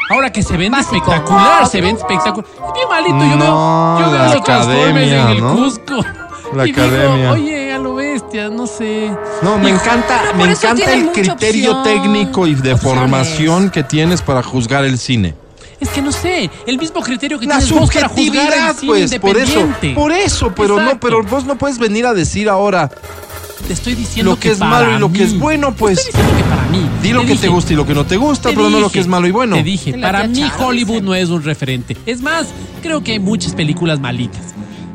Speaker 3: Ahora que se vende
Speaker 4: Básico.
Speaker 3: espectacular, se vende espectacular. Es bien malito, yo
Speaker 2: No,
Speaker 3: veo, yo
Speaker 2: la
Speaker 3: veo los Transformers en
Speaker 2: academia,
Speaker 3: el
Speaker 2: ¿no?
Speaker 3: Cusco.
Speaker 2: La
Speaker 3: y digo,
Speaker 2: academia.
Speaker 3: Oye, a lo bestia, no sé.
Speaker 2: No, me encanta,
Speaker 4: por
Speaker 2: me
Speaker 4: eso
Speaker 2: encanta
Speaker 4: tienen
Speaker 2: el
Speaker 4: mucha
Speaker 2: criterio
Speaker 4: opción,
Speaker 2: técnico y de
Speaker 4: opciones.
Speaker 2: formación que tienes para juzgar el cine.
Speaker 3: Es que no sé, el mismo criterio que
Speaker 2: La
Speaker 3: tienes vos para juzgar
Speaker 2: subjetividad,
Speaker 3: el
Speaker 2: pues,
Speaker 3: cine
Speaker 2: por eso,
Speaker 3: independiente.
Speaker 2: por eso, pero no,
Speaker 3: Exacto.
Speaker 2: pero vos no puedes venir a decir ahora
Speaker 3: Te estoy diciendo
Speaker 2: lo que es
Speaker 3: para
Speaker 2: malo y lo que es
Speaker 3: mí.
Speaker 2: bueno,
Speaker 3: Te
Speaker 2: pues.
Speaker 3: estoy diciendo que para mí.
Speaker 2: Di lo que
Speaker 3: dije,
Speaker 2: te gusta y lo que no te gusta,
Speaker 3: te
Speaker 2: pero no lo
Speaker 3: dije,
Speaker 2: que es malo y bueno.
Speaker 3: Te dije,
Speaker 4: La
Speaker 3: para
Speaker 4: tía
Speaker 3: mí
Speaker 4: Charo,
Speaker 3: Hollywood
Speaker 4: dicen.
Speaker 3: no es un referente. Es más, creo que hay muchas películas malitas.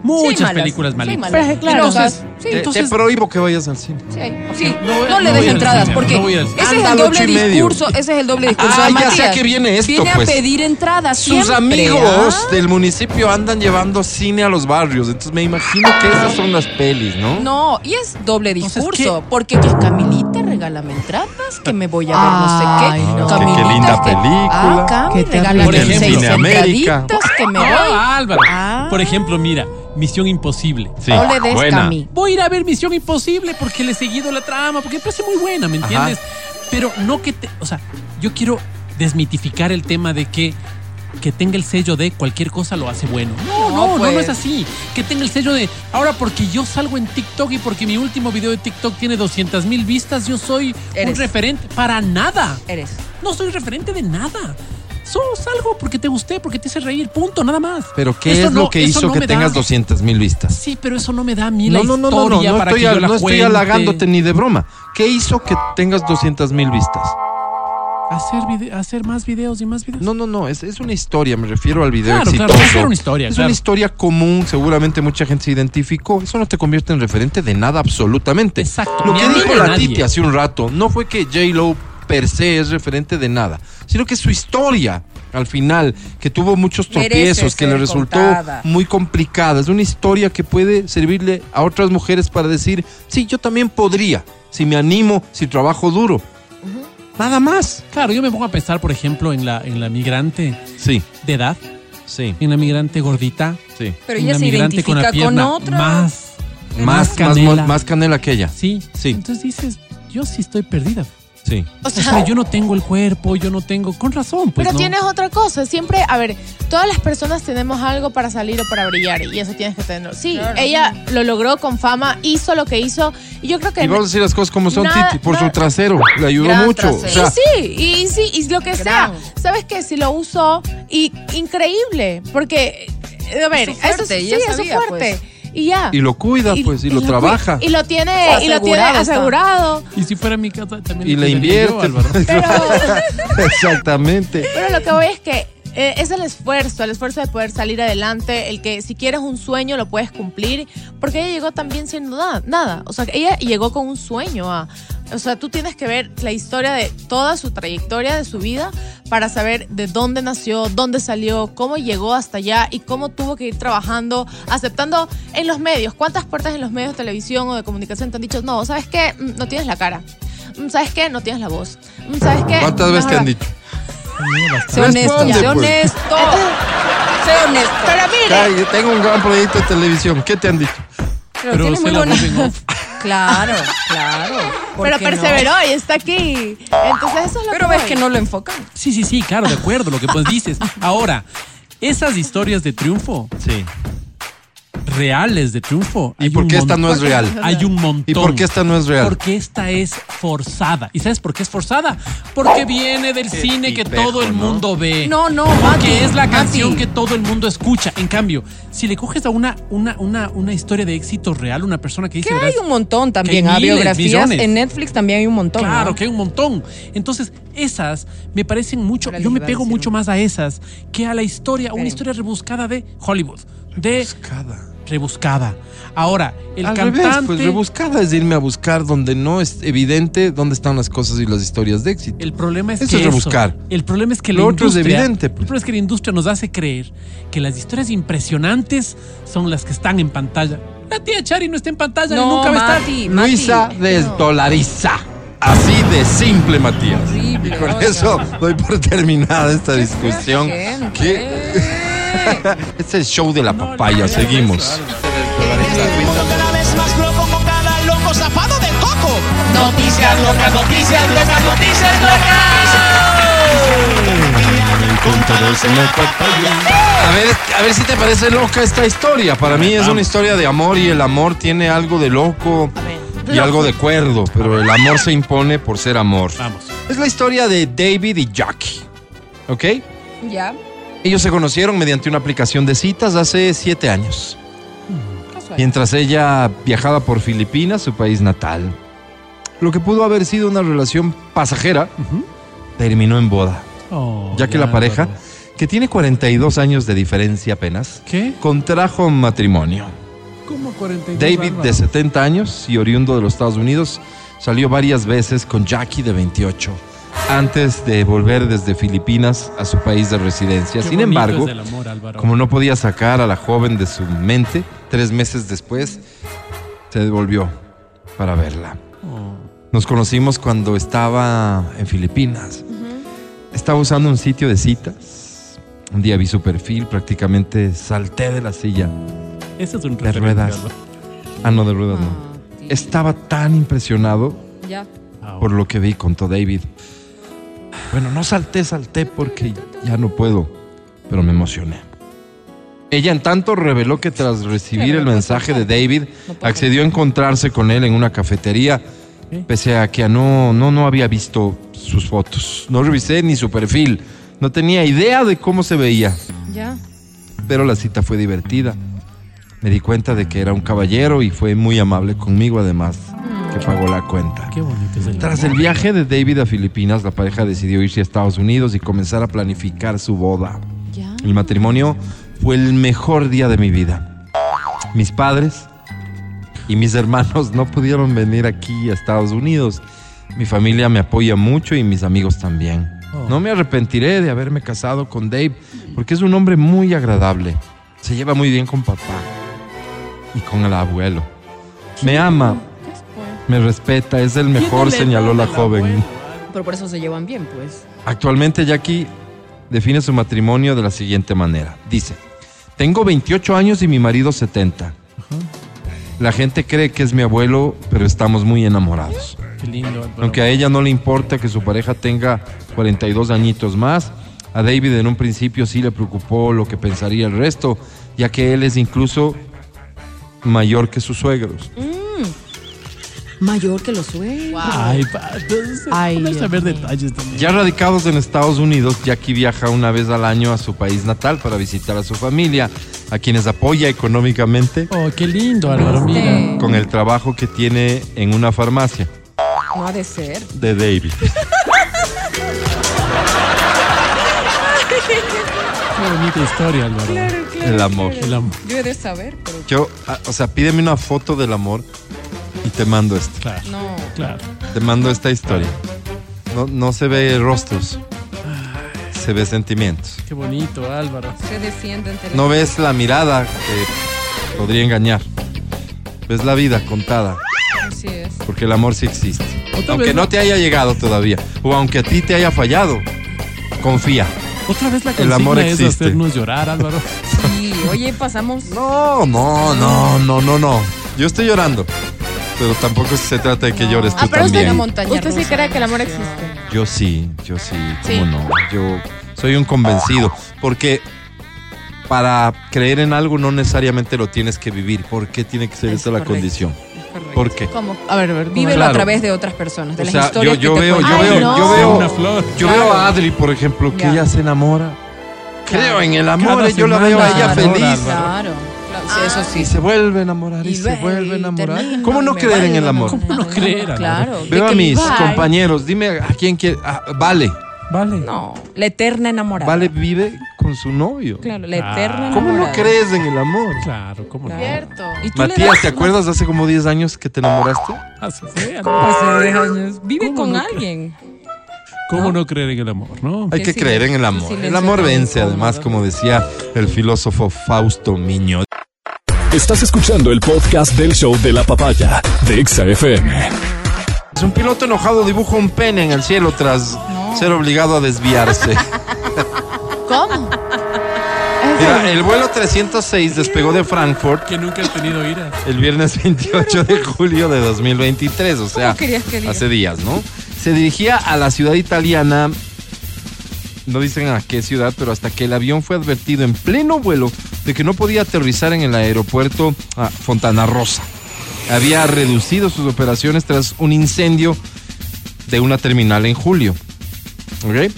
Speaker 3: Muchas
Speaker 4: Sí, malas.
Speaker 3: películas
Speaker 4: Sí,
Speaker 3: malitas.
Speaker 4: malas.
Speaker 5: Pero es que claro,
Speaker 3: entonces,
Speaker 4: sí,
Speaker 2: Te-
Speaker 3: entonces-
Speaker 2: te prohíbo que vayas al cine.
Speaker 4: Sí, sí.
Speaker 3: No voy-
Speaker 4: No,
Speaker 3: no
Speaker 4: le
Speaker 3: voy
Speaker 4: des
Speaker 3: al
Speaker 4: entradas,
Speaker 3: cine,
Speaker 4: porque
Speaker 3: no voy al
Speaker 4: ese
Speaker 3: cine.
Speaker 4: es
Speaker 2: Anda
Speaker 4: el
Speaker 2: al ocho
Speaker 4: doble
Speaker 2: y medio.
Speaker 4: discurso, ese es el doble discurso
Speaker 2: Ah,
Speaker 4: de
Speaker 2: ya
Speaker 4: Matías.
Speaker 2: sé a qué viene esto,
Speaker 4: Viene
Speaker 2: pues.
Speaker 4: a pedir entradas
Speaker 2: Sus
Speaker 4: siempre,
Speaker 2: amigos
Speaker 4: ¿ah?
Speaker 2: del municipio andan llevando cine a los barrios, entonces me imagino que esas son las pelis, ¿no?
Speaker 4: No, y es doble
Speaker 3: Entonces,
Speaker 4: discurso, porque que Camilita regálame entradas, que me voy a ver no sé
Speaker 5: Ay,
Speaker 4: qué.
Speaker 5: no.
Speaker 4: Camilita,
Speaker 2: Que qué linda película.
Speaker 4: Ah, Cami,
Speaker 5: Que te
Speaker 4: regálame
Speaker 3: hablen.
Speaker 4: seis
Speaker 3: Cine
Speaker 2: América.
Speaker 4: entraditas, que me voy.
Speaker 3: Ah, Álvaro.
Speaker 4: Ah.
Speaker 3: Por ejemplo, mira, Misión Imposible.
Speaker 2: Sí,
Speaker 4: no le des Cami.
Speaker 3: Voy a ir a ver Misión Imposible porque le he seguido la trama, porque me parece muy buena, ¿me entiendes? Pero no que te. O sea, yo quiero desmitificar el tema de que que tenga el sello de cualquier cosa lo hace bueno. No,
Speaker 4: No,
Speaker 3: no, no, no, es
Speaker 4: pues.
Speaker 3: así. Que tenga el sello de ahora porque yo salgo en TikTok y porque mi último video de TikTok tiene 200 mil vistas, yo soy un
Speaker 4: Eres.
Speaker 3: referente para nada.
Speaker 4: Eres.
Speaker 3: No soy referente de nada. Solo salgo porque te gusté, porque te hice reír, punto, nada más.
Speaker 2: Pero ¿qué
Speaker 3: Eso
Speaker 2: es
Speaker 3: no-
Speaker 2: lo que
Speaker 3: eso
Speaker 2: hizo
Speaker 3: no
Speaker 2: que
Speaker 3: me
Speaker 2: tengas
Speaker 3: da-
Speaker 2: 200 mil vistas?
Speaker 3: Sí, pero eso no me da a mí la
Speaker 2: No, no,
Speaker 3: historia
Speaker 2: no, no, no, no
Speaker 3: para
Speaker 2: estoy,
Speaker 3: que yo la
Speaker 2: no estoy
Speaker 3: cuente.
Speaker 2: halagándote ni de broma. ¿Qué hizo que tengas 200 mil vistas?
Speaker 3: Hacer, vide- hacer más videos y más videos.
Speaker 2: No, no, no, es, es una historia, me refiero al video
Speaker 3: Claro, claro,
Speaker 2: exitoso.
Speaker 3: es una historia,
Speaker 2: Es
Speaker 3: claro.
Speaker 2: una historia común, seguramente mucha gente se identificó. Eso no te convierte en referente de nada absolutamente.
Speaker 3: Exacto,
Speaker 2: Lo
Speaker 3: Ah, ni
Speaker 2: que
Speaker 3: a mí ni
Speaker 2: dijo
Speaker 3: a
Speaker 2: la
Speaker 3: nadie.
Speaker 2: Titi hace un rato no fue que J-Lo per se es referente de nada, sino que su historia al final, que tuvo muchos
Speaker 4: Merece
Speaker 2: tropiezos, que
Speaker 4: ser
Speaker 2: le resultó
Speaker 4: contada.
Speaker 2: muy complicada. Es una historia que puede servirle a otras mujeres para decir, sí, yo también podría, si me animo, si trabajo duro. Nada más.
Speaker 3: Claro, yo me pongo a pensar, por ejemplo, en la, en la migrante
Speaker 2: Sí,
Speaker 3: de edad,
Speaker 2: sí,
Speaker 3: en la migrante gordita,
Speaker 2: sí.
Speaker 4: Pero
Speaker 3: en
Speaker 4: ella
Speaker 3: la
Speaker 4: se
Speaker 3: migrante con
Speaker 4: identifica
Speaker 3: la
Speaker 4: con,
Speaker 3: pierna
Speaker 4: otra.
Speaker 3: más,
Speaker 2: Más, más,
Speaker 3: canela.
Speaker 2: mo- más canela que ella.
Speaker 3: Sí.
Speaker 2: Sí.
Speaker 3: Entonces dices, yo sí estoy perdida.
Speaker 2: Sí.
Speaker 5: o
Speaker 3: O
Speaker 5: sea,
Speaker 3: sea, yo no tengo el cuerpo, yo no tengo. Con razón, pues.
Speaker 5: Pero
Speaker 3: ¿no?
Speaker 5: tienes otra cosa, siempre, a ver, todas las personas tenemos algo para salir o para brillar y eso tienes que tenerlo. Sí, ella lo logró con fama, hizo lo que hizo y yo creo que...
Speaker 2: Y vamos a decir las cosas como son,
Speaker 5: Nada-
Speaker 2: Titi, por su
Speaker 5: nada-
Speaker 2: trasero. Le ayudó
Speaker 4: Gran
Speaker 2: mucho. O
Speaker 4: trasero.
Speaker 2: sea,
Speaker 5: Y sí, y sí, y lo
Speaker 4: Gran.
Speaker 5: que sea. ¿Sabes qué? Si lo usó, y increíble, porque, eh, a ver,
Speaker 4: Es su fuerte,
Speaker 5: eso, sí,
Speaker 4: ella
Speaker 5: es su
Speaker 4: sabía, pues.
Speaker 5: fuerte. y ya.
Speaker 2: Y lo cuidas, pues, y, lo,
Speaker 5: cu-
Speaker 2: trabaja.
Speaker 5: Y lo tiene, y lo tiene
Speaker 4: Asegurado está.
Speaker 5: asegurado.
Speaker 3: Y si fuera mi casa también.
Speaker 2: Y
Speaker 3: la
Speaker 2: le
Speaker 3: cuidaría yo,
Speaker 2: invierte.
Speaker 3: Álvaro.
Speaker 5: Pero,
Speaker 2: Exactamente.
Speaker 5: pero lo que voy es que eh, es el esfuerzo, el esfuerzo de poder salir adelante, el que si quieres un sueño lo puedes cumplir, porque ella llegó también siendo nada, nada. O sea, ella llegó con un sueño a... O sea, tú tienes que ver la historia de toda su trayectoria de su vida para saber de dónde nació, dónde salió, cómo llegó hasta allá y cómo tuvo que ir trabajando, aceptando en los medios. ¿Cuántas puertas en los medios de televisión o de comunicación te han dicho, no, sabes qué, Mm, no tienes la cara? Mm, ¿Sabes qué? No tienes la voz. Mm, ¿Sabes qué?
Speaker 2: ¿Cuántas
Speaker 5: No
Speaker 2: veces te han
Speaker 5: hablas".
Speaker 2: dicho?
Speaker 4: Sé honesto,
Speaker 2: Responde,
Speaker 4: sé
Speaker 2: pues.
Speaker 4: honesto. Sé honesto.
Speaker 5: Pero mire,
Speaker 2: Ay, tengo un gran proyecto de televisión. ¿Qué te han dicho?
Speaker 4: Pero,
Speaker 3: Pero
Speaker 4: tienes
Speaker 3: sé
Speaker 4: muy
Speaker 3: la voz en
Speaker 4: bonito.
Speaker 3: off.
Speaker 4: Claro, claro. ¿Por
Speaker 5: pero
Speaker 4: qué no?
Speaker 5: perseveró y está aquí. Entonces eso es lo
Speaker 4: Pero
Speaker 5: que
Speaker 4: ves
Speaker 5: voy.
Speaker 4: que no lo enfocan.
Speaker 3: Sí, sí, sí, claro, de acuerdo, lo que pues dices. Ahora, esas historias de triunfo,
Speaker 2: Sí.
Speaker 3: reales de triunfo.
Speaker 2: ¿Y
Speaker 3: hay
Speaker 2: por
Speaker 3: un
Speaker 2: qué esta no es
Speaker 3: montón.
Speaker 2: real?
Speaker 3: Hay un montón.
Speaker 2: ¿Y por qué esta no es real?
Speaker 3: Porque esta es forzada. ¿Y sabes por qué es forzada? Porque viene del cine que
Speaker 2: tipejo,
Speaker 3: todo el
Speaker 2: ¿no?
Speaker 3: mundo ve.
Speaker 4: No, no,
Speaker 3: Porque
Speaker 4: Mati,
Speaker 3: es la
Speaker 4: Mati.
Speaker 3: canción que todo el mundo escucha. En cambio, si le coges a una, una, una, una historia de éxito real, una persona que dice.
Speaker 4: Que
Speaker 3: verás,
Speaker 4: hay un montón también.
Speaker 3: que hay
Speaker 4: ah,
Speaker 3: miles,
Speaker 4: biografías
Speaker 3: millones.
Speaker 4: en Netflix también hay un montón.
Speaker 3: Claro,
Speaker 4: ¿no?
Speaker 3: que hay un montón. Entonces, esas me parecen mucho.
Speaker 4: Ahora
Speaker 3: Yo
Speaker 4: les
Speaker 3: me
Speaker 4: iba a
Speaker 3: pego
Speaker 4: decir
Speaker 3: mucho
Speaker 4: una.
Speaker 3: más a esas que a la historia, una
Speaker 4: Espérenme.
Speaker 3: historia rebuscada de Hollywood. De
Speaker 2: Rebuscada.
Speaker 3: rebuscada. Ahora, el
Speaker 2: Al
Speaker 3: cantante.
Speaker 2: revés, pues rebuscada es irme a buscar donde no es evidente dónde están las cosas y las historias de éxito.
Speaker 3: El problema es
Speaker 2: Eso
Speaker 3: que
Speaker 2: es rebuscar.
Speaker 3: el problema es que
Speaker 2: Lo
Speaker 3: la
Speaker 2: otro es
Speaker 3: industria,
Speaker 2: evidente, pues.
Speaker 3: El problema es que la industria nos hace creer que las historias impresionantes son las que están en pantalla. La tía Chari no está en pantalla ni
Speaker 4: No,
Speaker 3: nunca va a estar.
Speaker 4: Mati, Mati.
Speaker 2: Luisa desdolariza. Así de simple, Matías.
Speaker 4: Horrible,
Speaker 2: y con
Speaker 4: oiga.
Speaker 2: eso doy por terminada esta discusión.
Speaker 4: gente.
Speaker 2: ¿Qué? este es el show de la
Speaker 3: No,
Speaker 2: papaya.
Speaker 3: no,
Speaker 2: Seguimos.
Speaker 9: Cada vez más loco con cada loco zapado de coco. Noticias locas, noticias locas, noticias locas.
Speaker 2: A ver, a ver si te parece loca esta historia. Para mí es una historia de amor y el amor tiene algo de loco y algo de cuerdo, pero el amor se impone por ser amor.
Speaker 3: Vamos.
Speaker 2: Es la historia de David y Jackie. ¿Ok?
Speaker 4: Ya.
Speaker 2: Ellos se conocieron mediante una aplicación de citas hace siete años. Mientras ella viajaba por Filipinas, su país natal. Lo que pudo haber sido una relación pasajera
Speaker 3: Ujú.
Speaker 2: terminó en boda,
Speaker 3: Oh,
Speaker 2: ya que la
Speaker 3: bárbaro.
Speaker 2: pareja, que tiene 42 años de diferencia apenas,
Speaker 3: ¿Qué?
Speaker 2: contrajo matrimonio.
Speaker 3: ¿Cómo 42?
Speaker 2: David,
Speaker 3: bárbaro?
Speaker 2: de 70 años y oriundo de los Estados Unidos, salió varias veces con Jackie, de 28, antes de volver desde Filipinas a su país de residencia.
Speaker 3: Qué
Speaker 2: Sin
Speaker 3: bonito
Speaker 2: embargo,
Speaker 3: es el amor, Álvaro.
Speaker 2: como no podía sacar a la joven de su mente, tres meses después se devolvió para verla.
Speaker 3: Oh,
Speaker 2: Nos conocimos cuando estaba en Filipinas. Estaba usando un sitio de citas. Un día vi su perfil, prácticamente salté de la silla.
Speaker 3: ese es un
Speaker 2: De
Speaker 3: referente,
Speaker 2: ruedas.
Speaker 3: Álvaro.
Speaker 2: Ah, no, de ruedas no. Estaba tan impresionado
Speaker 4: Ya.
Speaker 3: Ah,
Speaker 2: por lo que vi, contó David. Bueno, no salté, salté porque ya no puedo, pero me emocioné. Ella en tanto reveló que tras recibir el mensaje de David, accedió a encontrarse con él en una cafetería,
Speaker 3: ¿Eh?
Speaker 2: pese a que no, no, no había visto sus fotos. No revisé ni su perfil, no tenía idea de cómo se veía
Speaker 4: Ya.
Speaker 2: pero la cita fue divertida. Me di cuenta de que era un caballero y fue muy amable conmigo además, que pagó la cuenta.
Speaker 3: Qué bonito es el
Speaker 2: Tras el
Speaker 3: amor.
Speaker 2: viaje de David a Filipinas, la pareja decidió irse a Estados Unidos y comenzar a planificar su boda.
Speaker 4: Ya.
Speaker 2: El matrimonio fue el mejor día de mi vida. Mis padres y mis hermanos no pudieron venir aquí a Estados Unidos. Mi familia me apoya mucho y mis amigos también.
Speaker 3: Oh.
Speaker 2: No me arrepentiré de haberme casado con Dave porque es un hombre muy agradable. Se lleva muy bien con papá y con el abuelo. Me ama, me respeta, es el mejor, señaló la joven.
Speaker 4: Pero por eso se llevan bien, pues.
Speaker 2: Actualmente Jackie define su matrimonio de la siguiente manera. Dice, tengo 28 años y mi marido 70. La gente cree que es mi abuelo, pero estamos muy enamorados.
Speaker 3: Qué lindo, Álvaro.
Speaker 2: Aunque a ella no le importa que su pareja tenga 42 añitos más, a David en un principio sí le preocupó lo que pensaría el resto, ya que él es incluso mayor que sus suegros.
Speaker 4: Mayor que los sueños.
Speaker 3: Ay, pa, entonces,
Speaker 5: Ay,
Speaker 3: ponerse a
Speaker 5: Dios
Speaker 3: ver detalles también.
Speaker 2: Ya radicados en Estados Unidos, Jackie viaja una vez al año a su país natal para visitar a su familia. a quienes apoya económicamente
Speaker 3: Oh, qué lindo, Álvaro, mira.
Speaker 2: con el trabajo que tiene en una farmacia
Speaker 4: No ha de ser.
Speaker 2: de David.
Speaker 3: Qué bonita historia, Álvaro.
Speaker 2: El amor.
Speaker 3: El amor.
Speaker 4: Yo he de saber, pero
Speaker 2: Yo, ah, o sea, pídeme una foto del amor y te mando esta.
Speaker 3: Claro,
Speaker 4: no.
Speaker 3: claro.
Speaker 2: Te mando esta historia. No, no se ve rostros, se ve sentimientos.
Speaker 3: Qué bonito, Álvaro.
Speaker 4: Se defiende entre
Speaker 2: No ves la mirada que podría engañar. Ves la vida contada,
Speaker 4: Así es.
Speaker 2: porque el amor sí existe.
Speaker 3: Otra
Speaker 2: Aunque
Speaker 3: vez
Speaker 2: no
Speaker 3: la-
Speaker 2: te haya llegado todavía, o aunque a ti te haya fallado, confía.
Speaker 3: Otra vez la
Speaker 2: El
Speaker 3: consigna
Speaker 2: amor
Speaker 3: es
Speaker 2: existe.
Speaker 3: hacernos llorar, Álvaro.
Speaker 4: Sí, oye, pasamos.
Speaker 2: No, no, no, no, no, no. Yo estoy llorando, pero tampoco se trata de que llores tú
Speaker 5: Ah, pero usted,
Speaker 2: también.
Speaker 4: montaña
Speaker 5: usted sí
Speaker 4: rusa.
Speaker 5: cree que el amor existe.
Speaker 2: Yo sí, yo sí,
Speaker 5: Sí.
Speaker 2: cómo no. Yo soy un convencido. Porque para creer en algo no necesariamente lo tienes que vivir. ¿Por qué tiene que ser
Speaker 4: Es
Speaker 2: esa la
Speaker 4: correcto.
Speaker 2: condición? ¿Por qué?
Speaker 5: ¿Cómo? A ver, a ver. ¿cómo
Speaker 4: Vívelo
Speaker 5: era?
Speaker 2: Claro.
Speaker 4: a través de otras personas, de
Speaker 2: O
Speaker 4: las
Speaker 2: sea, yo,
Speaker 4: historias
Speaker 2: yo
Speaker 4: que te
Speaker 2: veo, yo
Speaker 4: cuentan.
Speaker 5: Ay,
Speaker 2: veo,
Speaker 5: no.
Speaker 2: yo
Speaker 3: De
Speaker 2: veo,
Speaker 3: una flor.
Speaker 2: yo veo a Adri, por ejemplo, que
Speaker 4: Ya.
Speaker 2: ella se enamora. Creo en el amor, eh,
Speaker 3: Cada
Speaker 2: yo la veo a
Speaker 3: semana
Speaker 2: ella
Speaker 3: se enamora,
Speaker 2: feliz. Ah,
Speaker 4: Claro. claro, sí, eso sí.
Speaker 2: Y se vuelve a enamorar y,
Speaker 4: Y
Speaker 2: se
Speaker 4: ve-
Speaker 2: vuelve a
Speaker 4: y
Speaker 2: enamorar.
Speaker 4: termina,
Speaker 2: ¿Cómo no
Speaker 4: me
Speaker 2: creer en
Speaker 4: vale
Speaker 2: el
Speaker 4: la
Speaker 2: amor?
Speaker 4: pena.
Speaker 3: ¿Cómo no creer,
Speaker 4: Claro.
Speaker 2: Veo
Speaker 4: de
Speaker 2: a
Speaker 4: que
Speaker 2: mis
Speaker 4: viva.
Speaker 2: compañeros, dime a quién quiere. ah, vale,
Speaker 3: Vale.
Speaker 4: No, la eterna enamorada.
Speaker 2: vale vive con su novio.
Speaker 4: Claro, la
Speaker 3: Ah.
Speaker 4: eterna enamorada.
Speaker 2: ¿Cómo no crees en el amor?
Speaker 3: Claro, cómo no.
Speaker 5: Cierto.
Speaker 4: ¿Y tú le
Speaker 2: Matías,
Speaker 4: das-
Speaker 2: ¿te acuerdas hace como 10 años que te enamoraste?
Speaker 3: Así sea, ¿no?
Speaker 4: Hace 10 años. Vive
Speaker 3: ¿Cómo
Speaker 4: con
Speaker 3: no cre-
Speaker 4: alguien.
Speaker 3: ¿Cómo no creer en el amor, no?
Speaker 2: Hay que
Speaker 4: sí,
Speaker 2: creer en el
Speaker 4: sí,
Speaker 2: amor.
Speaker 4: silencio
Speaker 2: El amor
Speaker 4: tan
Speaker 2: vence,
Speaker 4: incómodo.
Speaker 2: además, como decía el filósofo Fausto Miño.
Speaker 1: Estás escuchando el podcast del show de la papaya de Exa FM.
Speaker 2: Es un piloto enojado dibuja un pene en el cielo tras ser obligado a desviarse.
Speaker 5: ¿Cómo?
Speaker 2: Mira, el vuelo 306 despegó de Frankfurt
Speaker 3: Que nunca he tenido iras.
Speaker 2: el viernes 28 de julio de 2023, o sea,
Speaker 4: querías que diga?
Speaker 2: hace días, ¿no? Se dirigía a la ciudad italiana, no dicen a qué ciudad, pero hasta que el avión fue advertido en pleno vuelo de que no podía aterrizar en el aeropuerto ah, Fontana Rosa. Había reducido sus operaciones tras un incendio de una terminal en julio. ¿Ok?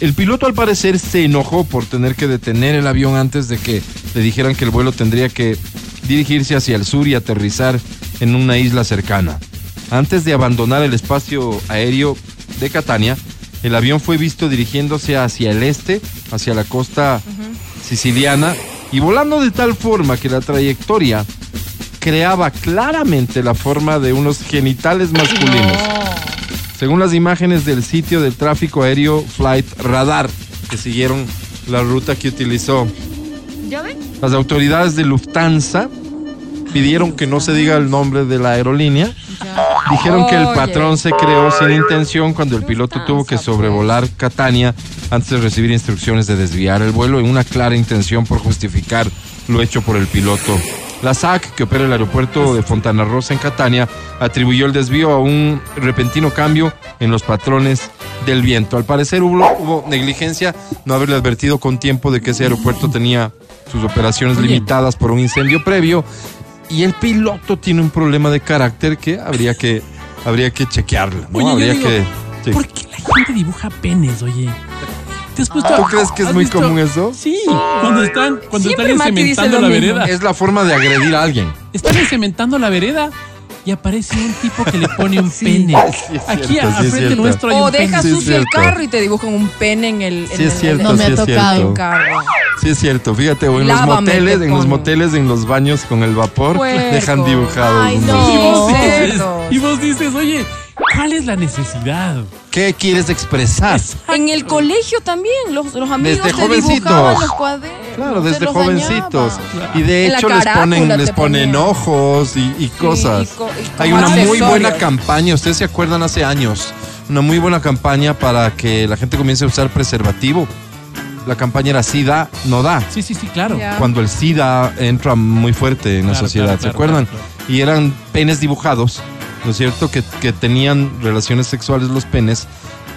Speaker 2: El piloto al parecer se enojó por tener que detener el avión antes de que le dijeran que el vuelo tendría que dirigirse hacia el sur y aterrizar en una isla cercana. Antes de abandonar el espacio aéreo de Catania, el avión fue visto dirigiéndose hacia el este, hacia la costa siciliana, y volando de tal forma que la trayectoria creaba claramente la forma de unos genitales masculinos según las imágenes del sitio del tráfico aéreo Flight Radar, que siguieron la ruta que utilizó. Las autoridades de Lufthansa pidieron que no se diga el nombre de la aerolínea. Dijeron que el
Speaker 4: Oye.
Speaker 2: patrón se creó sin intención cuando el piloto tuvo que sobrevolar Catania antes de recibir instrucciones de desviar el vuelo en una clara intención por justificar lo hecho por el piloto. La SAC, que opera el aeropuerto de Fontana Rosa en Catania, atribuyó el desvío a un repentino cambio en los patrones del viento. Al parecer hubo, hubo negligencia no haberle advertido con tiempo de que ese aeropuerto tenía sus operaciones limitadas por un incendio previo y el piloto tiene un problema de carácter que habría que habría que chequearla, ¿no?
Speaker 3: Oye, yo
Speaker 2: habría
Speaker 3: digo,
Speaker 2: que sí.
Speaker 3: ¿Por qué la gente dibuja penes, oye? ¿Te has puesto a-
Speaker 2: ¿Tú crees que es
Speaker 3: has
Speaker 2: muy
Speaker 3: visto-
Speaker 2: común eso?
Speaker 3: Sí, cuando están, cuando
Speaker 4: Siempre
Speaker 3: están
Speaker 4: Mati dice
Speaker 3: encementando la
Speaker 4: lo mismo.
Speaker 3: vereda.
Speaker 2: Es la forma de agredir a alguien.
Speaker 3: Están encementando la vereda y aparece un tipo que le pone un
Speaker 4: Sí.
Speaker 3: pene.
Speaker 2: Sí, es
Speaker 3: Aquí,
Speaker 2: cierto,
Speaker 3: al
Speaker 2: sí, es
Speaker 3: frente
Speaker 2: cierto.
Speaker 3: nuestro, hay
Speaker 4: O
Speaker 3: un pene.
Speaker 4: deja
Speaker 2: Sí, es
Speaker 4: sucio el
Speaker 2: cierto.
Speaker 4: carro y te dibujan un pene en el.
Speaker 2: Sí
Speaker 4: en
Speaker 2: es
Speaker 4: el-
Speaker 2: cierto,
Speaker 5: no me
Speaker 2: sí
Speaker 5: ha
Speaker 2: es
Speaker 5: tocado.
Speaker 2: cierto.
Speaker 4: el carro.
Speaker 2: Sí es cierto, fíjate, o en los
Speaker 4: Lávame,
Speaker 2: moteles,
Speaker 4: te
Speaker 2: en los
Speaker 4: pongo.
Speaker 2: moteles, en los baños con el vapor,
Speaker 4: Puerco.
Speaker 2: dejan dibujados.
Speaker 5: Ay,
Speaker 2: unos-
Speaker 5: no.
Speaker 4: Sí,
Speaker 3: Y vos dices-
Speaker 4: cerdos.
Speaker 3: y vos dices, oye, ¿cuál es la necesidad?
Speaker 2: ¿Qué quieres expresar?
Speaker 4: En el colegio también, los, los amigos
Speaker 2: Desde
Speaker 4: te dibujaban
Speaker 2: jovencitos.
Speaker 4: los cuadernos.
Speaker 2: Claro,
Speaker 5: Se
Speaker 2: desde
Speaker 5: los
Speaker 2: jovencitos.
Speaker 3: dañaba.
Speaker 2: Y de
Speaker 4: En la
Speaker 2: hecho les ponen,
Speaker 4: carátula
Speaker 2: les
Speaker 4: te
Speaker 2: ponen
Speaker 4: ponían.
Speaker 2: ojos y, y cosas.
Speaker 4: y co- y como
Speaker 2: Hay una muy
Speaker 4: accesorios.
Speaker 2: buena campaña, ustedes se acuerdan hace años, una muy buena campaña para que la gente comience a usar preservativo. La campaña era SIDA no da.
Speaker 3: Sí, sí, sí, claro.
Speaker 4: Ya.
Speaker 2: Cuando el SIDA entra muy fuerte en la
Speaker 3: Claro,
Speaker 2: sociedad,
Speaker 3: claro,
Speaker 2: ¿se
Speaker 3: claro,
Speaker 2: acuerdan?
Speaker 3: claro, claro.
Speaker 2: Y eran penes dibujados, ¿no es cierto? Que, que tenían relaciones sexuales los penes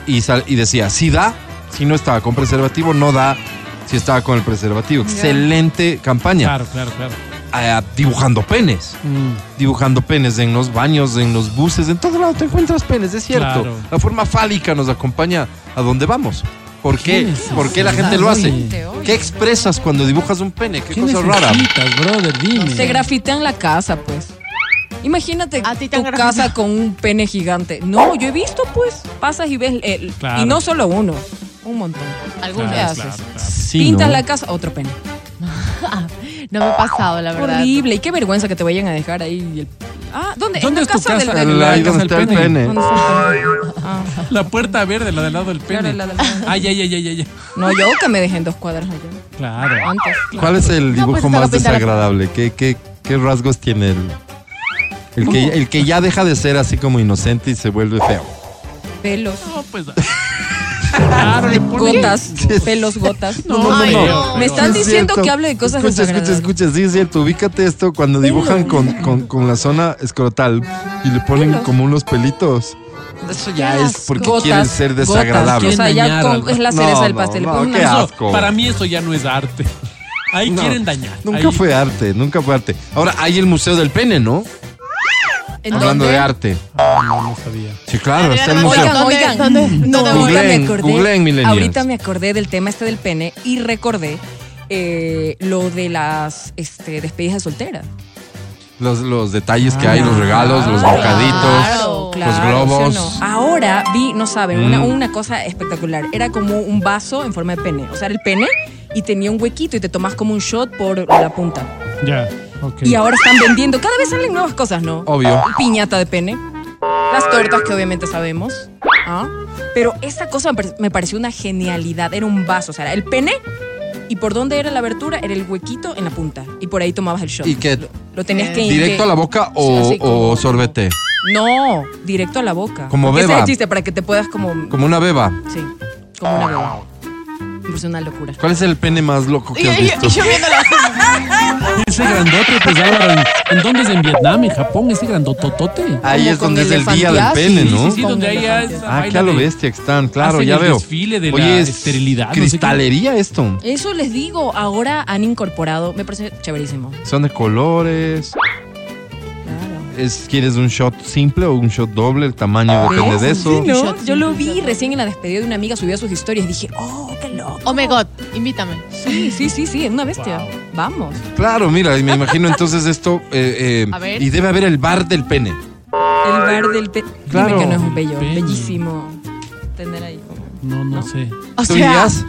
Speaker 2: y, sal- y decía, si da, si no estaba con preservativo, no da, si estaba con el preservativo. Excelente campaña.
Speaker 3: Claro, claro, claro.
Speaker 2: Ah, dibujando penes.
Speaker 3: Mm.
Speaker 2: Dibujando penes en los baños, en los buses, en todo lado te encuentras penes, es cierto.
Speaker 3: Claro.
Speaker 2: La forma fálica nos acompaña a donde vamos. ¿Por qué?
Speaker 3: ¿Quiénes
Speaker 2: ¿Por qué la
Speaker 3: necesitan?
Speaker 2: gente lo hace?
Speaker 3: Oye.
Speaker 2: ¿Qué expresas cuando dibujas un pene? ¿Qué
Speaker 3: ¿Qué
Speaker 2: cosa rara?
Speaker 3: necesitas, brother? Dime.
Speaker 4: Te grafitean la casa, pues. Imagínate
Speaker 5: A ti
Speaker 4: tu
Speaker 5: te han grafiteado.
Speaker 4: casa con un pene gigante. No, yo he visto, pues, pasas y ves el-
Speaker 3: Claro.
Speaker 4: y no solo uno, un montón. Algunos
Speaker 3: Claro,
Speaker 4: haces.
Speaker 3: claro, claro. Sí,
Speaker 4: Pintas
Speaker 3: ¿no?
Speaker 4: la casa, otro pene.
Speaker 5: No me ha pasado, la verdad.
Speaker 4: Horrible, y qué vergüenza que te vayan a dejar ahí. el- Ah, ¿dónde?
Speaker 3: ¿Dónde es
Speaker 4: en la
Speaker 3: tu
Speaker 4: casa, del-
Speaker 3: casa?
Speaker 4: del-
Speaker 2: La-
Speaker 3: La
Speaker 2: ahí
Speaker 3: casa
Speaker 2: donde está el
Speaker 3: del pene.
Speaker 2: pene.
Speaker 4: ¿Dónde está el pene? Ah.
Speaker 3: La puerta verde, la del lado del pene.
Speaker 4: Claro, la del lado.
Speaker 3: Ay, ay, ay, ay, ay.
Speaker 4: No, yo que me dejé en dos cuadras allá.
Speaker 3: Claro.
Speaker 4: Antes.
Speaker 2: ¿Cuál es el
Speaker 5: No,
Speaker 2: dibujo
Speaker 5: pues, te lo
Speaker 2: más
Speaker 5: pinta la-
Speaker 2: desagradable? ¿Qué, qué, qué rasgos tiene el, el, que, el que ya deja de ser así como inocente y se vuelve feo?
Speaker 4: Pelos.
Speaker 3: No, pues. Claro, le ponen-
Speaker 4: Gotas. Pelos, gotas.
Speaker 3: No, no,
Speaker 5: Ay,
Speaker 3: no.
Speaker 5: no.
Speaker 4: Me están
Speaker 2: Sí es
Speaker 4: diciendo
Speaker 2: cierto.
Speaker 4: que hable de cosas
Speaker 2: Escucha, escucha,
Speaker 4: desagradables.
Speaker 2: escucha, sí es cierto. Ubícate esto cuando dibujan con, con- con la zona escrotal y le ponen
Speaker 4: Pelos.
Speaker 2: como unos pelitos. Eso ya es porque quieren ser
Speaker 4: gotas,
Speaker 2: desagradables.
Speaker 4: o sea, ya
Speaker 3: Quieren
Speaker 4: con-
Speaker 3: dañar
Speaker 4: es la
Speaker 2: algo.
Speaker 4: cereza
Speaker 2: No,
Speaker 4: del
Speaker 2: no,
Speaker 4: pastel.
Speaker 2: no,
Speaker 4: Ponen
Speaker 2: qué
Speaker 4: una-
Speaker 3: Eso,
Speaker 2: asco.
Speaker 3: Para mí eso ya no es arte. Ahí
Speaker 2: No,
Speaker 3: quieren dañar.
Speaker 2: Nunca
Speaker 3: Ahí-
Speaker 2: fue arte, nunca fue arte. Ahora hay el Museo del Pene, ¿no?
Speaker 5: ¿En
Speaker 2: Hablando de
Speaker 5: dónde?
Speaker 2: arte.
Speaker 3: Ah, no, no sabía.
Speaker 2: Sí, claro, está el
Speaker 5: Oigan,
Speaker 2: museo.
Speaker 4: Oigan,
Speaker 5: ¿Dónde-
Speaker 4: oigan.
Speaker 5: dónde-
Speaker 4: No,
Speaker 5: dónde
Speaker 4: ahorita me
Speaker 2: Googleen,
Speaker 4: acordé.
Speaker 2: googleen, millennials.
Speaker 4: ahorita me acordé del tema este del pene y recordé eh, lo de las este, despedidas de soltera.
Speaker 2: Los, los detalles que hay, los regalos, los
Speaker 4: Ah, Claro,
Speaker 2: bocaditos. los globos. Mm.
Speaker 4: ¿sí o no? Ahora vi, no saben, una, una cosa espectacular. Era como un vaso en forma de pene. O sea, era el pene y tenía un huequito y te tomas como un shot por la punta.
Speaker 3: Ya, ok.
Speaker 4: Y ahora están vendiendo. Cada vez salen nuevas cosas, ¿no?
Speaker 2: Obvio.
Speaker 4: Piñata de pene. Las tortas que obviamente sabemos. ¿ah? Pero esta cosa me pare- me pareció una genialidad. Era un vaso. O sea, era el pene. ¿Y por dónde era la abertura? Era el huequito en la punta. Y por ahí tomabas el shot.
Speaker 2: ¿Y qué?
Speaker 4: Lo, lo tenías que...
Speaker 2: ¿Directo
Speaker 4: que-
Speaker 2: a la boca o,
Speaker 4: así como-
Speaker 2: o sorbete?
Speaker 4: No, directo a la boca.
Speaker 2: Como
Speaker 4: Porque ese
Speaker 2: beba.
Speaker 4: es el chiste, para que te puedas como...
Speaker 2: Como una beba.
Speaker 4: Sí, como una beba. Me pareció una locura.
Speaker 2: ¿Cuál es el pene más loco
Speaker 5: Y,
Speaker 2: que has
Speaker 5: y-
Speaker 2: visto?
Speaker 5: y yo viendo la
Speaker 3: Ese grandote, pues ahora, ¿en, en dónde es? ¿En Vietnam? ¿En Japón? ¿Ese grandototote?
Speaker 2: Ahí
Speaker 4: Como
Speaker 2: es donde
Speaker 4: con Ah,
Speaker 2: es el día del
Speaker 4: elefantias.
Speaker 2: pene,
Speaker 3: sí,
Speaker 2: ¿no?
Speaker 3: sí, sí, donde hay esa
Speaker 2: Ah,
Speaker 3: vaina
Speaker 2: claro,
Speaker 3: de-
Speaker 2: bestia que están, claro,
Speaker 3: hacen
Speaker 2: ya
Speaker 3: el
Speaker 2: veo.
Speaker 3: desfile de la
Speaker 2: es
Speaker 3: esterilidad, no sé qué.
Speaker 2: Cristalería esto.
Speaker 4: Eso les digo, ahora han incorporado, me parece chéverísimo.
Speaker 2: Son de colores. Es, ¿Quieres un shot simple o un shot doble? El
Speaker 3: Ah,
Speaker 2: tamaño depende de eso.
Speaker 4: Sí, ¿no? Yo lo vi recién en la despedida de una amiga, subió sus historias y dije, oh, qué loco.
Speaker 5: Oh my god, invítame.
Speaker 4: Sí, sí, sí, sí, es una bestia.
Speaker 3: Wow.
Speaker 4: Vamos.
Speaker 2: Claro, mira, y me imagino entonces esto. eh, eh,
Speaker 5: A ver.
Speaker 2: y debe haber el bar del pene.
Speaker 4: El bar del pe
Speaker 2: Claro.
Speaker 4: Dime que no es un bello,
Speaker 3: Pene.
Speaker 4: bellísimo tener ahí como.
Speaker 3: No, no,
Speaker 4: No.
Speaker 3: sé.
Speaker 5: O
Speaker 2: ¿Tú
Speaker 5: sea,
Speaker 2: irías?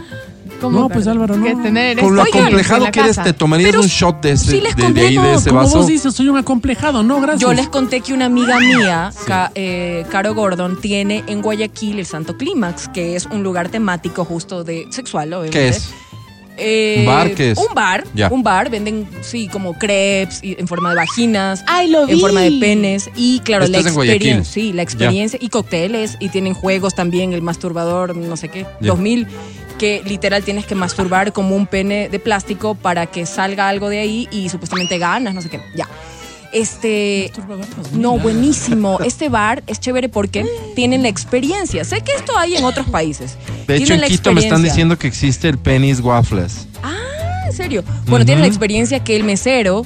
Speaker 5: ¿cómo
Speaker 3: No, pues, Álvaro, no.
Speaker 5: Que tener
Speaker 2: Con lo
Speaker 5: esto en-
Speaker 2: acomplejado
Speaker 5: en la
Speaker 2: que eres,
Speaker 5: casa?
Speaker 2: ¿te tomarías
Speaker 4: Pero
Speaker 2: un shot de, ese,
Speaker 4: sí les
Speaker 2: de, de ahí, de
Speaker 4: condeno,
Speaker 2: ese
Speaker 3: Como
Speaker 2: vaso?
Speaker 3: vos dices, soy un acomplejado, no, gracias.
Speaker 4: Yo les conté que una amiga mía, Ca- eh, Caro Gordon, tiene en Guayaquil el Santo Clímax, que es un lugar temático justo de sexual, obviamente.
Speaker 2: ¿Qué es?
Speaker 4: Eh,
Speaker 2: ¿Un bar qué es?
Speaker 4: Un bar,
Speaker 2: Ya.
Speaker 4: un bar, venden, sí, como crepes y- en forma de vaginas.
Speaker 5: Ay, lo vi.
Speaker 4: En forma de penes y claro,
Speaker 2: Esto
Speaker 4: la
Speaker 2: es en Guayaquil.
Speaker 4: experiencia, sí, la experiencia y cócteles y tienen juegos también, el masturbador, no sé qué, 2000, que literal tienes que masturbar como un pene de plástico para que salga algo de ahí y supuestamente ganas, no sé qué, ya. Este, no, buenísimo. Este bar es chévere porque tienen la experiencia. Sé que esto hay en otros países.
Speaker 2: De hecho,
Speaker 4: Tienen
Speaker 2: en
Speaker 4: la
Speaker 2: Quito me están
Speaker 4: experiencia.
Speaker 2: diciendo que existe el penis waffles.
Speaker 4: Ah, ¿en serio? Bueno, tienen la experiencia que el mesero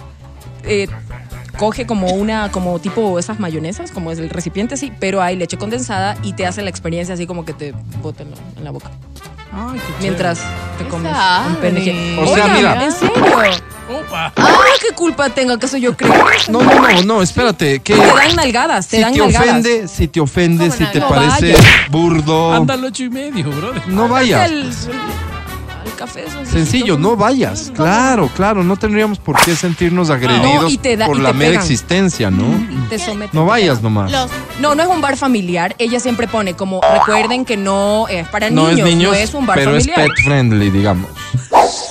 Speaker 4: eh, coge como una, como tipo esas mayonesas, como es el recipiente así, pero hay leche condensada y te hace la experiencia así como que te boten en, la boca. Mientras te comes
Speaker 5: Esa
Speaker 4: un pene. que-
Speaker 2: O sea,
Speaker 4: Oigan,
Speaker 2: mira.
Speaker 4: ¿En serio? Ah, qué culpa tengo que eso yo creo.
Speaker 2: No, no, no, no, espérate. Que
Speaker 4: Te dan nalgadas, te
Speaker 2: si
Speaker 4: dan
Speaker 2: te
Speaker 4: nalgadas.
Speaker 2: ofende, si te ofende,
Speaker 5: ¿Cómo
Speaker 2: si te
Speaker 5: nalgadas?
Speaker 2: parece burdo,
Speaker 3: Anda al ocho y medio, brother.
Speaker 2: no
Speaker 4: Vaya
Speaker 2: vayas.
Speaker 4: al- al café, eso es
Speaker 2: Sencillo,
Speaker 4: delicioso.
Speaker 2: no vayas. Claro, claro, no tendríamos por qué sentirnos agredidos
Speaker 4: No, y te da-
Speaker 2: por
Speaker 4: y
Speaker 2: la
Speaker 4: te
Speaker 2: mera
Speaker 4: pegan. Mm.
Speaker 2: existencia, ¿no?
Speaker 4: Te someten.
Speaker 2: No vayas nomás.
Speaker 5: Los-
Speaker 4: No, no es un bar familiar. Ella siempre pone como recuerden que no es para
Speaker 2: no
Speaker 4: niños,
Speaker 2: es niños,
Speaker 4: no es un bar
Speaker 2: pero
Speaker 4: familiar.
Speaker 2: es pet friendly, digamos.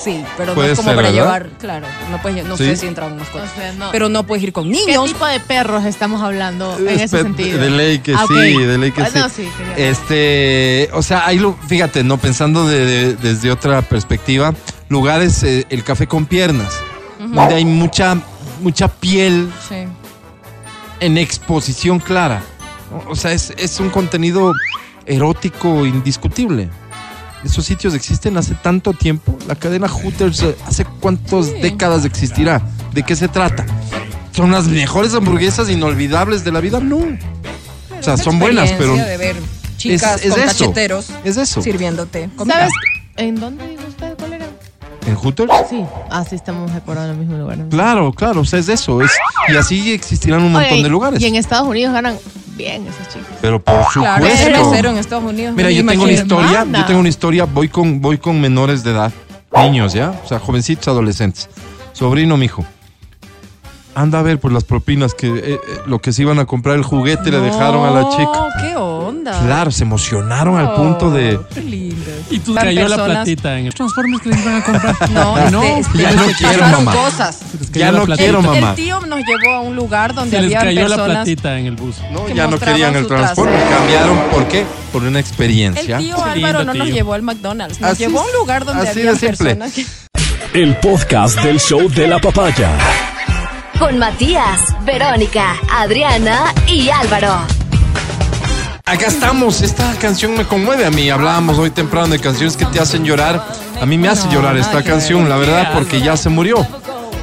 Speaker 4: Sí, pero no
Speaker 2: Puede
Speaker 4: es como
Speaker 2: ser,
Speaker 4: para
Speaker 2: ¿verdad?
Speaker 4: llevar, claro, no puedes, lle- no
Speaker 2: Sí.
Speaker 4: sé si entran unas cosas.
Speaker 5: O sea, no.
Speaker 4: Pero no puedes ir con
Speaker 5: ¿Qué
Speaker 4: niños.
Speaker 5: tipo de perros estamos hablando en
Speaker 2: Es
Speaker 5: ese
Speaker 2: pet-
Speaker 5: sentido?
Speaker 2: De ley que
Speaker 5: Ah, ok.
Speaker 2: sí, de ley que
Speaker 5: Ah,
Speaker 2: sí.
Speaker 5: no, sí, quería-
Speaker 2: Este, o sea, ahí lo, fíjate, no pensando de- de- desde otra perspectiva, lugares, eh, el café con piernas, donde hay mucha, mucha piel
Speaker 4: Sí.
Speaker 2: en exposición clara. ¿no? O sea, es, es un contenido erótico indiscutible. Esos sitios existen hace tanto tiempo. La cadena Hooters, eh, ¿hace cuántas décadas existirá? ¿De qué se trata? ¿Son las mejores hamburguesas inolvidables de la vida? No. O sea, son buenas, pero
Speaker 4: Experiencia de ver. chicas
Speaker 2: Es- es
Speaker 4: con
Speaker 2: eso.
Speaker 4: cacheteros
Speaker 2: Es eso.
Speaker 4: sirviéndote. comida.
Speaker 5: ¿Sabes? ¿En dónde dijo usted? ¿Cuál era?
Speaker 2: ¿En Hooters?
Speaker 5: Sí. Ah, sí, estamos acordados en el mismo lugar.
Speaker 2: Claro, claro, o sea, es de eso. Es, y así existirán un montón
Speaker 5: Oye,
Speaker 2: de lugares.
Speaker 5: Y en Estados Unidos ganan bien esas chicas.
Speaker 2: Pero por
Speaker 4: Claro, es
Speaker 2: supuesto.
Speaker 4: cero en Estados Unidos.
Speaker 2: Mira,
Speaker 4: me
Speaker 2: yo tengo una
Speaker 4: imagino.
Speaker 2: historia,
Speaker 5: Manda.
Speaker 2: yo tengo una historia, voy con, voy con menores de edad, niños, ¿ya? O sea, jovencitos, adolescentes. Sobrino, mijo. Anda a ver por las propinas que eh, eh, lo que se iban a comprar el juguete le dejaron a la chica.
Speaker 4: No, Oh, qué onda.
Speaker 2: Claro, se emocionaron al punto de
Speaker 4: Oh, Qué lindo.
Speaker 3: Y tú
Speaker 4: Tan
Speaker 3: cayó la
Speaker 4: personas-
Speaker 3: platita en el Transformers que les iban a comprar.
Speaker 4: No,
Speaker 3: no.
Speaker 4: este- este-
Speaker 2: Ya no
Speaker 4: se
Speaker 2: quiero,
Speaker 4: pasaron
Speaker 2: mamá.
Speaker 4: cosas.
Speaker 3: les cayó
Speaker 2: ya
Speaker 3: la
Speaker 2: no
Speaker 3: platita.
Speaker 2: quiero
Speaker 4: el, el
Speaker 2: mamá.
Speaker 4: tío nos llevó a un lugar donde
Speaker 3: Se les
Speaker 4: había
Speaker 3: cayó la
Speaker 4: personas.
Speaker 3: platita en el bus.
Speaker 2: No,
Speaker 4: que
Speaker 2: ya no
Speaker 4: mostraban
Speaker 2: querían el
Speaker 4: su
Speaker 2: transporte,
Speaker 4: trasero.
Speaker 2: cambiaron ¿por qué? Por una
Speaker 4: El
Speaker 2: experiencia.
Speaker 4: tío
Speaker 3: ah, Qué
Speaker 4: Álvaro
Speaker 3: lindo
Speaker 4: no nos
Speaker 3: tío.
Speaker 4: llevó al McDonald's, nos
Speaker 2: Así
Speaker 4: llevó a un
Speaker 2: es-
Speaker 4: lugar donde
Speaker 2: así
Speaker 4: había
Speaker 2: de simple.
Speaker 4: personas que
Speaker 1: El podcast del show de la papaya.
Speaker 10: Con Matías, Verónica, Adriana y Álvaro.
Speaker 2: Acá estamos, esta canción me conmueve a mí. Hablábamos hoy temprano de canciones que te hacen llorar. A mí me hace llorar esta canción, la verdad, porque ya se murió.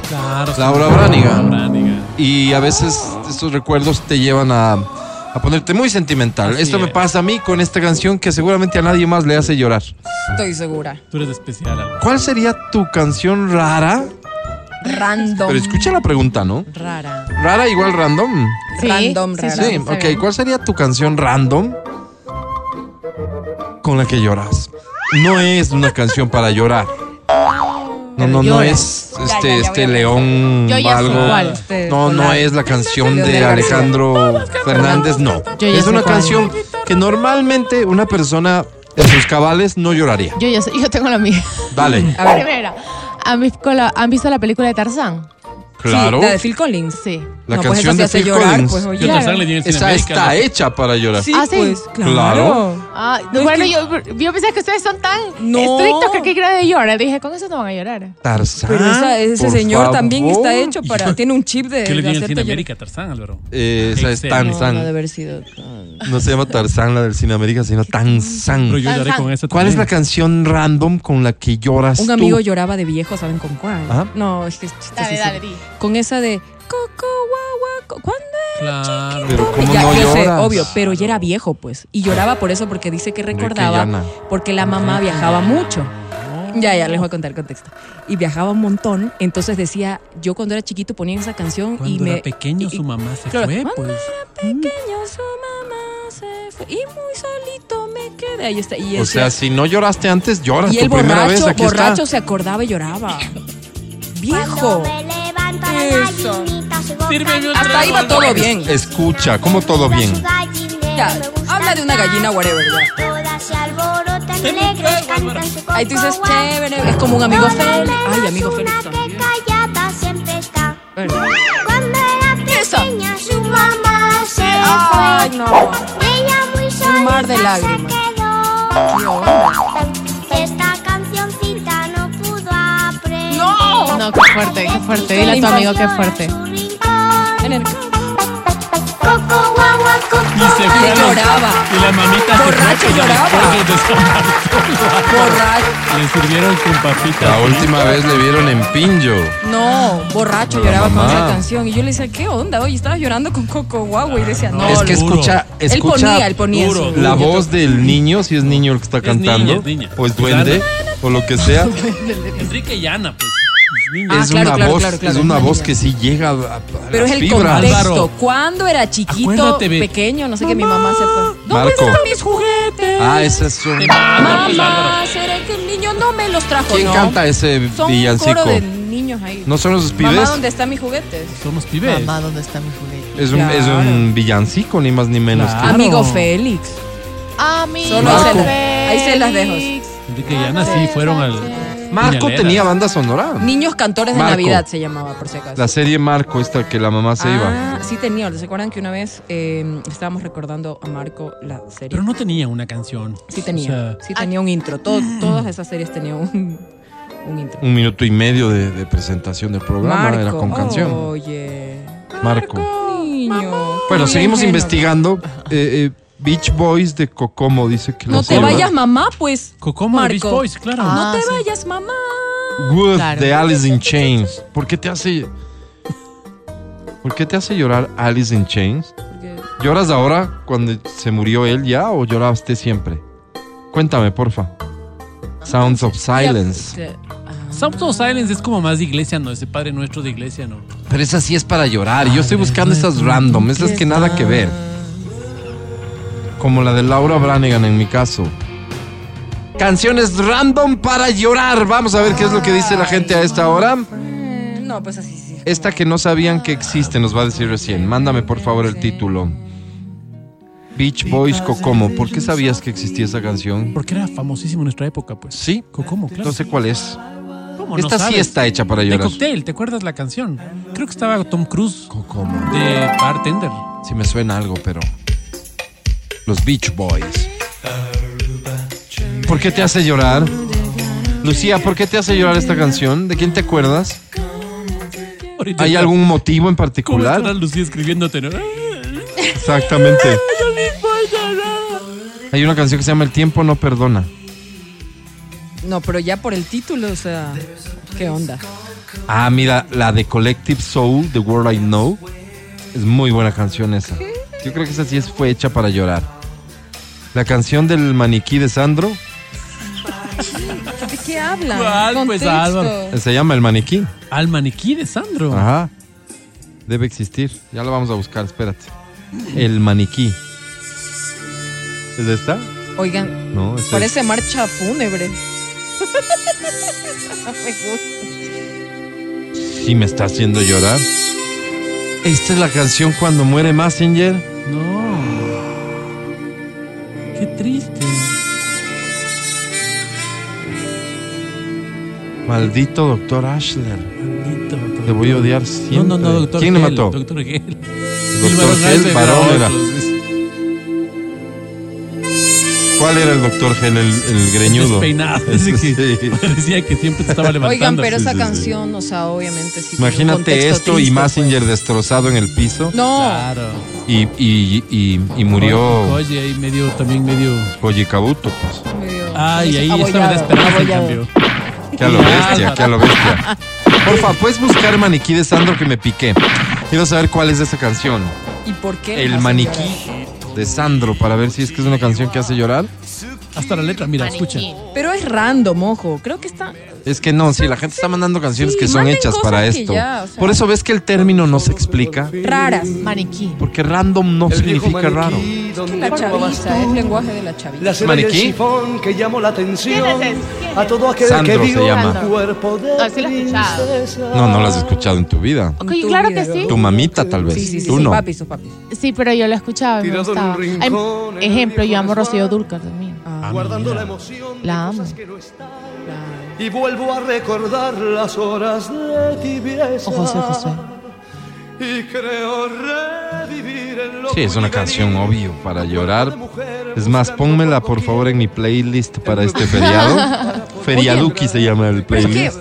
Speaker 3: Claro.
Speaker 2: Laura Branigan.
Speaker 3: Branigan.
Speaker 2: Y a veces estos recuerdos te llevan a, a ponerte muy sentimental.
Speaker 3: Así
Speaker 2: Esto me
Speaker 3: es.
Speaker 2: pasa a mí con esta canción que seguramente a nadie más le hace llorar.
Speaker 4: estoy segura.
Speaker 3: Tú eres especial, Álvaro.
Speaker 2: ¿Cuál sería tu canción rara?
Speaker 4: Random.
Speaker 2: Pero escucha la pregunta, ¿no?
Speaker 4: Rara.
Speaker 2: Rara igual random.
Speaker 5: Sí,
Speaker 4: Random,
Speaker 5: sí,
Speaker 4: rara.
Speaker 2: Sí,
Speaker 5: está
Speaker 2: ok.
Speaker 5: bien.
Speaker 2: ¿Cuál sería tu canción random con la que lloras? No es una canción para llorar. No, no, no es este,
Speaker 4: ya, ya
Speaker 2: este
Speaker 4: voy a-
Speaker 2: León
Speaker 5: Yo ya sé
Speaker 2: algo.
Speaker 5: cuál.
Speaker 2: No, no
Speaker 4: Polar.
Speaker 2: es la canción
Speaker 4: León
Speaker 2: de
Speaker 4: García.
Speaker 2: Alejandro Fernández, no.
Speaker 5: Yo ya
Speaker 2: Es
Speaker 5: sé
Speaker 2: una
Speaker 5: cuál.
Speaker 2: canción que normalmente una persona en sus cabales no lloraría.
Speaker 5: Yo ya sé, yo tengo la mía.
Speaker 2: Dale,
Speaker 4: A ver,
Speaker 5: Primera. ¿Han visto, la, han visto la película de Tarzán?
Speaker 2: claro.
Speaker 4: Sí, la de Phil Collins.
Speaker 5: Sí.
Speaker 2: La
Speaker 4: no,
Speaker 2: canción
Speaker 4: pues
Speaker 2: de
Speaker 4: esa sí hace
Speaker 2: Phil
Speaker 4: llorar,
Speaker 2: Collins.
Speaker 4: pues
Speaker 3: Yo
Speaker 4: oye.
Speaker 3: Tarzán le di en
Speaker 2: Esa
Speaker 3: Cineamérica,
Speaker 2: está
Speaker 3: ¿no?
Speaker 4: eh.
Speaker 2: hecha para llorar.
Speaker 4: Sí,
Speaker 5: Ah, sí.
Speaker 4: pues, claro.
Speaker 2: Claro.
Speaker 5: Ah,
Speaker 4: No, es
Speaker 5: bueno,
Speaker 4: que-
Speaker 5: yo, yo pensé que ustedes son tan
Speaker 4: No.
Speaker 5: estrictos que qué grado de llorar. Dije, con eso no van a llorar.
Speaker 2: Tarzán.
Speaker 4: Pero esa- ese
Speaker 2: por
Speaker 4: señor también
Speaker 2: favor.
Speaker 4: está hecho para. Tiene un chip de.
Speaker 3: Yo le di
Speaker 4: de
Speaker 3: en
Speaker 4: hacerte llorar.
Speaker 3: Cineamérica, Tarzán, Álvaro.
Speaker 2: Eh, esa es
Speaker 3: Excelente.
Speaker 2: Tarzán. No,
Speaker 4: haber sido. tan-
Speaker 2: se llama Tarzán la del Cine América, sino
Speaker 3: Pero
Speaker 2: Tarzán.
Speaker 3: yo lloré
Speaker 5: Tarzán.
Speaker 3: con eso
Speaker 2: ¿Cuál es la
Speaker 3: también.
Speaker 2: canción random con la que lloras
Speaker 4: Un
Speaker 2: tú?
Speaker 4: amigo lloraba de viejo, ¿saben con cuál?
Speaker 2: Ajá.
Speaker 4: No, es que. es
Speaker 5: Dale,
Speaker 4: chistosísimo.
Speaker 5: dale, di.
Speaker 4: Con esa de. Coco, guagua, co- ¿cuándo
Speaker 3: Claro.
Speaker 2: Pero ¿cómo
Speaker 4: ya,
Speaker 2: no
Speaker 4: yo sé,
Speaker 2: lloras?
Speaker 4: obvio, pero ya era viejo, pues. Y lloraba por eso, porque dice que
Speaker 2: Enrique
Speaker 4: recordaba,
Speaker 2: Llana.
Speaker 4: porque la mamá viajaba mucho. Ya, ya, les voy a contar el contexto. Y viajaba un montón, entonces decía, yo cuando era chiquito ponía esa canción
Speaker 3: Cuando
Speaker 4: y me...
Speaker 3: era pequeño
Speaker 4: y-
Speaker 3: su mamá se
Speaker 4: claro,
Speaker 3: fue,
Speaker 4: cuando
Speaker 3: pues.
Speaker 4: Pequeño su mamá se fue y muy solito me quedé. Ahí está. Y él
Speaker 2: O sea,
Speaker 4: decía-
Speaker 2: si no lloraste antes, lloras
Speaker 4: y
Speaker 2: tu
Speaker 4: el
Speaker 2: primera vez.
Speaker 4: borracho,
Speaker 2: Aquí
Speaker 4: borracho
Speaker 2: está.
Speaker 4: se acordaba y lloraba. Viejo. Eso. Hasta ahí va todo bien.
Speaker 2: Escucha, como todo bien.
Speaker 4: Ya, habla de una gallina, whatever. ya. Ahí tú dices, chévere, es como un amigo feliz. Ay, amigo feliz también. Bueno. Esa. Ay, no. Un mar de lágrimas.
Speaker 5: No, qué fuerte, qué fuerte. Dile a tu amigo qué fuerte.
Speaker 4: En el-
Speaker 3: Y se
Speaker 4: Y
Speaker 3: fue a los-
Speaker 4: Este lloraba.
Speaker 3: Y la mamita se
Speaker 4: Borracho
Speaker 3: fue con los
Speaker 4: lloraba.
Speaker 3: polvos de sopa.
Speaker 4: Borracho.
Speaker 3: Le sirvieron con
Speaker 2: La
Speaker 3: papitas.
Speaker 2: última vez le vieron en Pinjo.
Speaker 4: No, borracho lloraba con
Speaker 2: mamá.
Speaker 4: esa canción. Y yo le decía, ¿qué onda? Oye, estabas llorando con Coco Guau. Y decía, no.
Speaker 2: es que
Speaker 4: lo-
Speaker 3: duro.
Speaker 2: escucha,
Speaker 4: él
Speaker 2: escucha
Speaker 4: ponía, él ponía
Speaker 3: Duro,
Speaker 4: eso.
Speaker 2: la voz del niño, si es niño el que está
Speaker 3: Es niña,
Speaker 2: cantando,
Speaker 3: es niña.
Speaker 2: o es duende, o lo que sea.
Speaker 3: Enrique y Ana, pues. Niña.
Speaker 4: Ah,
Speaker 2: es
Speaker 4: claro,
Speaker 2: una
Speaker 4: claro,
Speaker 2: voz,
Speaker 4: claro,
Speaker 2: es
Speaker 4: claro,
Speaker 2: una
Speaker 4: es una
Speaker 2: voz
Speaker 4: niña.
Speaker 2: que sí llega a, a
Speaker 4: Pero
Speaker 2: las
Speaker 4: es el
Speaker 2: fibras.
Speaker 4: contexto.
Speaker 3: Álvaro.
Speaker 4: Cuando era chiquito,
Speaker 3: Acuérdate, ve.
Speaker 4: pequeño, no sé qué, mi mamá se fue. ¿Dónde
Speaker 2: Marco.
Speaker 4: están mis juguetes?
Speaker 2: Ah, esa es un-
Speaker 3: Te mata, pues, Álvaro.
Speaker 4: Mamá, será que el niño no me los trajo,
Speaker 2: ¿Quién
Speaker 4: no?
Speaker 2: canta ese
Speaker 4: Son un
Speaker 2: villancico?
Speaker 4: coro de niños ahí.
Speaker 2: ¿No son los
Speaker 4: Mamá,
Speaker 2: pibes?
Speaker 4: ¿dónde están mis juguetes?
Speaker 3: Somos pibes.
Speaker 5: Mamá, ¿dónde está mi juguete?
Speaker 2: Es un, es un villancico, ni más ni menos.
Speaker 3: Claro.
Speaker 4: Amigo Félix.
Speaker 5: Amigo
Speaker 4: Solo
Speaker 2: ahí se
Speaker 5: Félix.
Speaker 4: la- ahí se las dejo.
Speaker 3: Enrique y Ana sí fueron al.
Speaker 2: que- Marco
Speaker 3: Puñaleras.
Speaker 2: tenía banda sonora.
Speaker 4: Niños cantores
Speaker 2: Marco.
Speaker 4: de Navidad se llamaba, por si acaso.
Speaker 2: La serie Marco, esta que la mamá se iba.
Speaker 4: Ah, sí tenía. ¿Se acuerdan que una vez eh, estábamos recordando a Marco la serie?
Speaker 3: Pero no tenía una canción.
Speaker 4: Sí tenía.
Speaker 3: O sea,
Speaker 4: sí tenía un intro. Todo- todas esas series tenían un, un intro.
Speaker 2: Un minuto y medio de, de presentación del programa era con canción.
Speaker 4: Oh. Oye.
Speaker 2: Marco.
Speaker 4: Oh, Niño.
Speaker 2: Bueno,
Speaker 4: Qué
Speaker 2: seguimos
Speaker 4: ingenuo.
Speaker 2: investigando. Eh, eh, Beach Boys de Cocomo dice que
Speaker 4: No
Speaker 2: la
Speaker 4: te
Speaker 2: serie-
Speaker 4: vayas, mamá, pues.
Speaker 3: Cocomo de Beach
Speaker 4: Marco.
Speaker 3: Boys, claro.
Speaker 5: Ah,
Speaker 4: no te
Speaker 5: sí.
Speaker 4: vayas, mamá.
Speaker 2: Wood
Speaker 5: Claro.
Speaker 2: de Alice in Chains. ¿Por qué te hace.? ¿Por qué te hace llorar Alice in Chains?
Speaker 4: Porque
Speaker 2: ¿Lloras ahora cuando se murió él ya o lloraste siempre? Cuéntame, porfa. Sounds of Silence.
Speaker 3: Sounds of Silence es como más de iglesia, ¿no? Ese Padre Nuestro de iglesia, ¿no?
Speaker 2: Pero esa sí es para llorar. Yo estoy buscando esas random, esas que nada que ver. Como la de Laura Branigan en mi caso. Canciones random para llorar. Vamos a ver qué es lo que dice la gente a esta hora.
Speaker 4: Eh, No, pues así sí.
Speaker 2: Esta que no sabían que existe, nos va a decir recién. Mándame por favor el título. Beach Boys Cocomo. ¿Por qué sabías que existía esa canción?
Speaker 3: Porque era famosísimo en nuestra época, pues.
Speaker 2: Sí.
Speaker 3: Cocomo, claro.
Speaker 2: No sé cuál es.
Speaker 3: ¿Cómo no
Speaker 2: Esta sí
Speaker 3: sabes?
Speaker 2: está hecha para
Speaker 3: De
Speaker 2: llorar.
Speaker 3: Cocktail, ¿te acuerdas la canción? Creo que estaba Tom Cruise
Speaker 2: Cocomo.
Speaker 3: de Bartender.
Speaker 2: Sí me suena algo, pero. Los Beach Boys. ¿Por qué te hace llorar? Lucía, ¿por qué te hace llorar esta canción? ¿De quién te acuerdas?
Speaker 3: Ahorita
Speaker 2: ¿Hay
Speaker 3: está-
Speaker 2: algún motivo en
Speaker 3: ¿Cómo estará
Speaker 2: particular?
Speaker 3: Lucía escribiéndote? no?
Speaker 2: Exactamente. Hay una canción que se llama El tiempo no perdona.
Speaker 4: No, pero ya por el título, o sea, ¿qué onda?
Speaker 2: Ah, mira, la de Collective Soul, The World I Know. Es muy buena canción esa. Yo creo que esa sí es- fue hecha para llorar. La canción del maniquí de Sandro
Speaker 4: ¿De qué hablan?
Speaker 3: ¿Cuál, pues,
Speaker 4: Contexto.
Speaker 3: Álvaro?
Speaker 2: eh, se llama El Maniquí.
Speaker 3: Al maniquí de Sandro.
Speaker 2: Ajá. Debe existir. Ya la vamos a buscar, espérate. El maniquí. ¿Es esta?
Speaker 4: Oigan,
Speaker 2: No, esta es-
Speaker 4: parece marcha fúnebre. No me gusta.
Speaker 2: Sí me está haciendo llorar. Esta es la canción cuando muere Massinger.
Speaker 3: No. Qué triste.
Speaker 2: Maldito doctor Ashler.
Speaker 3: Maldito. doctor.
Speaker 2: Te voy a odiar siempre.
Speaker 3: No, no, no, doctor.
Speaker 2: ¿Quién le
Speaker 3: Gel,
Speaker 2: mató?
Speaker 3: Doctor Gel.
Speaker 2: Doctor Gel Barónera. ¿Cuál era el doctor Gel, el, el greñudo?
Speaker 3: Despeinado.
Speaker 2: Ese
Speaker 3: ese que
Speaker 2: sí.
Speaker 3: Parecía que siempre te estaba levantando.
Speaker 4: Oigan, pero
Speaker 2: sí,
Speaker 4: esa
Speaker 2: sí, sí.
Speaker 4: canción, o sea, obviamente sí. tiene un
Speaker 2: Imagínate
Speaker 4: contexto
Speaker 2: esto y
Speaker 4: triste,
Speaker 2: Massinger destrozado en el piso
Speaker 4: pues. No,
Speaker 3: Claro.
Speaker 2: y, y, y, y murió
Speaker 3: Oye, ahí medio, también medio.
Speaker 2: Coyicabuto, pues.
Speaker 4: medio-
Speaker 3: Ay, ahí
Speaker 4: abollado,
Speaker 3: estaba la esperanza en
Speaker 4: abollado.
Speaker 3: cambio.
Speaker 2: Que a lo bestia, que a lo bestia. Porfa, ¿puedes buscar Maniquí de Sandro que me piqué? Quiero saber cuál es esa canción.
Speaker 4: ¿Y por qué? les
Speaker 2: El
Speaker 4: hacen
Speaker 2: Maniquí de Sandro, para ver si es que es una canción que hace llorar.
Speaker 3: Hasta la letra, mira, escucha.
Speaker 4: llorar? Pero es random, ojo. Creo que está.
Speaker 2: Es que no, sí, la gente está mandando canciones
Speaker 4: Sí,
Speaker 2: que son
Speaker 4: manden
Speaker 2: hechas
Speaker 4: cosas
Speaker 2: para
Speaker 4: que
Speaker 2: esto.
Speaker 4: ya, o sea.
Speaker 2: Por eso ves que el término no se explica,
Speaker 4: Raras.
Speaker 5: Maniquí.
Speaker 2: porque random no significa raro.
Speaker 4: La chavista, el lenguaje de la chavista.
Speaker 11: La serie del
Speaker 2: Maniquí.
Speaker 11: sifón que llamó la atención
Speaker 5: ¿Quién es ese? ¿Quién
Speaker 11: a todo aquel
Speaker 2: Sandro
Speaker 11: que
Speaker 2: se
Speaker 11: vio
Speaker 2: llama.
Speaker 11: un cuerpo de
Speaker 5: Ah, sí lo he escuchado.
Speaker 11: princesa.
Speaker 2: No, no lo has escuchado en tu vida.
Speaker 5: Ok,
Speaker 4: Tu
Speaker 5: claro
Speaker 4: vida,
Speaker 5: que sí.
Speaker 2: Tu mamita tal vez,
Speaker 4: Sí, sí, sí,
Speaker 2: tú
Speaker 4: sus
Speaker 2: no.
Speaker 4: papis, sus papis.
Speaker 5: Sí, pero yo la escuchaba. Me
Speaker 11: Tirado en
Speaker 5: gustaba.
Speaker 11: un rincón,
Speaker 5: Ay,
Speaker 11: en
Speaker 5: ejemplo,
Speaker 11: el
Speaker 5: yo amo a
Speaker 11: viejo
Speaker 5: Rocío
Speaker 11: desván.
Speaker 5: Dúrcal también.
Speaker 4: Ah,
Speaker 2: Ah,
Speaker 11: Guardando la emoción de
Speaker 5: La amo.
Speaker 11: cosas que no están. Y vuelvo a recordar las horas de tibieza.
Speaker 5: O Oh, José José.
Speaker 11: Y creo revivir en lo
Speaker 2: Sí, es una
Speaker 11: porvenir.
Speaker 2: canción obvio para llorar.
Speaker 11: De mujer
Speaker 2: Es más,
Speaker 11: buscando
Speaker 2: pónmela
Speaker 11: por
Speaker 2: por favor en mi playlist para este feriado. Feriaduki se llama el
Speaker 4: Pero es que
Speaker 2: playlist.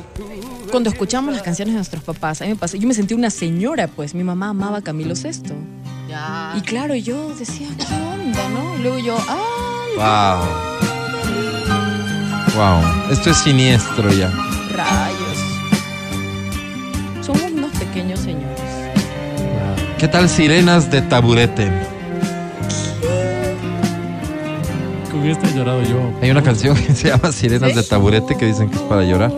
Speaker 4: cuando escuchamos las canciones de nuestros papás, a mí me pasó, yo me sentí una señora, pues mi mamá amaba a Camilo Sesto. Y claro, yo decía, ¿qué onda, no? Y luego yo, ¡ay!
Speaker 2: Wow. Wow. Esto es siniestro ya.
Speaker 4: Rayos. Somos unos pequeños señores.
Speaker 2: ¿Qué tal Sirenas de Taburete?
Speaker 3: Con esta he llorado yo.
Speaker 2: Hay una canción que se llama Sirenas de Taburete que dicen que es para llorar.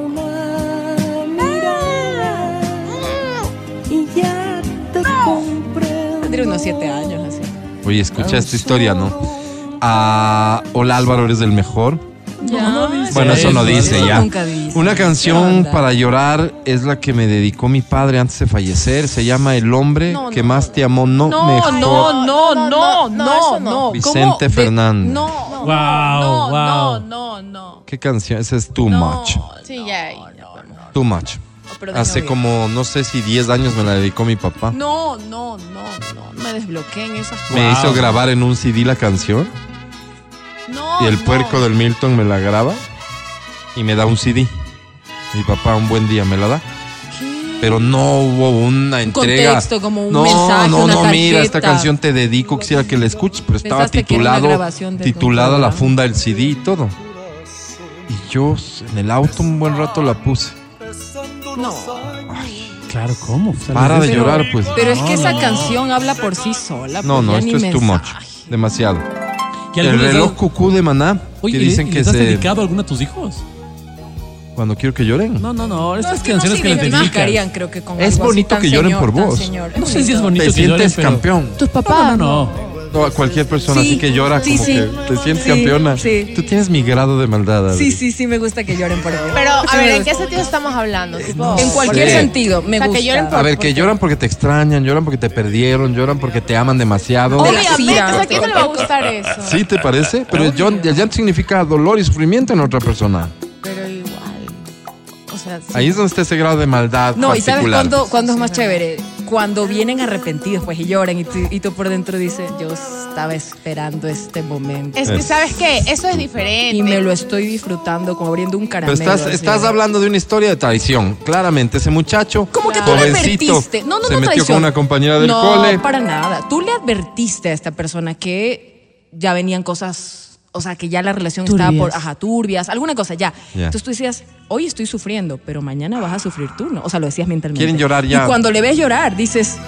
Speaker 4: Tendría unos siete años así.
Speaker 2: Oye, escucha esta historia, ¿no? Ah, hola Álvaro, eres el mejor. Bueno, eso no dice
Speaker 4: Eso
Speaker 2: ya.
Speaker 4: nunca dice.
Speaker 2: Una
Speaker 4: ¿Qué
Speaker 2: canción
Speaker 4: onda?
Speaker 2: para llorar es la que me dedicó mi padre antes de fallecer. Se llama El hombre
Speaker 4: No, no,
Speaker 2: que más te amó, no,
Speaker 4: No,
Speaker 2: mejor.
Speaker 4: no, no, no, no, no, no.
Speaker 2: Vicente
Speaker 4: ¿Cómo? De-
Speaker 2: Fernández.
Speaker 4: No,
Speaker 3: Wow,
Speaker 4: no, no,
Speaker 3: wow.
Speaker 4: no, no.
Speaker 2: ¿Qué canción? Esa es Too Much.
Speaker 5: Sí, ya. ya.
Speaker 2: Too Much.
Speaker 4: Pero de
Speaker 2: Hace
Speaker 4: novio.
Speaker 2: como, no sé si 10 años me la dedicó mi papá.
Speaker 4: No, no, no, no. Me desbloqueen esas cosas.
Speaker 2: Me
Speaker 3: Wow.
Speaker 2: hizo grabar en un CD la canción
Speaker 4: No,
Speaker 2: y el
Speaker 4: no.
Speaker 2: puerco del Milton me la graba y me da un CD. Mi papá un buen día me la da,
Speaker 4: ¿Qué?
Speaker 2: pero no hubo una
Speaker 4: Un
Speaker 2: entrega.
Speaker 4: contexto, como un
Speaker 2: no,
Speaker 4: mensaje,
Speaker 2: no,
Speaker 4: una
Speaker 2: no, mira, esta
Speaker 4: tarjeta.
Speaker 2: canción te dedico, quisiera que la escuches, pero estaba
Speaker 4: Pensaste que era una
Speaker 2: titulado,
Speaker 4: grabación de
Speaker 2: titulada
Speaker 4: Don
Speaker 2: La
Speaker 4: Juan.
Speaker 2: Funda del CD y todo. Y yo en el auto un buen rato la puse.
Speaker 11: Besando los años.
Speaker 3: Claro, ¿cómo? O sea,
Speaker 2: Para
Speaker 3: les
Speaker 2: de
Speaker 3: digo-
Speaker 2: llorar, pues.
Speaker 4: Pero es
Speaker 3: No,
Speaker 4: que esa
Speaker 3: no, no.
Speaker 4: canción habla por sí sola.
Speaker 2: No,
Speaker 4: pues,
Speaker 2: no,
Speaker 4: ya
Speaker 2: esto
Speaker 4: ni
Speaker 2: es too much.
Speaker 4: mensaje.
Speaker 2: Demasiado.
Speaker 3: ¿Que
Speaker 2: El
Speaker 3: alguna vez-
Speaker 2: reloj cucú de maná,
Speaker 3: Oye,
Speaker 2: que dicen
Speaker 3: ¿y
Speaker 2: que
Speaker 3: les has
Speaker 2: se...
Speaker 3: dedicado alguna a tus hijos?
Speaker 2: Cuando quiero que lloren.
Speaker 3: No, no, no. Estas
Speaker 4: es que
Speaker 3: canciones
Speaker 4: no
Speaker 3: que les dedicas.
Speaker 4: identificarían, creo que con
Speaker 2: Es
Speaker 4: algo así
Speaker 2: bonito
Speaker 4: tan
Speaker 2: que lloren
Speaker 4: señor,
Speaker 2: por
Speaker 4: tan
Speaker 2: vos.
Speaker 4: señor.
Speaker 3: No sé si es bonito
Speaker 2: Te
Speaker 3: que lloren,
Speaker 2: sientes
Speaker 3: pero-
Speaker 2: campeón.
Speaker 5: Tus papás.
Speaker 3: No, no, no.
Speaker 2: No, a cualquier persona
Speaker 4: Sí,
Speaker 2: así que llora
Speaker 4: sí,
Speaker 2: como
Speaker 4: sí.
Speaker 2: que te sientes
Speaker 4: Sí,
Speaker 2: campeona.
Speaker 4: sí.
Speaker 2: Tú tienes mi grado de maldad. Adri.
Speaker 4: Sí, sí, sí, me gusta que lloren por vos.
Speaker 5: Pero,
Speaker 4: Sí
Speaker 5: a
Speaker 4: me
Speaker 5: ver, ¿en
Speaker 4: gusta.
Speaker 5: qué sentido estamos hablando? Tipo,
Speaker 4: En cualquier
Speaker 2: Sí.
Speaker 4: sentido, me
Speaker 5: O sea, que
Speaker 4: gusta.
Speaker 5: lloren por-
Speaker 2: A ver, que lloran porque te extrañan, lloran porque te perdieron, lloran porque te aman demasiado.
Speaker 4: De la
Speaker 5: Obviamente,
Speaker 4: sida.
Speaker 5: o sea, ¿a quién no le va a gustar eso?
Speaker 2: ¿Sí te parece? Pero el llan- el llanto significa dolor y sufrimiento en otra persona.
Speaker 5: Pero igual. O sea, sí.
Speaker 2: Ahí es donde está ese grado de maldad
Speaker 4: No, ¿y sabes
Speaker 2: particular.
Speaker 4: cuándo, cuándo es más chévere? Cuando vienen arrepentidos, pues, y lloran, y tú, y tú por dentro dices, yo estaba esperando este momento.
Speaker 5: Es que,
Speaker 2: Es-
Speaker 5: ¿sabes qué? Eso es diferente.
Speaker 4: y me lo estoy disfrutando, como abriendo un
Speaker 2: Pero
Speaker 4: caramelo.
Speaker 2: estás,
Speaker 4: así.
Speaker 2: estás hablando de una historia de traición, claramente. Ese muchacho
Speaker 4: Como que tú le
Speaker 2: jovencito
Speaker 4: advertiste. No, no,
Speaker 2: se
Speaker 4: no,
Speaker 2: metió
Speaker 4: traición.
Speaker 2: con una compañera del
Speaker 4: no,
Speaker 2: cole.
Speaker 4: para nada. Tú le advertiste a esta persona que ya venían cosas, o sea, que ya la relación estaba por,
Speaker 5: Turbias.
Speaker 4: ajá, turbias, alguna cosa ya.
Speaker 2: Ya.
Speaker 4: Entonces tú decías, hoy estoy sufriendo, pero mañana vas a sufrir tú, ¿no? O sea, lo decías mentalmente.
Speaker 2: Quieren llorar ya.
Speaker 4: Y cuando le ves llorar, dices,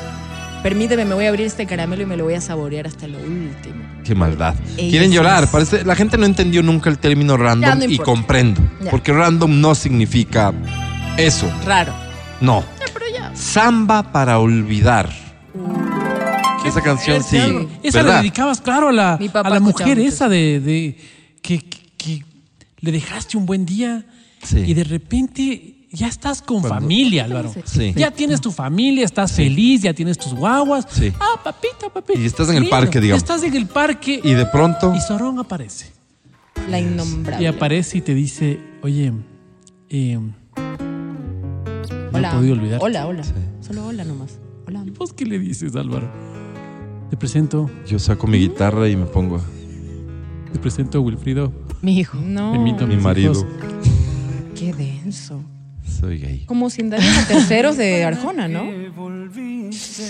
Speaker 4: permíteme, me voy a abrir este caramelo y me lo voy a saborear hasta lo último.
Speaker 2: Qué maldad.
Speaker 4: Ellos
Speaker 2: Quieren llorar.
Speaker 4: es-
Speaker 2: Parece, la gente no entendió nunca el término random
Speaker 4: no
Speaker 2: y
Speaker 4: importa.
Speaker 2: comprendo.
Speaker 4: Ya.
Speaker 2: Porque random no significa eso.
Speaker 4: Raro.
Speaker 2: No. Samba para olvidar. Esa canción sí.
Speaker 3: Esa le
Speaker 2: ¿verdad?
Speaker 3: dedicabas, claro, a la,
Speaker 4: Mi papá
Speaker 3: a la mujer
Speaker 4: escuchaba
Speaker 3: esa de, de- que, que- que le dejaste un buen día
Speaker 2: Sí.
Speaker 3: y de repente ya estás con
Speaker 2: Cuando-
Speaker 3: familia, Álvaro.
Speaker 2: Sí.
Speaker 3: Ya tienes tu familia, estás feliz, ya tienes tus guaguas.
Speaker 2: Sí.
Speaker 3: Ah, papito, papito.
Speaker 2: Y estás en el
Speaker 3: Lindo.
Speaker 2: parque, digamos.
Speaker 3: Estás en el parque
Speaker 2: Y de pronto.
Speaker 3: y Sorón aparece.
Speaker 4: La
Speaker 3: Y
Speaker 4: innombrable.
Speaker 3: aparece y te dice, oye, eh, no he
Speaker 4: hola.
Speaker 3: podido olvidar.
Speaker 4: Hola, hola. Solo hola nomás. Hola.
Speaker 3: ¿Y vos qué le dices, Álvaro? Te presento,
Speaker 2: Yo saco mi guitarra y me pongo.
Speaker 3: te presento a Wilfrido,
Speaker 4: Mi hijo. No.
Speaker 3: te invito a
Speaker 2: Mi
Speaker 3: mis
Speaker 2: marido.
Speaker 3: hijos.
Speaker 4: Qué denso.
Speaker 2: Soy gay.
Speaker 4: Como sin dar a terceros de Arjona, ¿no?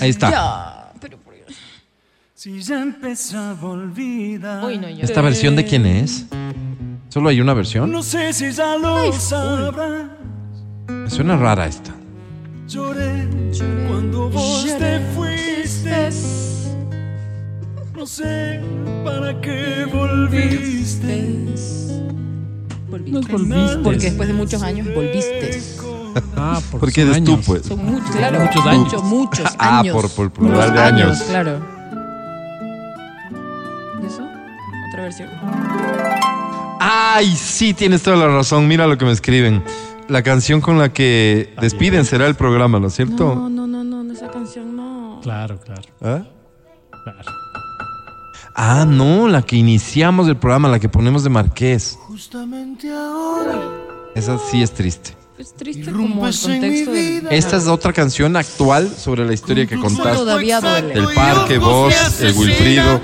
Speaker 2: Ahí está.
Speaker 4: Ya, pero por-
Speaker 8: Si ya empezaba a olvidar.
Speaker 5: Uy, no, yo.
Speaker 2: ¿Esta versión de quién es? ¿Solo hay una versión?
Speaker 8: No sé si ya lo sabrás.
Speaker 2: Me suena rara esta.
Speaker 8: Lloré, cuando vos te fuiste. No sé para qué volviste.
Speaker 3: Nos
Speaker 4: Volviste.
Speaker 3: volviste.
Speaker 4: Porque después de muchos años volviste.
Speaker 3: Ah,
Speaker 2: Porque
Speaker 3: son
Speaker 2: eres tú,
Speaker 3: años.
Speaker 2: pues.
Speaker 4: Son muchos, claro,
Speaker 3: Muchos
Speaker 4: Muchos,
Speaker 3: años.
Speaker 4: muchos
Speaker 2: Ah,
Speaker 4: años.
Speaker 2: por- por plural
Speaker 4: Muchos
Speaker 2: de años.
Speaker 4: Claro. ¿Y eso? ¿Otra versión?
Speaker 2: Ay, sí, tienes toda la razón. Mira lo que me escriben. La canción con la que despiden será el programa, ¿no es cierto?
Speaker 4: No, no, no, no, no, esa canción no.
Speaker 3: Claro, claro,
Speaker 2: ¿Ah?
Speaker 3: claro.
Speaker 2: Ah, no, la que iniciamos el programa, la que ponemos de Marqués.
Speaker 8: Justamente ahora.
Speaker 2: Esa sí es triste.
Speaker 4: Es triste como el
Speaker 8: Irrumpes en mi
Speaker 4: contexto de...
Speaker 8: vida.
Speaker 2: Esta es otra canción actual sobre la historia que
Speaker 7: Pues
Speaker 2: contaste.
Speaker 4: Todavía duele.
Speaker 2: El parque, vos, el Wilfrido.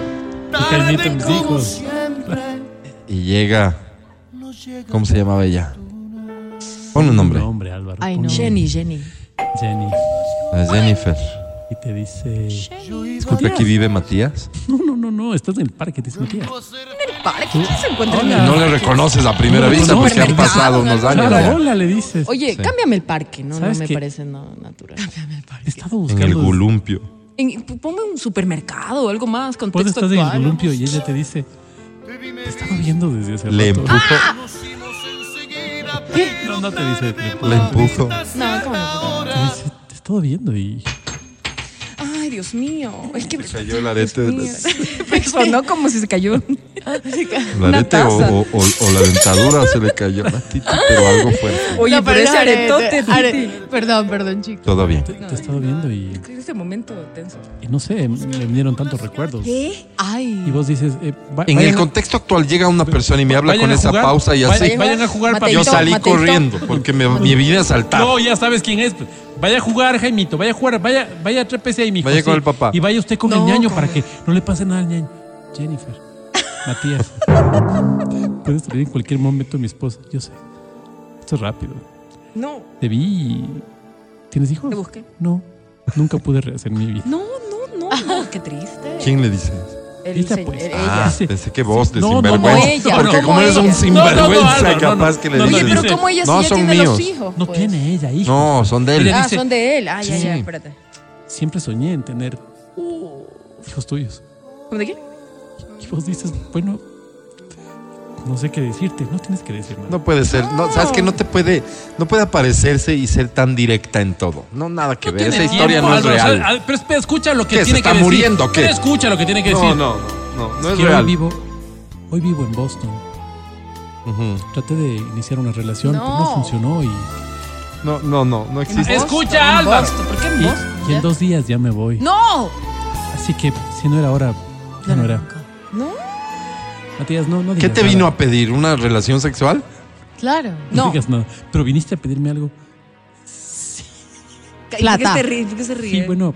Speaker 3: Y Carmita, mis hijos.
Speaker 2: Y llega. ¿Cómo se llamaba ella? Pon un nombre.
Speaker 3: Hombre, Álvaro.
Speaker 5: Ay,
Speaker 3: ponle
Speaker 5: no.
Speaker 4: Jenny, Jenny.
Speaker 3: Jenny.
Speaker 2: La Jennifer.
Speaker 3: Y te dice,
Speaker 2: Disculpe, aquí vive Matías.
Speaker 3: no, no, no, no, estás en el parque, te escuché.
Speaker 4: ¿Para qué se encuentra en
Speaker 3: Hola.
Speaker 4: el
Speaker 2: No le reconoces a primera
Speaker 3: No,
Speaker 2: vista
Speaker 3: no,
Speaker 2: porque han
Speaker 3: supermercado,
Speaker 2: pasado unos años.
Speaker 3: Claro,
Speaker 2: ya.
Speaker 3: hola, le dices.
Speaker 4: Oye,
Speaker 2: Sí.
Speaker 4: cámbiame el parque, no, no
Speaker 3: ¿Sabes
Speaker 4: me
Speaker 3: qué?
Speaker 4: parece no, natural. Cámbiame el
Speaker 3: He
Speaker 4: parque.
Speaker 3: estado
Speaker 2: En
Speaker 3: buscando.
Speaker 2: el golumpio.
Speaker 4: En- ponme un supermercado o algo más,
Speaker 3: Vos
Speaker 4: contexto
Speaker 3: estás en el
Speaker 4: actual.
Speaker 3: columpio y ella te dice, te he estado viendo desde hace
Speaker 2: Le
Speaker 3: rato.
Speaker 2: empujo.
Speaker 3: No, no te dice, te empujo.
Speaker 2: Le empujo.
Speaker 4: No, ¿cómo no?
Speaker 3: Te dice, te he estado viendo y...
Speaker 4: Ay, Dios mío. Es que
Speaker 2: Cayó el arete de la,
Speaker 4: me sonó como si se cayó un-
Speaker 2: el
Speaker 4: una
Speaker 2: arete o,
Speaker 4: taza.
Speaker 2: o- o- o la dentadura se le cayó a Matito, pero algo fuerte.
Speaker 4: Oye,
Speaker 5: No,
Speaker 4: pero
Speaker 5: no,
Speaker 4: ese
Speaker 5: are-
Speaker 4: aretote,
Speaker 5: are-
Speaker 4: Titi.
Speaker 5: Perdón, perdón, chicos.
Speaker 2: Todo bien.
Speaker 3: Te, te he estado viendo y,
Speaker 4: En ese momento tenso.
Speaker 3: y no sé, me vinieron tantos recuerdos.
Speaker 4: ¿Qué?
Speaker 3: Y
Speaker 4: Ay.
Speaker 3: vos dices, eh, va-
Speaker 2: En
Speaker 3: vayan
Speaker 2: el
Speaker 3: a-
Speaker 2: contexto actual llega una persona y me habla
Speaker 3: vayan
Speaker 2: con
Speaker 3: a
Speaker 2: esa
Speaker 3: jugar,
Speaker 2: pausa y así.
Speaker 3: Vayan, vayan a jugar,
Speaker 4: Mateo.
Speaker 2: Yo
Speaker 3: papito.
Speaker 2: salí
Speaker 4: Mateito.
Speaker 2: corriendo porque me, me vine a saltar.
Speaker 3: No, ya sabes quién es. Vaya a jugar, Jaimito. Vaya a jugar. Vaya, vaya trépese ahí, mijo.
Speaker 2: Vaya con el papá.
Speaker 3: Y vaya usted con
Speaker 4: No,
Speaker 3: el ñaño
Speaker 4: con-
Speaker 3: para que no le pase nada al ñaño. Jennifer. Matías. Puedes salir en cualquier momento mi esposa. Yo sé. Esto es rápido.
Speaker 4: No,
Speaker 3: Te vi y... ¿Tienes hijos?
Speaker 4: te busqué.
Speaker 3: No. Nunca pude rehacer mi vida.
Speaker 4: No, no, no, no. Qué triste.
Speaker 2: ¿Quién le dice eso?
Speaker 4: el
Speaker 3: Ella,
Speaker 4: se-
Speaker 3: pues.
Speaker 4: el-
Speaker 2: Ah,
Speaker 4: ella.
Speaker 2: pensé que vos de
Speaker 3: No, no,
Speaker 2: sinvergüenza.
Speaker 4: no, ella.
Speaker 2: Porque
Speaker 4: No,
Speaker 2: como
Speaker 4: no,
Speaker 2: eres
Speaker 4: ella.
Speaker 2: un
Speaker 4: No,
Speaker 2: sinvergüenza,
Speaker 3: no, no, no,
Speaker 2: capaz que le
Speaker 3: no, no,
Speaker 2: dices.
Speaker 4: Oye, pero ¿cómo ella si
Speaker 2: no,
Speaker 4: ella
Speaker 2: son
Speaker 4: tiene
Speaker 2: míos.
Speaker 4: los hijos?
Speaker 3: No
Speaker 4: pues?
Speaker 3: tiene ella, hijo.
Speaker 2: No, son de él.
Speaker 3: Mira,
Speaker 4: Ah,
Speaker 3: dice-
Speaker 4: son de él. Ah, ya,
Speaker 3: Sí.
Speaker 4: ya, espérate.
Speaker 3: Siempre soñé en tener
Speaker 4: Uh.
Speaker 3: hijos tuyos.
Speaker 4: ¿Cómo de qué?
Speaker 3: Y vos dices, bueno, no sé qué decirte. No tienes que decir nada.
Speaker 2: No puede ser. No, sabes que no te puede, no puede aparecerse y ser tan directa en todo. No, nada que ver. Esa historia no es
Speaker 3: Álvaro, o
Speaker 2: real.
Speaker 3: sea, a- pero espera, escucha lo que
Speaker 2: ¿Qué, se
Speaker 3: tiene
Speaker 2: está
Speaker 3: que decir.
Speaker 2: muriendo, qué?
Speaker 3: Pero escucha lo que tiene que
Speaker 2: No,
Speaker 3: decir.
Speaker 2: no, no, no, no es
Speaker 3: Que hoy
Speaker 2: real.
Speaker 3: vivo, hoy vivo en Boston.
Speaker 2: Ujú.
Speaker 3: Traté de iniciar una relación, pero no
Speaker 5: No.
Speaker 3: funcionó y,
Speaker 2: No, no, no, no existe.
Speaker 3: Es- Escucha,
Speaker 4: En
Speaker 3: Álvaro.
Speaker 4: Boston. ¿Por qué en
Speaker 3: y-
Speaker 4: Boston?
Speaker 3: y en dos días ya me voy.
Speaker 4: ¡No!
Speaker 3: Así que si no era ahora, ya no era.
Speaker 4: No.
Speaker 3: Matías, no, no digas
Speaker 2: ¿Qué te
Speaker 3: nada.
Speaker 2: vino a pedir? ¿Una relación sexual?
Speaker 5: Claro.
Speaker 3: No,
Speaker 4: No.
Speaker 3: digas nada. Pero viniste a pedirme algo.
Speaker 4: ¿Por qué
Speaker 5: Plata.
Speaker 4: se ríe? ¿Por qué se ríe?
Speaker 3: Sí, bueno,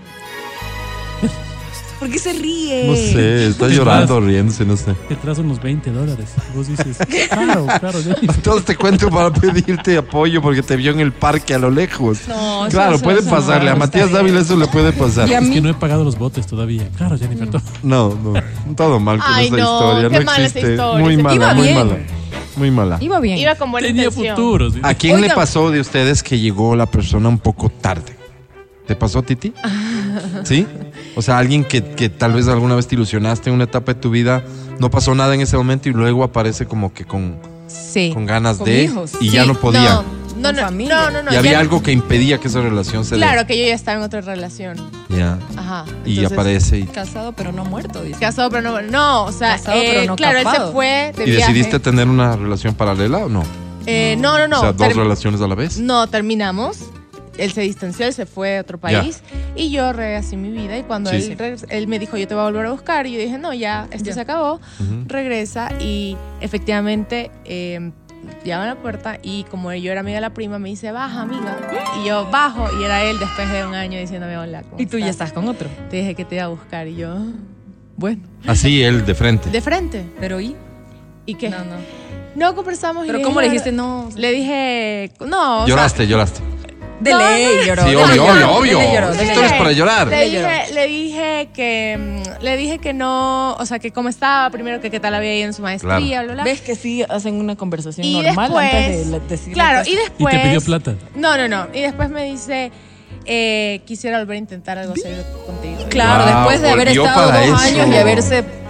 Speaker 4: ¿Por qué se ríe?
Speaker 2: No sé, está
Speaker 3: Te
Speaker 2: llorando, riéndose, no sé.
Speaker 3: te traes unos 20 dólares. Y vos dices, claro, claro, Jennifer.
Speaker 2: Entonces te cuento para pedirte apoyo porque te vio en el parque a lo lejos.
Speaker 4: No, eso-
Speaker 2: claro,
Speaker 4: eso-
Speaker 2: puede
Speaker 4: eso no,
Speaker 2: pasarle. a
Speaker 4: está
Speaker 2: Matías
Speaker 4: bien.
Speaker 2: Dávila eso le puede pasar.
Speaker 4: Y a
Speaker 3: Es que
Speaker 4: mí-
Speaker 3: no he pagado los botes todavía. Claro,
Speaker 5: Mm.
Speaker 3: Jennifer. todo.
Speaker 2: No, no. Todo mal con
Speaker 5: Ay,
Speaker 2: esta
Speaker 5: no,
Speaker 2: historia.
Speaker 5: qué
Speaker 2: no
Speaker 5: mala esa
Speaker 2: existe.
Speaker 5: historia.
Speaker 2: Muy
Speaker 5: Iba
Speaker 2: mala, muy
Speaker 4: bien.
Speaker 2: mala. Muy mala.
Speaker 4: Iba bien.
Speaker 5: Iba con buena
Speaker 3: Tenía
Speaker 5: intención.
Speaker 3: futuros.
Speaker 2: ¿A quién le
Speaker 4: Oigan.
Speaker 2: pasó de ustedes que llegó la persona un poco tarde? ¿Te pasó a Titi? ¿Sí? O sea, alguien que, que tal vez alguna vez te ilusionaste en una etapa de tu vida, no pasó nada en ese momento y luego aparece como que con,
Speaker 5: Sí.
Speaker 2: con ganas
Speaker 4: Con
Speaker 2: de
Speaker 4: hijos.
Speaker 2: y ya
Speaker 5: Sí,
Speaker 2: no podía.
Speaker 5: No, no,
Speaker 4: Con
Speaker 5: no,
Speaker 4: familia.
Speaker 5: no, no, no,
Speaker 2: y
Speaker 5: ya
Speaker 2: había
Speaker 5: no-
Speaker 2: algo que impedía que esa relación se
Speaker 5: Claro, que yo ya estaba en otra relación.
Speaker 2: dé. Ya.
Speaker 5: Ajá.
Speaker 2: Y
Speaker 5: entonces-
Speaker 2: aparece y,
Speaker 4: Casado pero no muerto, dice.
Speaker 5: Casado, pero no. No, o sea,
Speaker 4: Casado,
Speaker 5: eh,
Speaker 4: pero no
Speaker 5: claro, él
Speaker 4: capado.
Speaker 5: se fue de
Speaker 2: y
Speaker 5: viaje.
Speaker 2: decidiste tener una relación paralela o no?
Speaker 5: Eh, no, no, no.
Speaker 2: o sea, dos
Speaker 5: ter-
Speaker 2: relaciones a la vez.
Speaker 5: No, terminamos. Él se distanció, él se fue a otro país. Y yo rehací mi vida. Y cuando
Speaker 2: Sí.
Speaker 5: él, regres- él me dijo, yo te voy a volver a buscar. Y yo dije, no, ya, esto
Speaker 4: Ya.
Speaker 5: se acabó.
Speaker 2: Ujú.
Speaker 5: Regresa. Y efectivamente, eh, llama a la puerta. Y como yo era amiga de la prima, me dice, baja, amiga. Y yo bajo. Y era él después de un año diciéndome, hola. ¿cómo
Speaker 4: Y tú ya estás con otro.
Speaker 5: Te dije que te iba a buscar. Y yo, bueno,
Speaker 2: Así él de frente.
Speaker 5: de frente.
Speaker 4: Pero ¿y?
Speaker 5: ¿Y qué?
Speaker 4: No, no.
Speaker 5: No conversamos. y
Speaker 4: Pero ¿cómo le
Speaker 5: bueno,
Speaker 4: dijiste no?
Speaker 5: Le dije, no. o sea,
Speaker 2: lloraste, lloraste.
Speaker 4: De
Speaker 5: No,
Speaker 4: ley,
Speaker 5: no.
Speaker 4: lloró.
Speaker 2: Sí,
Speaker 4: de
Speaker 2: obvio,
Speaker 4: ley lloró,
Speaker 2: obvio,
Speaker 4: de
Speaker 2: obvio.
Speaker 4: ley lloró, de
Speaker 2: Esto
Speaker 4: ley
Speaker 2: no es
Speaker 4: lloró.
Speaker 2: para llorar.
Speaker 5: Le
Speaker 4: Le
Speaker 5: dije,
Speaker 4: lloró.
Speaker 5: le dije que mm, le dije que no, o sea, que cómo estaba, primero que qué tal había ido en su maestría, bla, bla.
Speaker 4: ¿Ves que sí hacen una conversación
Speaker 5: Y
Speaker 4: normal antes de la-
Speaker 5: después,
Speaker 4: decir la
Speaker 5: claro,
Speaker 4: cosa?
Speaker 5: y
Speaker 3: Y
Speaker 5: después
Speaker 3: te pidió plata.
Speaker 5: No, no, no, y después me dice eh, quisiera volver a intentar algo serio contigo.
Speaker 4: Claro,
Speaker 2: Wow,
Speaker 4: después de haber
Speaker 2: volvió
Speaker 4: estado dos
Speaker 2: para eso.
Speaker 4: años y haberse...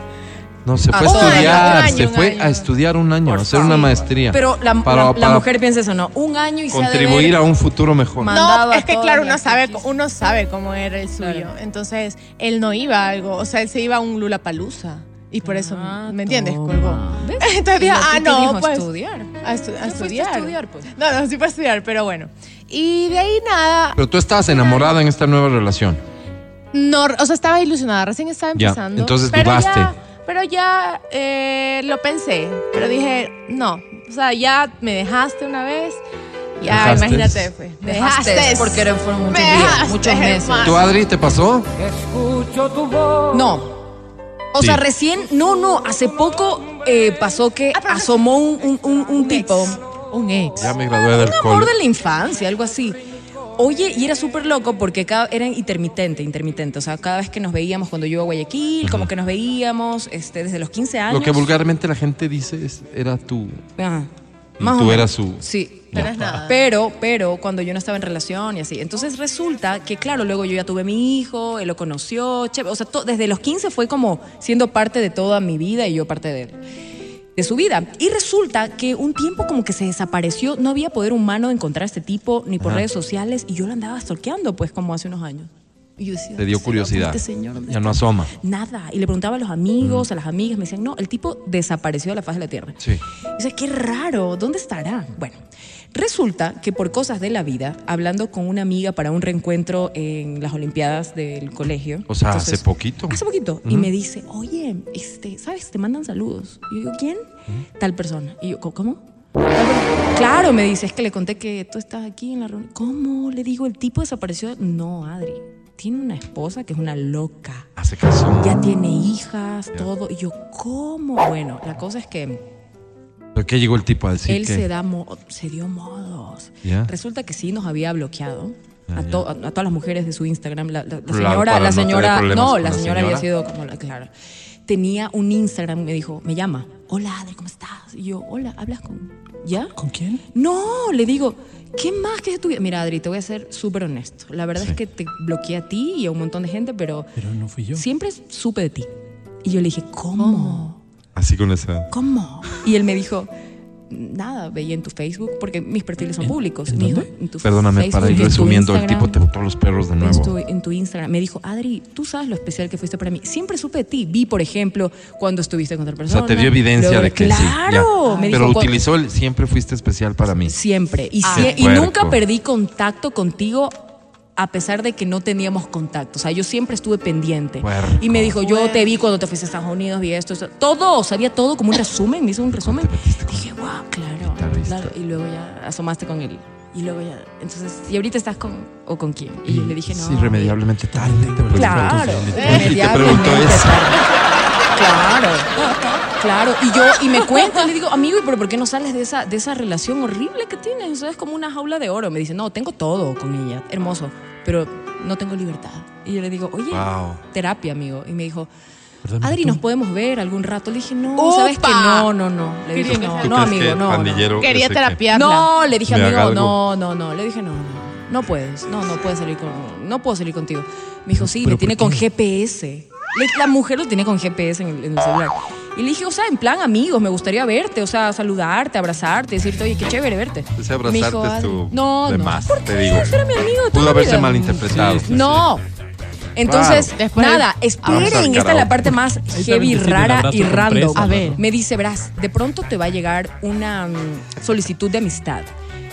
Speaker 2: No, se fue a
Speaker 4: Ah, un
Speaker 2: estudiar,
Speaker 5: año,
Speaker 2: se
Speaker 5: un
Speaker 2: fue
Speaker 5: año.
Speaker 2: a estudiar un año,
Speaker 4: Por
Speaker 2: a hacer una
Speaker 4: favor.
Speaker 2: maestría.
Speaker 4: Pero la,
Speaker 2: Para-
Speaker 4: la- la
Speaker 2: para
Speaker 4: mujer piensa eso, ¿no? Un año y se ha de
Speaker 2: contribuir
Speaker 4: ver-
Speaker 2: a un futuro mejor.
Speaker 4: Ma-
Speaker 5: No,
Speaker 4: Mandaba
Speaker 5: es que
Speaker 4: todas
Speaker 5: claro,
Speaker 4: las
Speaker 5: uno sabe,
Speaker 4: conquistas.
Speaker 5: uno sabe cómo era el suyo.
Speaker 4: Claro.
Speaker 5: Entonces, él no iba a algo, o sea, él se iba a un Lula Palusa. Y por eso,
Speaker 4: Ah,
Speaker 5: ¿me entiendes?
Speaker 4: toma.
Speaker 5: Colgó.
Speaker 4: ¿Ves?
Speaker 5: Entonces
Speaker 4: Y
Speaker 5: dije,
Speaker 4: la
Speaker 5: ah,
Speaker 4: Titi
Speaker 5: no,
Speaker 4: dijo,
Speaker 5: pues.
Speaker 4: estudiar. Yo
Speaker 5: A, estu- a
Speaker 4: fui
Speaker 5: estudiar.
Speaker 4: a estudiar, pues.
Speaker 5: No, no, sí para estudiar, pero bueno. Y de ahí nada.
Speaker 2: Pero tú estabas enamorada en esta nueva relación.
Speaker 5: No, o sea, estaba ilusionada, recién estaba
Speaker 2: Ya,
Speaker 5: empezando.
Speaker 2: entonces
Speaker 5: pero
Speaker 2: dudaste.
Speaker 5: Ya, pero ya eh, lo pensé, pero dije, no. O sea, ya me dejaste una vez. Ya,
Speaker 2: Dejaste.
Speaker 5: imagínate, pues. Me dejaste.
Speaker 4: Porque eran- fueron muchos
Speaker 5: Me
Speaker 4: días,
Speaker 5: dejaste,
Speaker 4: muchos meses.
Speaker 5: hermano.
Speaker 2: ¿Tú, Adri, te pasó?
Speaker 4: pues. No. O
Speaker 2: Sí.
Speaker 4: sea, recién, no, no, hace poco eh, pasó que asomó un, un- un- un tipo, un ex.
Speaker 2: Ya me gradué del
Speaker 4: Un amor
Speaker 2: cole.
Speaker 4: de la infancia, algo así. Oye, y era súper loco porque cada, era intermitente, intermitente. O sea, cada vez que nos veíamos cuando yo iba a Guayaquil, como que nos veíamos este, desde los 15 años. Ah.
Speaker 2: Lo que vulgarmente la gente dice es, era tú.
Speaker 4: Ajá.
Speaker 2: Y
Speaker 4: Más o
Speaker 2: tú
Speaker 4: menos.
Speaker 2: eras su...
Speaker 4: Sí.
Speaker 5: Pero es nada.
Speaker 4: Pero, pero cuando yo no estaba en relación y así. Entonces resulta que, claro, luego yo ya tuve mi hijo, él lo conoció, chévere. o sea, to- desde los 15 fue como siendo parte de toda mi vida y yo parte de él, de su vida. Y resulta que un tiempo como que se desapareció, no había poder humano de encontrar a este tipo ni por redes sociales y yo lo andaba stalkeando, pues, como hace unos años. Y yo decía,
Speaker 2: Te dio
Speaker 4: "¿Será
Speaker 2: curiosidad.
Speaker 4: este señor? ¿Dónde
Speaker 2: Ya
Speaker 4: está?"
Speaker 2: no asoma.
Speaker 4: Nada. Y le preguntaba a los amigos, a las amigas, me decían, no, el tipo desapareció de la faz de la tierra.
Speaker 2: Sí.
Speaker 4: O sea, qué raro, ¿dónde estará? Bueno, resulta que por cosas de la vida, hablando con una amiga para un reencuentro en las Olimpiadas del colegio.
Speaker 2: O sea,
Speaker 4: entonces,
Speaker 2: hace poquito.
Speaker 4: Hace poquito. Y me dice, oye, este, ¿sabes? Te mandan saludos. Y yo digo, ¿quién? Tal persona. Y yo, "¿Cómo- ¿cómo? Tal persona. Claro, me dice, es que le conté que tú estás aquí en la reunión. ¿Cómo? Le digo, el tipo desapareció. No, Adri, tiene una esposa que es una loca
Speaker 2: Hace caso.
Speaker 4: ya tiene hijas, todo. Y yo, ¿cómo? Bueno, la cosa es que
Speaker 2: ¿Pero qué llegó el tipo a decir
Speaker 4: él
Speaker 2: que...?
Speaker 4: se, da mo- se dio modos.
Speaker 2: Ya.
Speaker 4: Resulta que sí nos había bloqueado.
Speaker 2: Ya,
Speaker 4: A,
Speaker 2: ya.
Speaker 4: to- a- a todas las mujeres de su Instagram, la, la- la
Speaker 2: Claro,
Speaker 4: señora,
Speaker 2: para no
Speaker 4: la
Speaker 2: tener
Speaker 4: señora,
Speaker 2: problemas
Speaker 4: no,
Speaker 2: con
Speaker 4: la
Speaker 2: la
Speaker 4: señora
Speaker 2: señora.
Speaker 4: había sido como la, claro. tenía un Instagram, me dijo, me llama, hola Adri, ¿cómo estás? Y yo, hola, ¿hablas con... ¿Ya?
Speaker 3: ¿Con quién?
Speaker 4: No, le digo, ¿qué más que es tu vida? Mira Adri, te voy a ser súper honesto. La verdad
Speaker 3: Sí.
Speaker 4: es que te bloqueé a ti y a un montón de gente, pero
Speaker 3: Pero no fui yo.
Speaker 4: siempre supe de ti. Y yo le dije, ¿cómo?
Speaker 2: Así con esa.
Speaker 4: ¿Cómo? Y él me dijo, nada, veía en tu Facebook, porque mis perfiles son públicos. Me dijo, en tu
Speaker 2: Perdóname,
Speaker 4: Facebook,
Speaker 2: para ir
Speaker 4: en tu
Speaker 2: resumiendo, el
Speaker 4: Instagram,
Speaker 2: tipo te botó los perros de
Speaker 4: en
Speaker 2: nuevo.
Speaker 4: tu, en tu Instagram. Me dijo, Adri, tú sabes lo especial que fuiste para mí. Siempre supe de ti. Vi, por ejemplo, cuando estuviste con otra
Speaker 2: O
Speaker 4: persona.
Speaker 2: sea, te dio evidencia
Speaker 4: Luego-
Speaker 2: de que sí. ya.
Speaker 4: ¡Claro! Me
Speaker 2: Pero
Speaker 4: dijo, "Cuan-
Speaker 2: utilizó el siempre fuiste especial para mí.
Speaker 4: Siempre. Y,
Speaker 2: Ah.
Speaker 4: sie-
Speaker 2: Qué
Speaker 4: y nunca
Speaker 2: puerco.
Speaker 4: perdí contacto contigo a pesar de que no teníamos contacto. O sea, yo siempre estuve pendiente.
Speaker 2: Puerco.
Speaker 4: Y me dijo, yo te vi cuando te fuiste a Estados Unidos, vi esto, esto. Todo, sabía todo como un resumen, me hizo un resumen. Dije, wow, claro, claro. Y luego ya asomaste con él. Y luego ya, entonces, ¿y ahorita estás con, o con quién? Y yo le dije, no.
Speaker 2: Es irremediablemente tarde. te volviste tarde.
Speaker 4: Claro, Eh,
Speaker 2: Y te preguntó
Speaker 4: irremediablemente
Speaker 2: eso.
Speaker 4: Claro, claro. Y yo, y me cuenta, le digo, amigo, ¿y pero por qué no sales de esa, de esa relación horrible que tienes? O sea, es como una jaula de oro. Me dice, no, tengo todo con ella, hermoso, pero no tengo libertad. Y yo le digo, oye,
Speaker 2: Wow.
Speaker 4: terapia, amigo. Y me dijo,
Speaker 2: Perdóname,
Speaker 4: Adri,
Speaker 2: tú.
Speaker 4: ¿nos podemos ver algún rato? Le dije, no, ¿sabes que
Speaker 5: ¡Opa!
Speaker 4: no, no, no? Le dije,
Speaker 5: Miren,
Speaker 4: no,
Speaker 5: ¿tú
Speaker 4: no,
Speaker 5: crees
Speaker 4: amigo, no,
Speaker 5: que
Speaker 4: no.
Speaker 5: pandillero Quería ese que- terapiarla.
Speaker 4: No, le dije,
Speaker 5: Me haga
Speaker 4: amigo,
Speaker 5: algo.
Speaker 4: no, no, no. Le dije, no, no. No puedes, no, no puedes salir con, no puedo salir contigo. Me dijo, sí,
Speaker 5: ¿Pero
Speaker 4: me tiene
Speaker 5: por
Speaker 4: con
Speaker 5: qué?
Speaker 4: GPS. Le- La mujer lo tiene con GPS en el, en el celular. Y le dije, o sea, en plan amigos, me gustaría verte, o sea, saludarte, abrazarte, decirte, oye, qué chévere verte.
Speaker 2: Ese
Speaker 4: Me dijo,
Speaker 2: abrazarte es tu
Speaker 4: "Adri, no,
Speaker 2: de
Speaker 4: no,
Speaker 2: más,
Speaker 4: ¿por
Speaker 2: te
Speaker 4: qué?
Speaker 2: digo.
Speaker 4: Tú eres mi amigo de toda
Speaker 2: Pudo
Speaker 4: la
Speaker 2: haberse
Speaker 4: vida".
Speaker 2: malinterpretado.
Speaker 4: No. Entonces,
Speaker 5: Claro. Después-
Speaker 4: nada,
Speaker 2: Vamos al
Speaker 4: esperen, esta es
Speaker 2: karaoke.
Speaker 4: la parte más
Speaker 5: Ahí saben
Speaker 4: heavy,
Speaker 5: decir un
Speaker 4: rara
Speaker 5: abrazo
Speaker 4: y
Speaker 5: con
Speaker 4: random.
Speaker 5: fresa, A ver. ¿no?
Speaker 4: Me dice, verás, de pronto te va a llegar una mm, solicitud de amistad.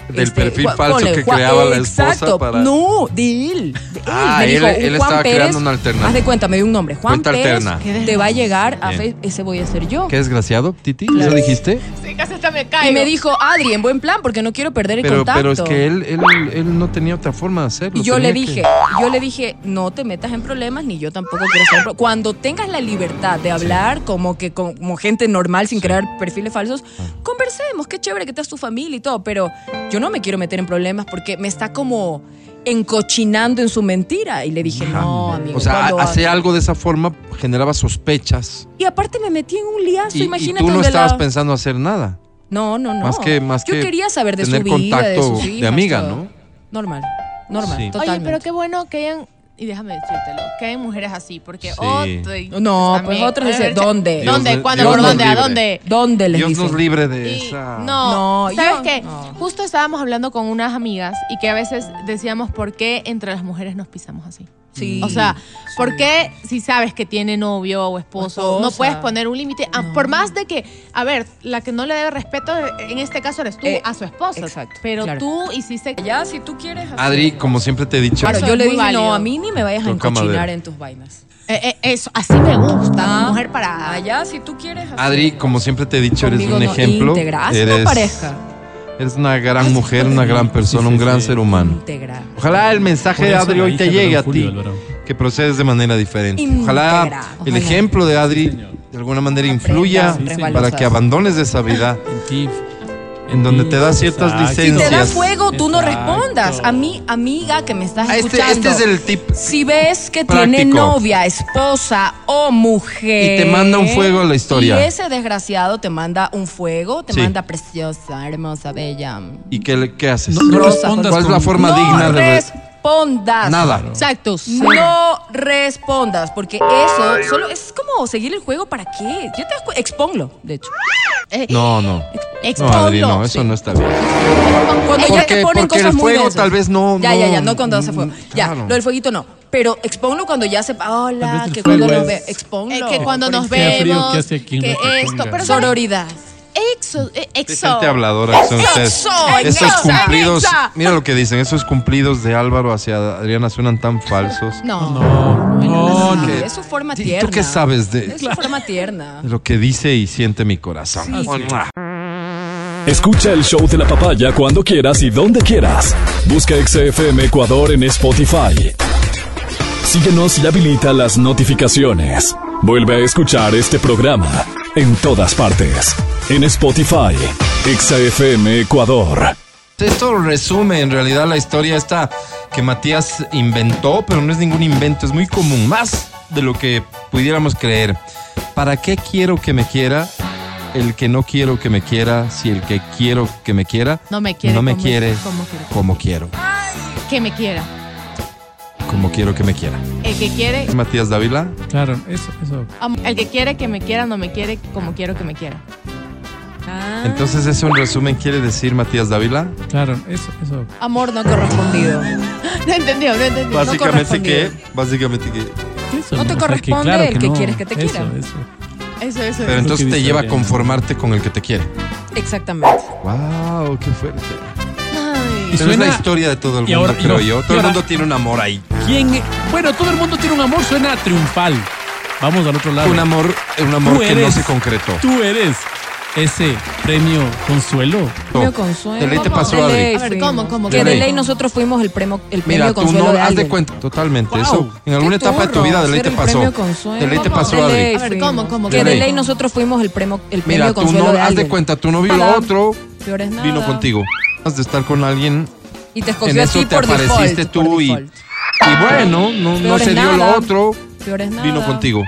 Speaker 4: Este,
Speaker 2: Del perfil
Speaker 4: Ju-
Speaker 2: falso que
Speaker 4: Ju-
Speaker 2: creaba la esposa
Speaker 4: Exacto.
Speaker 2: para-
Speaker 4: No, de él. de él.
Speaker 2: Ah,
Speaker 4: me dijo,
Speaker 2: él-
Speaker 4: un
Speaker 2: él
Speaker 4: Juan
Speaker 2: estaba
Speaker 4: Pérez,
Speaker 2: creando una alternativa.
Speaker 4: Haz de cuenta, me dio un nombre. Juan
Speaker 2: Cuenta
Speaker 4: Pérez
Speaker 2: alterna.
Speaker 4: te va a llegar a
Speaker 2: Bien.
Speaker 4: Facebook. Ese voy a ser yo.
Speaker 2: Qué desgraciado, Titi.
Speaker 4: Claro.
Speaker 2: ¿Eso dijiste?
Speaker 5: Sí, casi hasta me
Speaker 4: Y me dijo, Adri, en buen plan, porque no quiero perder el
Speaker 2: Pero,
Speaker 4: contacto.
Speaker 2: pero es que él, él, él no tenía otra forma de hacerlo.
Speaker 4: Y yo le
Speaker 2: tenía que-
Speaker 4: dije, yo le dije, no te metas en problemas, ni yo tampoco quiero ser. pro- Cuando tengas la libertad de hablar como que con- como gente normal sin crear perfiles falsos,
Speaker 2: Ah.
Speaker 4: conversemos, qué chévere que estás tu familia y todo, pero yo no me quiero meter en problemas porque me está como encochinando en su mentira. Y le dije, no, amigo.
Speaker 2: O sea,
Speaker 4: cuando-
Speaker 2: hacía algo de esa forma generaba sospechas.
Speaker 4: Y aparte me metí en un liazo,
Speaker 2: Y, y
Speaker 4: Pues imagínate.
Speaker 2: tú no
Speaker 4: donde
Speaker 2: estabas
Speaker 4: la-
Speaker 2: pensando hacer nada.
Speaker 4: No, no, no.
Speaker 2: Más que, más
Speaker 4: yo
Speaker 2: que
Speaker 4: quería saber de
Speaker 2: tener
Speaker 4: su vida, de
Speaker 2: contacto
Speaker 4: sus
Speaker 2: de,
Speaker 4: hijas,
Speaker 2: amiga,
Speaker 4: todo.
Speaker 2: ¿no?
Speaker 4: Normal, normal,
Speaker 2: Sí. Oye,
Speaker 5: Oye,
Speaker 4: totalmente.
Speaker 5: pero qué bueno que hayan, y déjame decírtelo, que hay mujeres así, porque
Speaker 2: Sí.
Speaker 5: otro-
Speaker 4: No,
Speaker 5: también-
Speaker 4: pues otros dicen,
Speaker 5: Dios
Speaker 4: ¿dónde?
Speaker 5: me- ¿Dónde? ¿Cuándo?
Speaker 2: Dios
Speaker 5: ¿Por
Speaker 2: nos
Speaker 5: dónde? ¿A
Speaker 2: libre.
Speaker 5: dónde?
Speaker 4: ¿Dónde les
Speaker 2: Dios nos
Speaker 4: dicen?
Speaker 2: libre de esa.
Speaker 5: No,
Speaker 4: No,
Speaker 5: ¿sabes
Speaker 4: yo-
Speaker 5: qué? Justo estábamos hablando con unas amigas y que a veces decíamos por qué entre las mujeres nos pisamos así.
Speaker 4: Sí.
Speaker 5: O sea, ¿por qué si sabes que tiene novio o esposo,
Speaker 4: O
Speaker 5: no
Speaker 4: esposa.
Speaker 5: puedes poner un límite? Ah, Por más de que, a ver, la que no le debe respeto en este caso eres tú
Speaker 4: Eh,
Speaker 5: a su esposa.
Speaker 4: exacto,
Speaker 5: Pero
Speaker 4: claro.
Speaker 5: tú hiciste... eh,
Speaker 4: Ya, Ah, si tú quieres...
Speaker 2: Adri, como siempre te he dicho.
Speaker 4: Claro,
Speaker 5: Eso
Speaker 4: yo
Speaker 5: es
Speaker 4: le
Speaker 5: muy
Speaker 4: dije,
Speaker 5: válido.
Speaker 4: no, a mí ni me vayas a
Speaker 2: Toca
Speaker 4: encochinar
Speaker 2: madera.
Speaker 4: en tus vainas.
Speaker 5: Eh, eh, eso, así me gusta, mujer para...
Speaker 4: Ah, Allá, si tú quieres... así.
Speaker 2: Adri, como siempre te he dicho, eres
Speaker 4: Conmigo
Speaker 2: un
Speaker 4: no,
Speaker 2: ejemplo.
Speaker 4: íntegra, haz una
Speaker 2: Eres,
Speaker 4: pareja.
Speaker 2: eres una gran mujer, una gran persona, un gran ser humano.
Speaker 4: Íntegra.
Speaker 2: Ojalá el mensaje
Speaker 3: Por
Speaker 2: de
Speaker 3: eso
Speaker 2: Adri
Speaker 3: la
Speaker 2: hoy
Speaker 3: hija
Speaker 2: te
Speaker 3: de
Speaker 2: llegue
Speaker 3: Don
Speaker 2: a
Speaker 3: Julio,
Speaker 2: ti,
Speaker 3: Álvaro.
Speaker 2: que procedes de manera diferente.
Speaker 4: Íntegra,
Speaker 2: Ojalá el
Speaker 4: ojalá.
Speaker 2: ejemplo de Adri de alguna manera influya
Speaker 4: sí, sí.
Speaker 2: para que abandones esa vida
Speaker 3: En ti.
Speaker 2: en donde te da ciertas
Speaker 3: Exacto.
Speaker 4: Si te da
Speaker 2: licencias.
Speaker 4: fuego, tú no
Speaker 3: Exacto.
Speaker 4: respondas. A mí, amiga que me estás
Speaker 2: Ah, este,
Speaker 4: escuchando.
Speaker 2: este es el tip.
Speaker 4: Si ves que
Speaker 2: Práctico.
Speaker 4: tiene novia, esposa o mujer.
Speaker 2: Y te manda un fuego a la historia.
Speaker 4: Eh, Y ese desgraciado te manda un fuego, te
Speaker 2: Sí.
Speaker 4: manda preciosa, hermosa, bella.
Speaker 2: ¿Y qué, le- qué haces?
Speaker 3: No- no
Speaker 2: ¿Cuál-
Speaker 3: respondas
Speaker 2: ¿Cuál es la
Speaker 3: con-
Speaker 2: forma
Speaker 4: no
Speaker 2: digna de
Speaker 4: respondas.
Speaker 2: Nada.
Speaker 5: Exacto.
Speaker 4: No respondas, porque eso solo es como seguir el juego para qué. Yo te expo- exponlo, de hecho.
Speaker 5: Eh,
Speaker 2: No, no. No,
Speaker 5: exponlo.
Speaker 2: Adri, no,
Speaker 5: Sí.
Speaker 2: eso no está bien.
Speaker 4: Cuando ya
Speaker 2: Porque-
Speaker 4: te
Speaker 2: porque
Speaker 4: ponen cosas
Speaker 2: el
Speaker 4: muy
Speaker 2: fuego
Speaker 4: densas.
Speaker 2: tal vez no-
Speaker 4: Ya, ya, ya,
Speaker 2: no- mm,
Speaker 4: no cuando hace fuego. Ya,
Speaker 2: claro.
Speaker 4: lo del fueguito no. Pero exponlo cuando ya sepa.
Speaker 3: Tal vez
Speaker 4: Hola,
Speaker 3: el
Speaker 4: que cuando
Speaker 3: fuego
Speaker 4: nos ve.
Speaker 3: es-
Speaker 4: Exponlo.
Speaker 5: Eh, que cuando
Speaker 4: por
Speaker 5: nos
Speaker 4: ejemplo.
Speaker 3: Qué frío
Speaker 5: vemos,
Speaker 3: que hace aquí en
Speaker 5: que
Speaker 3: Latacunga.
Speaker 5: esto, pero ¿sabes
Speaker 4: Sororidad.
Speaker 5: Exo, eh,
Speaker 2: Es
Speaker 5: exo.
Speaker 2: gente habladora que son ustedes.
Speaker 4: ¡Exo!
Speaker 2: Esos
Speaker 4: ¡Exo!
Speaker 2: cumplidos,
Speaker 4: ¡Exo!
Speaker 2: mira lo que dicen, esos cumplidos de Álvaro hacia Adriana suenan tan falsos.
Speaker 5: No.
Speaker 3: No, no,
Speaker 4: Sí,
Speaker 3: no.
Speaker 2: que-
Speaker 4: Es su forma
Speaker 2: ¿Y
Speaker 4: tierna.
Speaker 2: ¿Tú qué sabes de,
Speaker 4: Es su forma tierna.
Speaker 2: de lo que dice y siente mi corazón?
Speaker 4: Sí.
Speaker 2: ¡Mua!
Speaker 1: Escucha el show de la papaya cuando quieras y donde quieras. Busca XFM Ecuador en Spotify. Síguenos y habilita las notificaciones. Vuelve a escuchar este programa en todas partes. En Spotify, XFM Ecuador.
Speaker 2: Esto resume en realidad la historia esta que Matías inventó, pero no es ningún invento, es muy común, más de lo que pudiéramos creer. ¿Para qué quiero que me quiera el que no quiero que me quiera si el que quiero que me quiera
Speaker 5: No me quiere
Speaker 2: no me
Speaker 5: como-
Speaker 2: quiere
Speaker 5: como quiero.
Speaker 2: como quiero,
Speaker 5: Que me quiera.
Speaker 2: como quiero que me quiera?
Speaker 5: El que quiere.
Speaker 2: Matías Dávila.
Speaker 3: Claro, eso, eso.
Speaker 5: am- El que quiere que me quiera, no me quiere como quiero que me quiera. Ah,
Speaker 2: Entonces, eso en resumen quiere decir Matías Dávila.
Speaker 3: Claro, eso, eso.
Speaker 5: Amor no correspondido. No entendió, no entendió. no
Speaker 2: Básicamente que,
Speaker 5: correspondido.
Speaker 2: básicamente que.
Speaker 3: Eso,
Speaker 5: No te
Speaker 3: O sea,
Speaker 5: corresponde
Speaker 3: claro
Speaker 5: el que
Speaker 3: no.
Speaker 5: quieres que te
Speaker 3: Eso,
Speaker 5: quiera.
Speaker 3: eso.
Speaker 5: Eso, eso.
Speaker 2: Pero
Speaker 5: eso.
Speaker 2: entonces te lleva a
Speaker 3: Victoria.
Speaker 2: conformarte con el que te quiere.
Speaker 4: Exactamente.
Speaker 2: Wow, qué fuerte.
Speaker 5: Ay.
Speaker 3: Y
Speaker 2: Pero es
Speaker 3: suena-
Speaker 2: la historia de todo el
Speaker 3: y
Speaker 2: mundo,
Speaker 3: ahora- y
Speaker 2: creo
Speaker 3: ahora-
Speaker 2: yo.
Speaker 3: y
Speaker 2: Todo el
Speaker 3: ahora-
Speaker 2: mundo tiene un amor ahí.
Speaker 3: ¿Quién? eh, Bueno, todo el mundo tiene un amor, suena triunfal. Vamos al otro lado.
Speaker 2: Un amor, un amor
Speaker 3: Tú
Speaker 2: que no
Speaker 3: eres-
Speaker 2: se concretó.
Speaker 3: Tú eres ese premio consuelo.
Speaker 4: Premio Consuelo.
Speaker 2: de ley te pasó,
Speaker 4: De
Speaker 2: Adri.
Speaker 4: ley
Speaker 5: A ver,
Speaker 4: fuimos.
Speaker 5: ¿cómo, cómo,
Speaker 4: Que
Speaker 2: cómo?
Speaker 4: de ley nosotros fuimos el premio, el premio
Speaker 2: Mira, tú
Speaker 4: Consuelo
Speaker 2: no
Speaker 4: de
Speaker 2: haz de
Speaker 4: alguien.
Speaker 2: cuenta totalmente
Speaker 3: Wow.
Speaker 2: eso. En alguna
Speaker 4: Qué
Speaker 2: etapa de tu
Speaker 4: turro,
Speaker 2: vida de ley
Speaker 4: ser
Speaker 2: te
Speaker 4: el premio
Speaker 2: pasó.
Speaker 4: Consuelo.
Speaker 2: De ley te
Speaker 5: ¿Cómo?
Speaker 2: pasó,
Speaker 5: De
Speaker 2: Adri.
Speaker 5: ley. A ver,
Speaker 4: fuimos.
Speaker 5: ¿cómo, cómo,
Speaker 4: Que
Speaker 2: de
Speaker 4: de
Speaker 2: ley?
Speaker 4: ley nosotros fuimos el premio, el premio
Speaker 2: Mira, tú
Speaker 4: Consuelo
Speaker 2: no
Speaker 4: de
Speaker 2: haz de
Speaker 4: alguien.
Speaker 2: cuenta, tú no vio lo
Speaker 4: Para-
Speaker 2: otro,
Speaker 4: Peor es nada.
Speaker 2: vino contigo. Has de estar con alguien
Speaker 4: Y te escogió
Speaker 2: en
Speaker 4: a
Speaker 2: eso
Speaker 4: ti
Speaker 2: te
Speaker 4: por
Speaker 2: apareciste
Speaker 4: default.
Speaker 2: tú
Speaker 4: por
Speaker 2: y,
Speaker 4: default.
Speaker 2: y bueno, no, no
Speaker 4: Peor es
Speaker 2: se dio lo
Speaker 4: nada.
Speaker 2: otro,
Speaker 4: Peor es nada.
Speaker 2: vino contigo.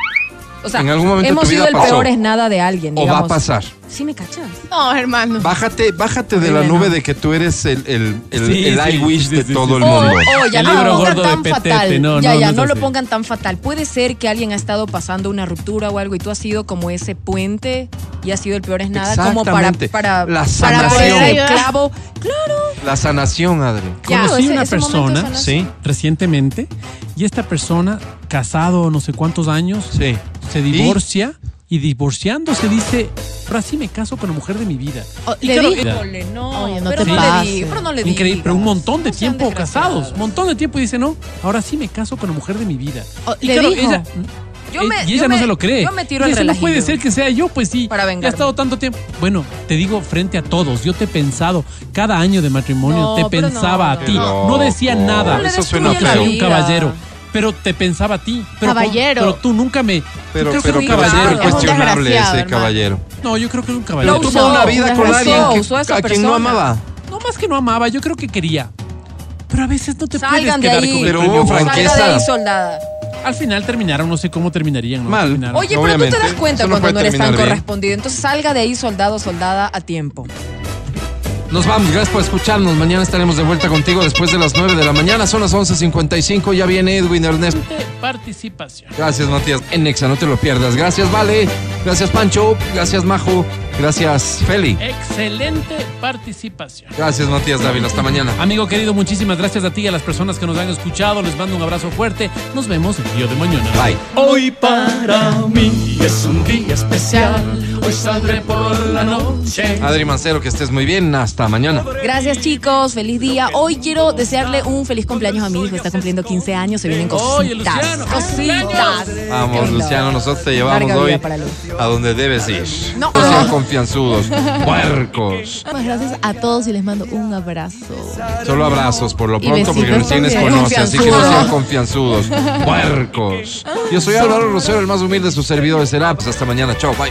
Speaker 4: O sea,
Speaker 2: en algún momento
Speaker 4: hemos
Speaker 2: tu vida
Speaker 4: sido el
Speaker 2: pasó.
Speaker 4: peor es nada de alguien.
Speaker 2: O va a
Speaker 4: digamos.
Speaker 2: pasar.
Speaker 4: Sí, me cachas.
Speaker 5: No, hermano.
Speaker 2: Bájate, bájate de la
Speaker 4: Bueno.
Speaker 2: nube de que tú eres el, el, el,
Speaker 3: Sí,
Speaker 2: el
Speaker 3: sí,
Speaker 2: I wish
Speaker 3: sí,
Speaker 2: de
Speaker 3: sí,
Speaker 2: todo
Speaker 3: sí.
Speaker 2: el
Speaker 4: Oh,
Speaker 2: mundo.
Speaker 4: oh, ya
Speaker 3: El
Speaker 4: no
Speaker 3: libro
Speaker 4: lo pongan
Speaker 3: gordo de
Speaker 4: tan
Speaker 3: Petete,
Speaker 4: fatal.
Speaker 3: no,
Speaker 4: ya,
Speaker 3: no,
Speaker 4: ya,
Speaker 3: no es
Speaker 4: no lo
Speaker 3: así.
Speaker 4: pongan tan fatal. Puede ser que alguien ha estado pasando una ruptura o algo y tú has sido como ese puente y has sido el peor es nada, como para,
Speaker 2: Exactamente.
Speaker 4: para,
Speaker 2: La
Speaker 4: para poner el
Speaker 5: sanación.
Speaker 4: clavo.
Speaker 2: La sanación, Adri.
Speaker 4: Ya,
Speaker 3: Conocí
Speaker 4: ese-
Speaker 3: una
Speaker 4: ese momento de
Speaker 3: persona
Speaker 4: sanación.
Speaker 2: Sí,
Speaker 3: recientemente y esta persona, casado no sé cuántos años,
Speaker 2: sí.
Speaker 3: se divorcia y divorciándose dice, ahora sí me caso con la mujer de mi vida.
Speaker 5: Oh,
Speaker 3: Y
Speaker 5: le
Speaker 3: claro,
Speaker 5: dije-
Speaker 4: Híjole, no,
Speaker 5: Oye, no
Speaker 4: pero,
Speaker 5: te
Speaker 4: no le
Speaker 5: pases.
Speaker 4: digas, pero no le digas.
Speaker 3: Increíble, pero un montón de
Speaker 4: No sean
Speaker 3: tiempo casados,
Speaker 4: desgraciados.
Speaker 3: un montón de tiempo y dice, no, ahora sí me caso con la mujer de mi vida.
Speaker 5: Oh,
Speaker 3: Y
Speaker 5: le
Speaker 3: claro,
Speaker 5: dijo.
Speaker 3: ella, eh,
Speaker 4: Yo me-
Speaker 3: y
Speaker 4: yo
Speaker 3: ella no
Speaker 4: me-
Speaker 3: se lo cree.
Speaker 4: yo me tiro
Speaker 3: Y
Speaker 4: el
Speaker 3: dice, No puede
Speaker 4: relajillo".
Speaker 3: ser que sea yo, pues sí. ya
Speaker 4: Para
Speaker 3: he
Speaker 4: vengarme.
Speaker 3: estado tanto tiempo. Bueno, te digo, frente a todos, yo te he pensado, cada año de matrimonio
Speaker 5: No,
Speaker 3: te
Speaker 5: pero
Speaker 3: pensaba
Speaker 5: no.
Speaker 3: a ti.
Speaker 2: Qué
Speaker 3: No decía
Speaker 2: loco.
Speaker 3: nada.
Speaker 4: No le
Speaker 2: Eso
Speaker 4: des
Speaker 2: suena
Speaker 4: tuyo la
Speaker 2: feo.
Speaker 3: Soy un
Speaker 4: vida.
Speaker 3: caballero. Pero te pensaba a ti. Pero,
Speaker 5: Caballero.
Speaker 3: Pero tú nunca me.
Speaker 2: Pero,
Speaker 3: yo creo
Speaker 2: pero, pero
Speaker 3: que era un
Speaker 2: es
Speaker 5: caballero.
Speaker 2: súper
Speaker 5: Es un
Speaker 2: cuestionable
Speaker 5: desgraciado,
Speaker 2: ese
Speaker 5: hermano.
Speaker 2: caballero.
Speaker 3: No, yo creo que era un
Speaker 2: Pero
Speaker 3: caballero.
Speaker 4: Lo
Speaker 2: tuvo
Speaker 4: usó,
Speaker 2: una vida con
Speaker 4: usó,
Speaker 2: alguien que-
Speaker 4: usó a esa
Speaker 2: a quien no
Speaker 4: persona.
Speaker 2: amaba.
Speaker 3: No más que no amaba, yo creo que quería. Pero a veces no te
Speaker 4: Salgan de
Speaker 3: puedes quedar
Speaker 4: ahí.
Speaker 3: con el
Speaker 2: Pero
Speaker 3: premio
Speaker 2: hubo
Speaker 3: gordo.
Speaker 2: franqueza.
Speaker 4: Salga de ahí, soldada.
Speaker 3: Al final terminaron, no sé cómo terminarían. ¿no?
Speaker 2: Mal.
Speaker 3: Al final.
Speaker 4: Oye, pero tú
Speaker 2: Obviamente,
Speaker 4: te das cuenta
Speaker 2: eso no
Speaker 4: cuando no
Speaker 2: puede
Speaker 4: eres tan
Speaker 2: terminar bien.
Speaker 4: correspondido. Entonces salga de ahí, soldado, soldada, a tiempo.
Speaker 2: Nos vamos, gracias por escucharnos. Mañana estaremos de vuelta contigo después de las 9 de la mañana. Son las 11.55. Ya viene Edwin Ernesto.
Speaker 3: Participación.
Speaker 2: Gracias, Matías. En Nexa, no te lo pierdas. Gracias, Vale. Gracias, Pancho. Gracias, Majo. Gracias, Feli.
Speaker 3: Excelente participación.
Speaker 2: Gracias, Matías Dávila. Hasta mañana.
Speaker 3: Amigo querido, muchísimas gracias a ti y a las personas que nos han escuchado. Les mando un abrazo fuerte. Nos vemos el día de mañana.
Speaker 2: Bye.
Speaker 9: Hoy para mí es un día especial. Hoy saldré por la noche.
Speaker 2: Adri Mancero, que estés muy bien. Hasta mañana.
Speaker 4: Gracias chicos, feliz día. Hoy quiero desearle un feliz cumpleaños a mi hijo. Está cumpliendo 15 años, se vienen
Speaker 3: Oye,
Speaker 4: cositas.
Speaker 3: Luciano,
Speaker 4: Cositas.
Speaker 2: Vamos, Luciano. Nosotros te llevamos
Speaker 4: Larga vida
Speaker 2: hoy
Speaker 4: para Lu.
Speaker 2: a donde debes ir.
Speaker 4: No.
Speaker 2: No sean confianzudos. Puercos.
Speaker 5: Muchas gracias a todos y les mando un abrazo.
Speaker 2: Solo abrazos por lo
Speaker 5: Y
Speaker 2: pronto porque
Speaker 5: besitos
Speaker 2: recién les
Speaker 5: también.
Speaker 2: conoce, así que no sean confianzudos. Puercos. Yo soy Álvaro Rosero, el más humilde de sus servidores. Será. Pues hasta mañana. Chao. Bye.